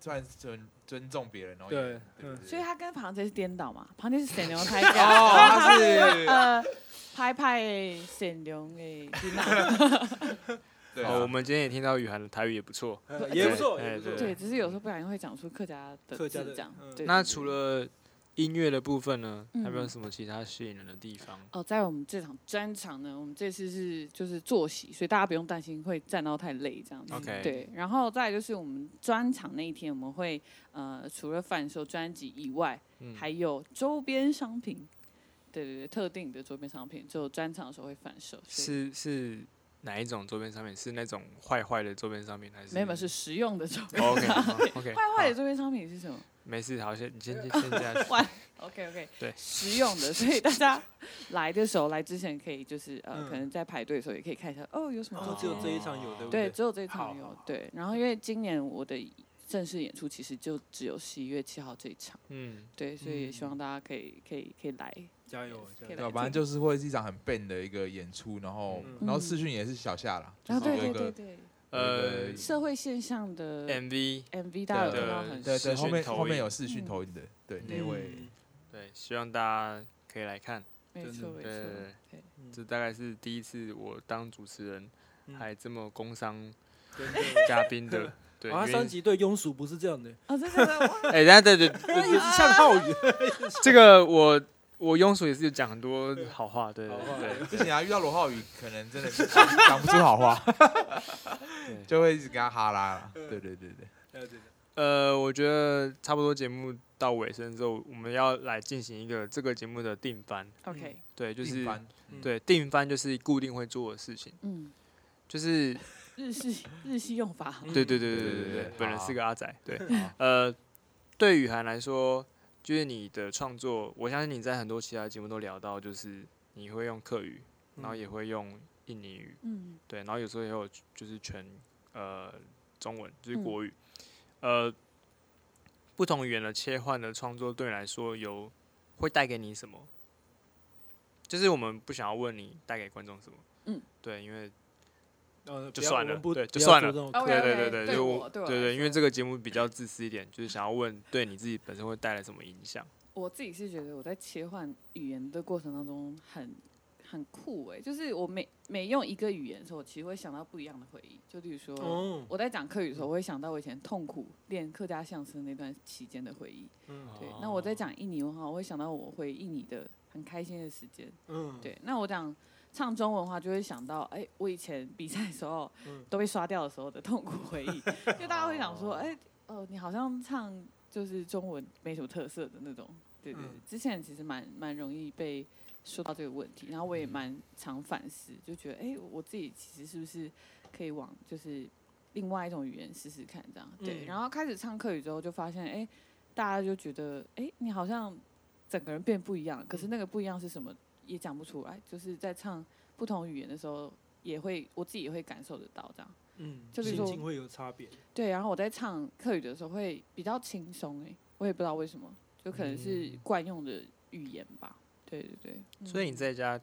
Speaker 4: 算尊尊重别人哦。
Speaker 1: 对
Speaker 4: 也对
Speaker 1: 嗯
Speaker 4: 对
Speaker 2: 所以
Speaker 4: 对
Speaker 2: 他跟螃蟹是颠倒嘛，螃蟹是 神牛胎教，
Speaker 4: 哦
Speaker 2: 他
Speaker 4: 他是
Speaker 2: 呃拍拍的神牛的囡 仔，
Speaker 4: 对啊
Speaker 3: 哦，我们今天也听到雨涵的台语也不错。
Speaker 1: 呃也不错，
Speaker 3: 对
Speaker 1: 也不错。
Speaker 2: 对，只是有时候不小心会讲出客家的
Speaker 1: 客家的
Speaker 2: 字这样
Speaker 1: 嗯。
Speaker 2: 对
Speaker 3: 那除了音乐的部分呢，还有没有
Speaker 2: 嗯
Speaker 3: 什么其他吸引人的地方？
Speaker 2: 哦，在我们这场专场呢，我们这次是就是作息，所以大家不用担心会站到太累这样子。
Speaker 3: OK
Speaker 2: 嗯对，然后再来就是我们专场那一天，我们会呃除了贩售专辑以外，
Speaker 3: 嗯，
Speaker 2: 还有周边商品。对对对，特定的周边商品，只有专场的时候会贩售。所以
Speaker 3: 是是哪一种周边商品？是那种坏坏的周边商品，还是哦
Speaker 2: 没有没有是实用的周边。
Speaker 3: OK OK
Speaker 2: 坏坏的周边商品是什么
Speaker 3: 没事，好，先你先先先这样
Speaker 2: 哇？OK OK，
Speaker 3: 对
Speaker 2: 实用的，所以大家来的时候，来之前可以就是呃，
Speaker 1: 嗯
Speaker 2: 可能在排队的时候也可以看一下，哦，有什么周
Speaker 1: 哦
Speaker 2: 边，
Speaker 1: 只有这一场有，对不
Speaker 2: 对，
Speaker 1: 对？
Speaker 2: 只有这一
Speaker 3: 好
Speaker 2: 场有对。然后因为今年我的正式演出其实就只有十一月七号这一场，
Speaker 3: 嗯，
Speaker 2: 对，所以也希望大家可以可以可以来。
Speaker 1: 加油，加
Speaker 2: 可以
Speaker 1: 油！
Speaker 4: 对啊，
Speaker 2: 来
Speaker 4: 反正就是会是一场很笨的一个演出，然后
Speaker 1: 嗯
Speaker 4: 然后视讯也是小夏啦，就
Speaker 2: 然
Speaker 4: 是
Speaker 2: 后哦对
Speaker 4: 有一
Speaker 2: 对对
Speaker 4: 个
Speaker 2: 对，
Speaker 3: 呃
Speaker 4: 有一个
Speaker 2: 社会现象的
Speaker 3: ，MV
Speaker 2: MV 大家有
Speaker 4: 对
Speaker 2: 看到
Speaker 3: 对
Speaker 2: 很
Speaker 4: 对
Speaker 3: 视
Speaker 4: 对，
Speaker 3: 讯
Speaker 4: 后面
Speaker 3: 投影
Speaker 4: 后面有视讯
Speaker 2: 嗯
Speaker 4: 投影的，对那
Speaker 1: 嗯
Speaker 4: 位
Speaker 3: 对，希望大家可以来看。
Speaker 2: 没
Speaker 1: 真的
Speaker 2: 错没
Speaker 3: 对对
Speaker 2: 错
Speaker 3: 对，
Speaker 2: 对，
Speaker 1: 嗯
Speaker 3: 这大概是第一次我当主持人
Speaker 1: 嗯
Speaker 3: 还这么工商
Speaker 1: 真的
Speaker 3: 嘉 宾的。对，
Speaker 1: 啊，他
Speaker 3: 因为
Speaker 1: 上集对庸俗不是这样的，
Speaker 2: 啊真的真的哇
Speaker 3: 哎，等一下对对，对
Speaker 1: 一直像浩宇，
Speaker 3: 这个我我庸俗也是有讲很多好话，对对
Speaker 1: 好话
Speaker 3: 对
Speaker 4: 之前啊遇到罗浩宇，可能真的是讲讲不出好话，
Speaker 3: 对。
Speaker 4: 就会一直跟他哈拉啦。
Speaker 1: 嗯
Speaker 4: 对对对对，
Speaker 1: 对对对
Speaker 3: 呃，我觉得差不多节目到尾声之后，我们要来进行一个这个节目的定番。
Speaker 2: ，OK，
Speaker 3: 对，就
Speaker 4: 硬
Speaker 3: 是
Speaker 4: 翻
Speaker 1: 嗯
Speaker 3: 对定番就是固定会做的事情，
Speaker 2: 嗯，
Speaker 3: 就是
Speaker 2: 日式日系用法，
Speaker 3: 对对对对
Speaker 4: 对
Speaker 3: 对
Speaker 4: 对
Speaker 3: 对
Speaker 4: 对
Speaker 3: 对，本人
Speaker 4: 好
Speaker 3: 是个阿仔。对，
Speaker 4: 好
Speaker 3: 呃，对雨涵来说，就是你的创作，我相信你在很多其他节目都聊到，就是你会用客语，然后
Speaker 1: 嗯
Speaker 3: 也会用印尼语，
Speaker 2: 嗯
Speaker 3: 对，然后有时候也有就是全呃中文，就是
Speaker 2: 嗯
Speaker 3: 国语，呃，不同语言的切换的创作对你来说有会带给你什么？就是我们不想要问你带给观众什么，
Speaker 2: 嗯，
Speaker 3: 对，因为
Speaker 1: 呃
Speaker 3: 就
Speaker 1: 不要
Speaker 3: 算
Speaker 1: 我们
Speaker 3: 了
Speaker 1: 不
Speaker 3: 对就
Speaker 1: 不要
Speaker 3: 算
Speaker 1: 做
Speaker 3: 了
Speaker 1: 这种
Speaker 2: 啊我
Speaker 3: 对
Speaker 2: 要
Speaker 1: 客
Speaker 3: 对
Speaker 1: 人
Speaker 3: 对
Speaker 2: 对
Speaker 3: 对，就
Speaker 2: 我对我来
Speaker 3: 对，因为
Speaker 2: 说
Speaker 3: 这个节目比较自私一点，就是想要问对你自己本身会带来什么影响。
Speaker 2: 我自己是觉得我在切换语言的过程当中很很酷哎、就是我每每用一个语言的时候，我其实会想到不一样的回忆。就例如说，
Speaker 1: 哦，
Speaker 2: 我在讲客语的时候，我会想到我以前痛苦练客家相声那段期间的回忆。
Speaker 1: 嗯
Speaker 2: 对，
Speaker 3: 哦
Speaker 2: 那我在讲印尼文化，我会想到我回印尼的很开心的时间。
Speaker 1: 嗯，
Speaker 2: 对，那我讲唱中文的话，就会想到，哎、我以前比赛的时候
Speaker 1: 嗯
Speaker 2: 都被刷掉的时候的痛苦 回忆。就大家会想说，哎、哦、你好像唱就是中文没什么特色的那种。对对对
Speaker 1: 嗯
Speaker 2: 之前其实蛮蛮容易被说到这个问题，然后我也蛮常反思，就觉得，哎、我自己其实是不是可以往就是另外一种语言试试看这样？对，
Speaker 1: 嗯
Speaker 2: 然后开始唱客语之后，就发现，哎、大家就觉得，哎、你好像整个人变不一样，可是那个不一样是什么也讲不出来，就是在唱不同语言的时候，也会我自己也会感受得到这样。
Speaker 1: 嗯，
Speaker 2: 就是
Speaker 1: 心
Speaker 2: 说
Speaker 1: 情会有差别，
Speaker 2: 对，然后我在唱客语的时候会比较轻松哎，我也不知道为什么，就可能是
Speaker 3: 嗯
Speaker 2: 惯用的语言吧。对对对，嗯
Speaker 3: 所以你在家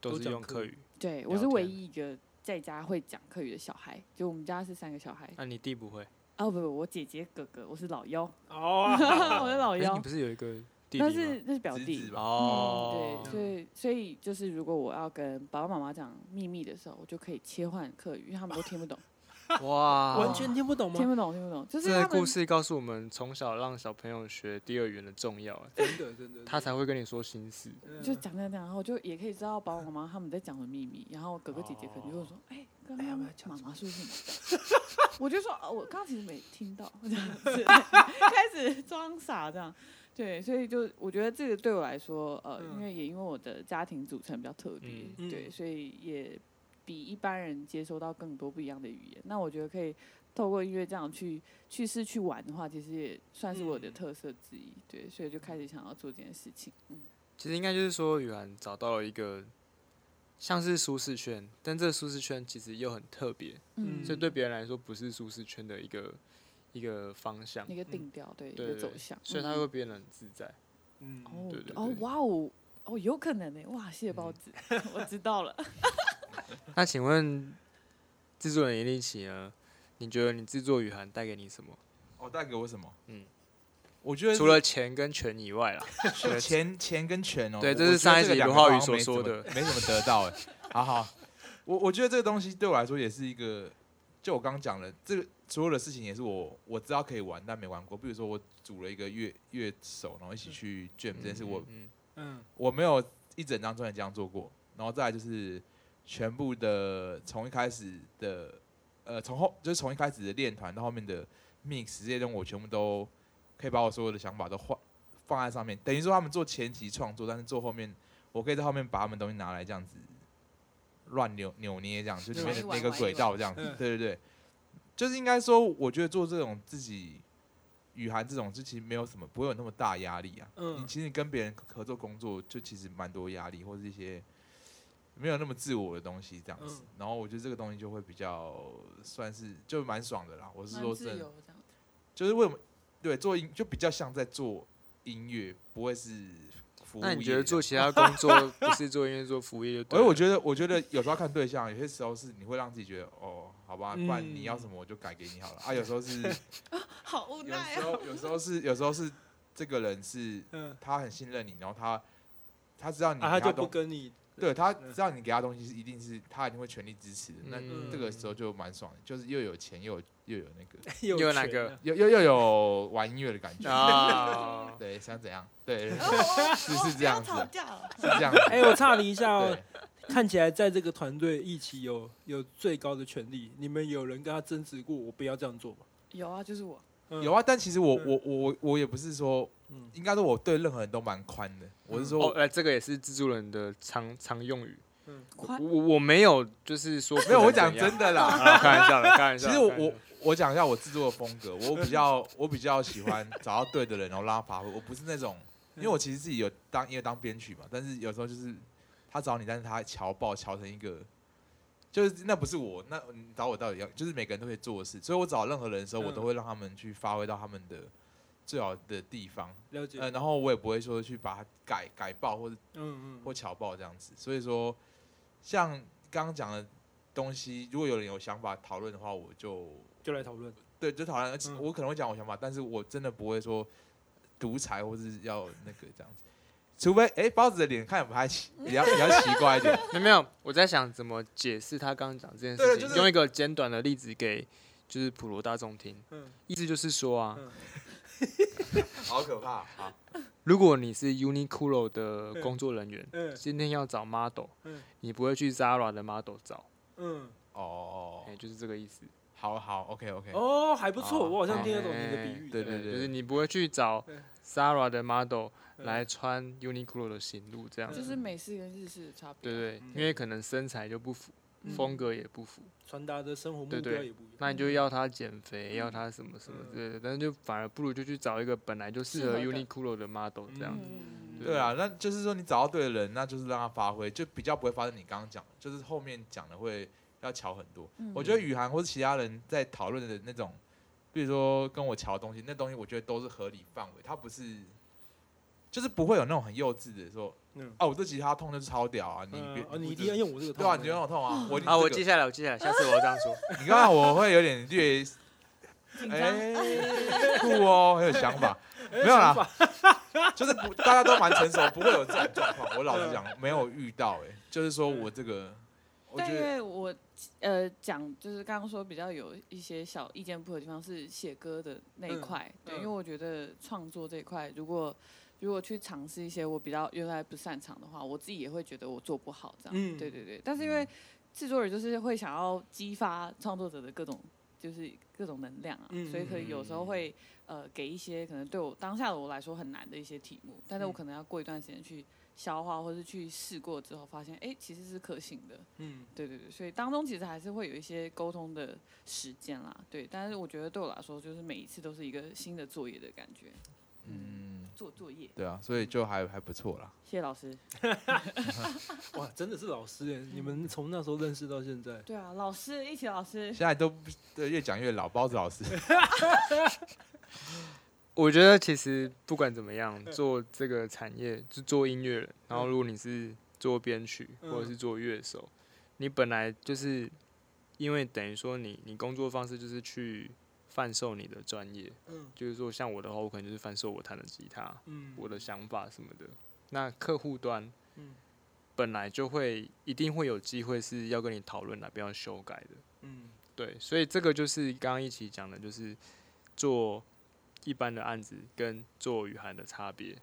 Speaker 3: 都
Speaker 1: 都
Speaker 3: 是
Speaker 1: 讲
Speaker 3: 用
Speaker 1: 客
Speaker 3: 客
Speaker 1: 语
Speaker 3: 语，
Speaker 2: 对我
Speaker 3: 聊
Speaker 2: 是唯
Speaker 3: 天
Speaker 2: 一一个在家会讲客语的小孩，就我们家是三个小孩。
Speaker 3: 那你弟不会？
Speaker 2: 哦不不，我姐姐哥哥，我是老幺，
Speaker 1: 哦，
Speaker 2: 我是老
Speaker 3: 哎，你
Speaker 2: 幺
Speaker 3: 不，是有一个弟弟
Speaker 2: 那
Speaker 3: 吗？
Speaker 2: 是那是表
Speaker 4: 侄
Speaker 2: 弟
Speaker 4: 子。吧
Speaker 3: 哦
Speaker 2: 嗯，对，所以所以就是，如果我要跟爸爸妈妈讲秘密的时候，我就可以切换客语，因为他们都听不 懂，
Speaker 3: 哇，
Speaker 2: 啊
Speaker 1: 完全听不懂
Speaker 2: 听
Speaker 1: 吗？
Speaker 2: 不懂，听不懂。就是
Speaker 3: 这个
Speaker 2: 他
Speaker 3: 故
Speaker 2: 们
Speaker 3: 事告诉我们，从小让小朋友学第二语言的重要，哎
Speaker 1: 真的真的，
Speaker 3: 他才会跟你说心事。
Speaker 1: 嗯
Speaker 2: 就讲讲讲，然后就也可以知道爸爸妈妈他们在讲的秘密，然后哥哥姐姐可能就会说，哎、刚
Speaker 1: 哎呀
Speaker 2: 刚
Speaker 1: 我要讲
Speaker 2: 妈
Speaker 1: 什
Speaker 2: 妈说什么？ 我就说，哦，我刚刚其实没听到，这样子 开始装傻这样。对，所以就我觉得这个对我来说，呃，
Speaker 1: 嗯
Speaker 2: 因为也因为我的家庭组成比较特别，
Speaker 1: 嗯
Speaker 2: 对，
Speaker 1: 嗯
Speaker 2: 所以也比一般人接收到更多不一样的语言。那我觉得可以透过音乐这样去去试去玩的话，其实也算是我的
Speaker 1: 嗯
Speaker 2: 特色之一。对，所以就开始想要做这件事情。嗯。
Speaker 3: 其实应该就是说，雨涵找到了一个像是舒适圈，但这个舒适圈其实又很特别，
Speaker 1: 嗯
Speaker 3: 所以对别人来说不是舒适圈的一个一个方向，
Speaker 2: 一个
Speaker 1: 嗯
Speaker 2: 定调，对，一
Speaker 3: 对
Speaker 2: 个
Speaker 3: 对
Speaker 2: 走
Speaker 3: 对
Speaker 2: 向，
Speaker 3: 所以
Speaker 2: 嗯
Speaker 3: 他会变得很自在。
Speaker 1: 嗯
Speaker 2: 哦
Speaker 3: 对对嗯
Speaker 2: 哦
Speaker 3: 对
Speaker 2: 哇哦哦，有可能呢、哇，谢谢包子， 我知道了。
Speaker 3: 那请问制作人严立奇呢？你觉得你制作雨涵带给你什么？
Speaker 4: 哦，带给我什么？
Speaker 3: 嗯
Speaker 4: 嗯，我觉得
Speaker 3: 除了钱跟权以外啦，
Speaker 4: 是钱钱跟权哦，
Speaker 3: 对
Speaker 4: 我
Speaker 3: 这是
Speaker 4: 我觉得
Speaker 3: 上一
Speaker 4: 个
Speaker 3: 集
Speaker 4: 两个
Speaker 3: 罗浩宇
Speaker 4: 好像
Speaker 3: 所
Speaker 4: 没怎
Speaker 3: 说
Speaker 4: 么
Speaker 3: 的
Speaker 4: 没怎么得到哎。好好，我我觉得这个东西对我来说也是一个，就我刚刚讲了，这个所有的事情也是我我知道可以玩，但没玩过。比如说我组了一个乐乐手，然后一起去 jam 这件事，我
Speaker 3: 嗯，嗯
Speaker 1: 嗯，
Speaker 4: 我没有一整张专辑这样做过。然后再来就是全部的从一开始的呃，从后就是从一开始的练团到后面的 mix 这些东西，我全部都可以把我所有的想法都换放在上面。等于说他们做前期创作，但是做后面，我可以在后面把他们东西拿来这样子乱扭扭捏，这样就里面
Speaker 2: 玩
Speaker 4: 的那
Speaker 2: 一玩
Speaker 4: 个
Speaker 2: 玩一
Speaker 4: 轨
Speaker 2: 玩
Speaker 4: 道这样子
Speaker 1: 嗯。
Speaker 4: 对对对，就是应该说，我觉得做这种自己雨涵这种，就其实没有什么不会有那么大压力啊。
Speaker 1: 嗯
Speaker 4: 你其实跟别人合作工作，就其实蛮多压力，或是一些没有那么自我的东西这样子。
Speaker 1: 嗯
Speaker 4: 然后我觉得这个东西就会比较算是就蛮爽的啦。我是说
Speaker 2: 蛮自
Speaker 4: 真的，
Speaker 2: 由这样，
Speaker 4: 就是为什么对做音就比较像在做音乐，不会是服务业。
Speaker 3: 那你觉得做？其他工作 不是做音乐做服务业就对
Speaker 4: 而
Speaker 3: 了？
Speaker 4: 我觉得，我觉得有时候要看对象，有些时候是你会让自己觉得哦，好吧，不然你要
Speaker 1: 嗯
Speaker 4: 什么我就改给你好了、啊。有时候是，
Speaker 2: 好无
Speaker 4: 有
Speaker 2: 奈
Speaker 4: 时
Speaker 2: 哦、
Speaker 4: 候有时候是，有时候是这个人是
Speaker 1: 嗯，
Speaker 4: 他很信任你，然后他他知道你给
Speaker 1: 啊，他就不
Speaker 4: 东，
Speaker 1: 跟你，
Speaker 4: 对他
Speaker 1: 嗯
Speaker 4: 知道你给他东西是一定是他一定会全力支持的。那
Speaker 3: 嗯
Speaker 4: 这个 时候就蛮爽的，就是又有钱又有又有那个
Speaker 1: 又
Speaker 3: 有
Speaker 1: 有
Speaker 3: 哪
Speaker 1: 权
Speaker 3: 个
Speaker 1: 啊？
Speaker 4: 又又又有玩音乐的感觉。
Speaker 3: 啊，
Speaker 4: 对，想怎样？对，
Speaker 2: 哦哦
Speaker 4: 是
Speaker 2: 哦
Speaker 4: 是这样
Speaker 2: 不要
Speaker 4: 子
Speaker 2: 吵
Speaker 4: 啊
Speaker 2: 架了。
Speaker 4: 是这样子。
Speaker 1: 哎，我岔离一下哦
Speaker 4: 对。，
Speaker 1: 看起来在这个团队一起有有最高的权利，你们有人跟他争执过，我不要这样做吗？
Speaker 2: 有啊，就是我。
Speaker 1: 嗯
Speaker 4: 有，啊，但其实我
Speaker 1: 嗯
Speaker 4: 我我我也不是说，
Speaker 1: 嗯
Speaker 4: 应该说我对任何人都蛮宽的。我是
Speaker 3: 哦，
Speaker 4: 说，
Speaker 3: 呃，这个也是制作人的常常用语。我
Speaker 2: 宽
Speaker 3: 我我没有，就是说
Speaker 4: 没
Speaker 3: 不
Speaker 4: 有，
Speaker 3: 能
Speaker 4: 我讲
Speaker 3: 怎样
Speaker 4: 真的啦。
Speaker 3: 啊，开玩笑的，开玩笑 的。
Speaker 4: 其实我
Speaker 3: 开玩
Speaker 4: 我
Speaker 3: 笑的
Speaker 4: 我讲一下我制作的风格，我比较我比较喜欢找到对的人，然后让他发挥。我不是那种，因为我其实自己有当也有当编曲嘛，但是有时候就是他找你，但是他瞧爆瞧成一个，就是那不是我，那你找我到底要，就是每个人都可以做的事。所以我找任何人的时候，我
Speaker 1: 嗯
Speaker 4: 都会让他们去发挥到他们的最好的地方。
Speaker 1: 了解。
Speaker 4: 呃，
Speaker 1: 嗯
Speaker 4: 然后我也不会说去把它改改爆或者
Speaker 1: 嗯
Speaker 4: 或巧爆这样子。所以说，像刚刚讲的东西，如果有人有想法讨论的话，我就
Speaker 1: 就来讨论。
Speaker 4: 对就讨论。而且
Speaker 1: 嗯
Speaker 4: 我可能会讲我想法，但是我真的不会说独裁或是要那个这样子。除非哎、包子的脸看起来不太奇，比较比较奇怪 一点。
Speaker 3: 没有没有，我在想怎么解释他刚刚讲这件事
Speaker 4: 对啊
Speaker 3: 情，
Speaker 4: 就是
Speaker 3: 用一个简短的例子给就是普罗大众听。
Speaker 1: 嗯
Speaker 3: 意思就是说啊，
Speaker 1: 嗯
Speaker 4: 好可怕啊！
Speaker 3: 如果你是 Uniqlo 的工作人员，
Speaker 1: 嗯
Speaker 3: 今天要找 model，
Speaker 1: 嗯
Speaker 3: 你不会去 Zara 的 model 找，
Speaker 1: 嗯，
Speaker 4: 哦
Speaker 3: 哎，，就是这个意思。
Speaker 4: 好好，OK OK，
Speaker 1: 哦，还不错，
Speaker 4: 哦
Speaker 1: 我好像听得懂
Speaker 3: 哎
Speaker 1: 你的比喻。
Speaker 4: 对对
Speaker 3: 就
Speaker 4: 对嗯
Speaker 3: 是你不会去找 Zara 的 model
Speaker 1: 嗯
Speaker 3: 来穿 Uniqlo 的行路这样
Speaker 2: 就
Speaker 3: 子，
Speaker 2: 是美式跟日式的差别。啊
Speaker 3: 对对，
Speaker 1: 嗯
Speaker 3: 因为可能身材就不符，
Speaker 2: 嗯
Speaker 3: 风格也不符，
Speaker 1: 传达的生活目
Speaker 3: 对对
Speaker 1: 标也不一样。
Speaker 3: 那你就要他减肥，要
Speaker 1: 嗯
Speaker 3: 他什么什么
Speaker 1: 嗯
Speaker 3: 之类的，但是就反而不如就去找一个本来就适
Speaker 2: 适
Speaker 3: 合
Speaker 2: 合的
Speaker 3: Uniqlo 的 model 这样子。
Speaker 2: 嗯
Speaker 4: 对啊，那就是说你找到对的人，那就是让他发挥，就比较不会发生你刚刚讲的，就是后面讲的会要巧很多。
Speaker 2: 嗯
Speaker 4: 我觉得雨涵或是其他人在讨论的那种，比如说跟我瞧的东西，那东西我觉得都是合理范围，它不是，就是不会有那种很幼稚的说，
Speaker 1: 嗯
Speaker 4: 啊，我这吉他痛就是超屌啊，你别、
Speaker 1: 嗯，哦，你
Speaker 4: 不
Speaker 1: 一定要用我这个套
Speaker 4: 对啊，
Speaker 1: 路。
Speaker 4: 你就让我 痛啊，我
Speaker 3: 啊，我
Speaker 4: 记
Speaker 3: 记，下来，我记下来，下次我要这样说。
Speaker 4: 你刚刚我会有 点略，
Speaker 2: 紧张。
Speaker 4: 哎，酷哦，很有想法，没有啦
Speaker 1: 想法，
Speaker 4: 就是不大家都蛮成熟，不会有这种状况。我
Speaker 1: 嗯
Speaker 4: 老实讲，没有遇到、哎，就是说我这个，我
Speaker 2: 但
Speaker 4: 觉
Speaker 2: 因
Speaker 4: 得
Speaker 2: 为我呃讲就是刚刚说比较有一些小意见不合的地方是写歌的那一
Speaker 1: 嗯
Speaker 2: 块，对，因为
Speaker 1: 嗯
Speaker 2: 我觉得创作这一块，如果如果去尝试一些我比较原来不擅长的话，我自己也会觉得我做不好这样。
Speaker 1: 嗯
Speaker 2: 对对对，但是因为制作人就是会想要激发创作者的各种就是各种能量啊，
Speaker 1: 嗯
Speaker 2: 所以可以有时候会呃给一些可能对我当下的我来说很难的一些题目，但是我
Speaker 1: 嗯
Speaker 2: 可能要过一段时间去消化，或是去试过之后发现，哎、其实是可行的。
Speaker 1: 嗯
Speaker 2: 对对对，所以当中其实还是会有一些沟通的时间啦，对。但是我觉得对我来说，就是每一次都是一个新的作业的感觉，
Speaker 4: 嗯，
Speaker 2: 做作业。
Speaker 4: 对啊，所以就还还不错啦。
Speaker 2: 谢谢老师。
Speaker 1: 嗯哇，真的是老师耶！你们从那时候认识到现在，
Speaker 2: 对啊，老师，一起老师。
Speaker 4: 现在都不对，越讲越老，包子老师。
Speaker 3: 我觉得其实不管怎么样，做这个产业就做音乐人，然后如果你是做编曲
Speaker 1: 嗯
Speaker 3: 或者是做乐手，你本来就是因为等于说你你工作方式就是去贩售你的专业，
Speaker 1: 嗯
Speaker 3: 就是说像我的话，我可能就是贩售我弹的吉他，
Speaker 1: 嗯
Speaker 3: 我的想法什么的。那客户端
Speaker 1: 嗯
Speaker 3: 本来就会一定会有机会是要跟你讨论哪边要修改的，
Speaker 1: 嗯
Speaker 3: 对，所以这个就是刚刚一起讲的，就是做一般的案子跟做雨涵的差别。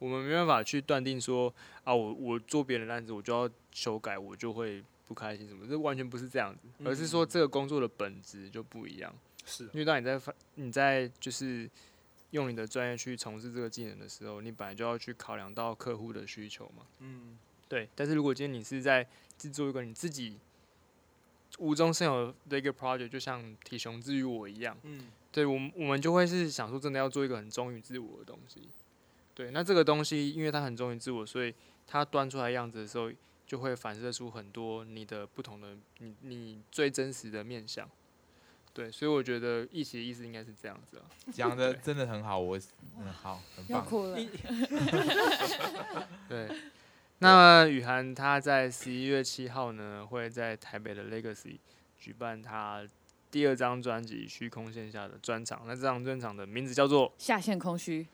Speaker 3: 我们没办法去断定说啊，我我做别人的案子，我就要修改，我就会不开心什么，这完全不是这样子，而是
Speaker 1: 嗯
Speaker 3: 说这个工作的本质就不一样。
Speaker 1: 是啊
Speaker 3: 因为当你在发你在就是用你的专业去从事这个技能的时候，你本来就要去考量到客户的需求嘛。
Speaker 1: 嗯
Speaker 3: 对，但是如果今天你是在制作一个你自己无中生有的一个 project，就像体雄之于我一样，
Speaker 1: 嗯
Speaker 3: 对我们我们就会是想说真的要做一个很忠于自我的东西。对，那这个东西因为它很忠于自我，所以它端出来样子的时候，就会反射出很多你的不同的你你最真实的面相。对，所以我觉得一起的意思应该是这样子啊。
Speaker 4: 讲的
Speaker 3: 对
Speaker 4: 真的很好，我嗯好，很
Speaker 2: 要
Speaker 4: 棒。
Speaker 2: 哭了。
Speaker 3: 对，那雨涵她在十一月七号呢，会在台北的 Legacy 举办她第二张专辑《虚空线下》的专场。那这张专场的名字叫做
Speaker 2: 下线空虚，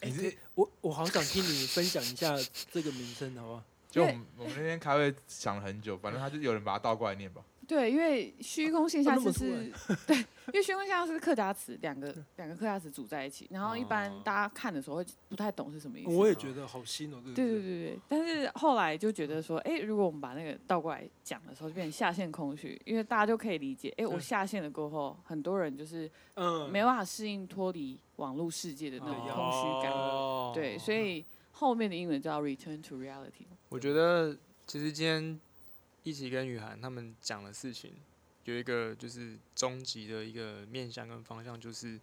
Speaker 3: 哎
Speaker 4: 你是
Speaker 1: 我我好想听你分享一下这个名称，好不好？
Speaker 4: 就我们我们那天开会想了很久，反正他就有人把它倒过来念吧。
Speaker 2: 对，因为虚空线下
Speaker 1: 啊那么
Speaker 2: 就是、对，因为虚空线下是客家词，两个两个客家词组在一起，然后一般
Speaker 3: 哦
Speaker 2: 大家看的时候会不太懂是什么意思。
Speaker 1: 我也觉得好新哦，这个
Speaker 2: 对对
Speaker 1: 字
Speaker 2: 对对，但是后来就觉得说，哎、如果我们把那个倒过来讲的时候，就变成下线空虚，因为大家就可以理解，哎、我
Speaker 1: 对
Speaker 2: 下线了过后，很多人就是
Speaker 1: 嗯，
Speaker 2: 没办法适应脱离网络世界的那种
Speaker 1: 哦
Speaker 2: 空虚感。
Speaker 3: 啊哦
Speaker 2: 对，所以后面的英文叫 return to reality。
Speaker 3: 我觉得其实今天一起跟雨涵他们讲的事情，有一个就是终极的一个面向跟方向，就是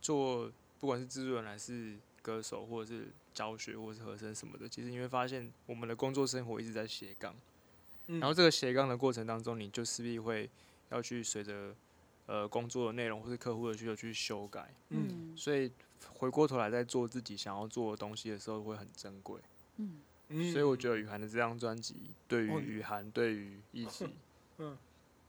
Speaker 3: 做不管是制作人还是歌手，或者是教学或者是和声什么的，其实你会发现我们的工作生活一直在斜杠，
Speaker 1: 嗯，
Speaker 3: 然后这个斜杠的过程当中，你就势必会要去随着呃工作的内容或是客户的需求去修改，
Speaker 1: 嗯
Speaker 2: 嗯
Speaker 3: 所以回过头来在做自己想要做的东西的时候会很珍贵。
Speaker 2: 嗯，
Speaker 1: 嗯，
Speaker 3: 所以我觉得雨涵的这张专辑，对于
Speaker 1: 哦
Speaker 3: 雨涵，对于一起，
Speaker 1: 嗯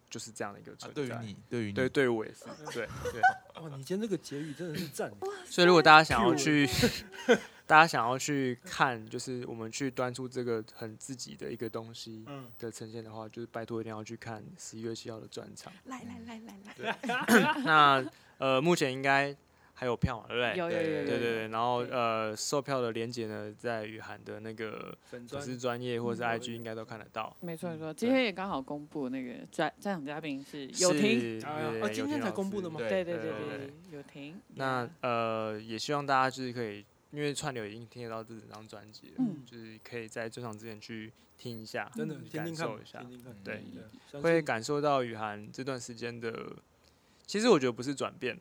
Speaker 3: 就是这样的一个
Speaker 4: 啊
Speaker 3: 存
Speaker 4: 对于
Speaker 3: 在。
Speaker 4: 你，对于你，
Speaker 3: 对，对我也是，
Speaker 1: 嗯
Speaker 3: 对对。
Speaker 1: 哇，你今天这个结语真的是赞，
Speaker 3: 所以如果大家想要
Speaker 1: Cue
Speaker 3: 去， 大家想要去看，就是我们去端出这个很自己的一个东西
Speaker 1: 嗯，
Speaker 3: 的呈现的话，就是拜托一定要去看十一月七号的专 场。
Speaker 2: 来来来来来，
Speaker 3: 那呃，目前应该还有票嘛，对不对？
Speaker 2: 有有有有
Speaker 4: 对
Speaker 2: 有，
Speaker 3: 对对对，然后
Speaker 2: 对
Speaker 3: 呃，售票的链接呢，在雨涵的那个
Speaker 1: 粉
Speaker 3: 粉
Speaker 1: 砖
Speaker 3: 丝专业或者是
Speaker 1: 嗯
Speaker 3: IG 应该都看得到。
Speaker 2: 没错没错，
Speaker 3: 对
Speaker 2: 今天也刚好公布那个专专场嘉宾是有婷，
Speaker 3: 是
Speaker 1: 哎呀
Speaker 3: 对
Speaker 1: 哦
Speaker 3: 有
Speaker 1: 今
Speaker 3: 婷
Speaker 1: 天才
Speaker 3: 老
Speaker 1: 公布
Speaker 3: 师
Speaker 1: 的吗
Speaker 2: 对
Speaker 4: 对
Speaker 2: 对
Speaker 3: 对
Speaker 2: 对
Speaker 3: 对
Speaker 2: 对，有婷。
Speaker 3: 那
Speaker 2: yeah
Speaker 3: 呃，也希望大家就是可以，因为串流已经听得到这整张专辑了，
Speaker 2: 嗯
Speaker 3: 就是可以在专场之前去听一下，
Speaker 1: 真的
Speaker 3: 去
Speaker 1: 听
Speaker 3: 嗯感
Speaker 1: 听看
Speaker 3: 受
Speaker 1: 吧，
Speaker 3: 一下
Speaker 1: 听，听看，
Speaker 3: 对
Speaker 1: 嗯
Speaker 2: 对
Speaker 1: 相
Speaker 3: 会
Speaker 1: 信
Speaker 3: 感受到雨涵这段时间的，其实我觉得不是转变，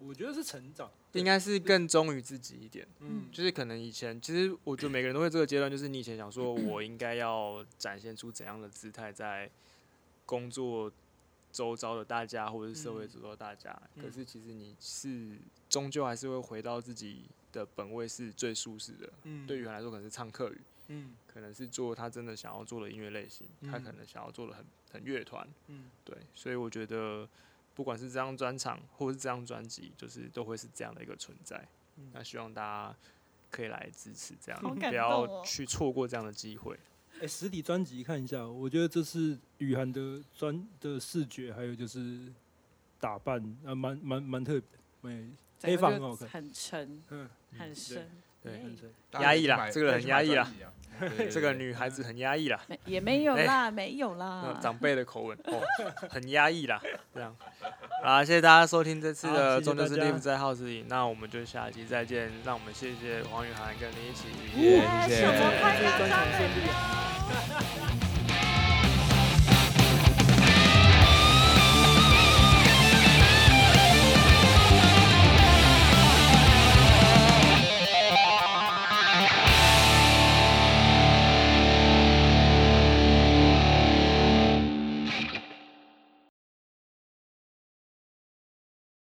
Speaker 1: 我觉得是成长，
Speaker 3: 应该是更忠于自己一点。
Speaker 1: 嗯，
Speaker 3: 就是可能以前，其实我觉得每个人都会这个阶段，就是你以前想 说我应该要展现出怎样的姿态，在工作周遭的大家，或者是社会
Speaker 1: 嗯
Speaker 3: 周遭的大家。
Speaker 1: 嗯
Speaker 3: 可是其实你是终究还是会回到自己的本位是最舒适的。
Speaker 1: 嗯
Speaker 3: 对于他来说，可能是唱客语，
Speaker 1: 嗯
Speaker 3: 可能是做他真的想要做的音乐类型，他可
Speaker 1: 嗯
Speaker 3: 能想要做的很很乐团。
Speaker 1: 嗯
Speaker 3: 对，所以我觉得不管是这张专场或是这张专辑，就是都会是这样的一个存在。
Speaker 1: 嗯
Speaker 3: 那希望大家可以来支持，这样、
Speaker 2: 好感
Speaker 3: 不
Speaker 2: 动哦
Speaker 3: 要去错过这样的机会。
Speaker 1: 哎、实体专辑看一下，哦我觉得这是雨涵的专的视觉，还有就是打扮啊，蛮蛮蛮特别，蛮
Speaker 2: 整
Speaker 1: 黑
Speaker 2: 个
Speaker 1: 发
Speaker 2: 就
Speaker 1: 很好看，
Speaker 2: 很沉，
Speaker 1: 嗯，
Speaker 2: 很深，
Speaker 3: 对
Speaker 2: 耶
Speaker 1: 很深
Speaker 4: 大家
Speaker 3: 压
Speaker 4: 可以
Speaker 3: 抑
Speaker 4: 去
Speaker 3: 啦
Speaker 4: 买
Speaker 3: 这个
Speaker 4: 可以
Speaker 3: 很
Speaker 4: 去
Speaker 3: 压
Speaker 4: 买
Speaker 3: 抑
Speaker 4: 专
Speaker 3: 啦
Speaker 4: 辑啊。 对对
Speaker 3: 这个
Speaker 4: 对
Speaker 3: 女孩子很压抑啦，
Speaker 2: 没也没有啦，没有啦
Speaker 3: 那，嗯长辈的口吻哦，很压抑啦，这样。啊，谢谢大家收听这次
Speaker 1: 好
Speaker 3: 的《
Speaker 1: 谢谢
Speaker 3: 终究是
Speaker 1: 大家
Speaker 3: live 在 house 里》，那我们就下期再见。让我们谢谢黄雨涵跟林一起。
Speaker 4: 耶谢谢
Speaker 2: 手么拍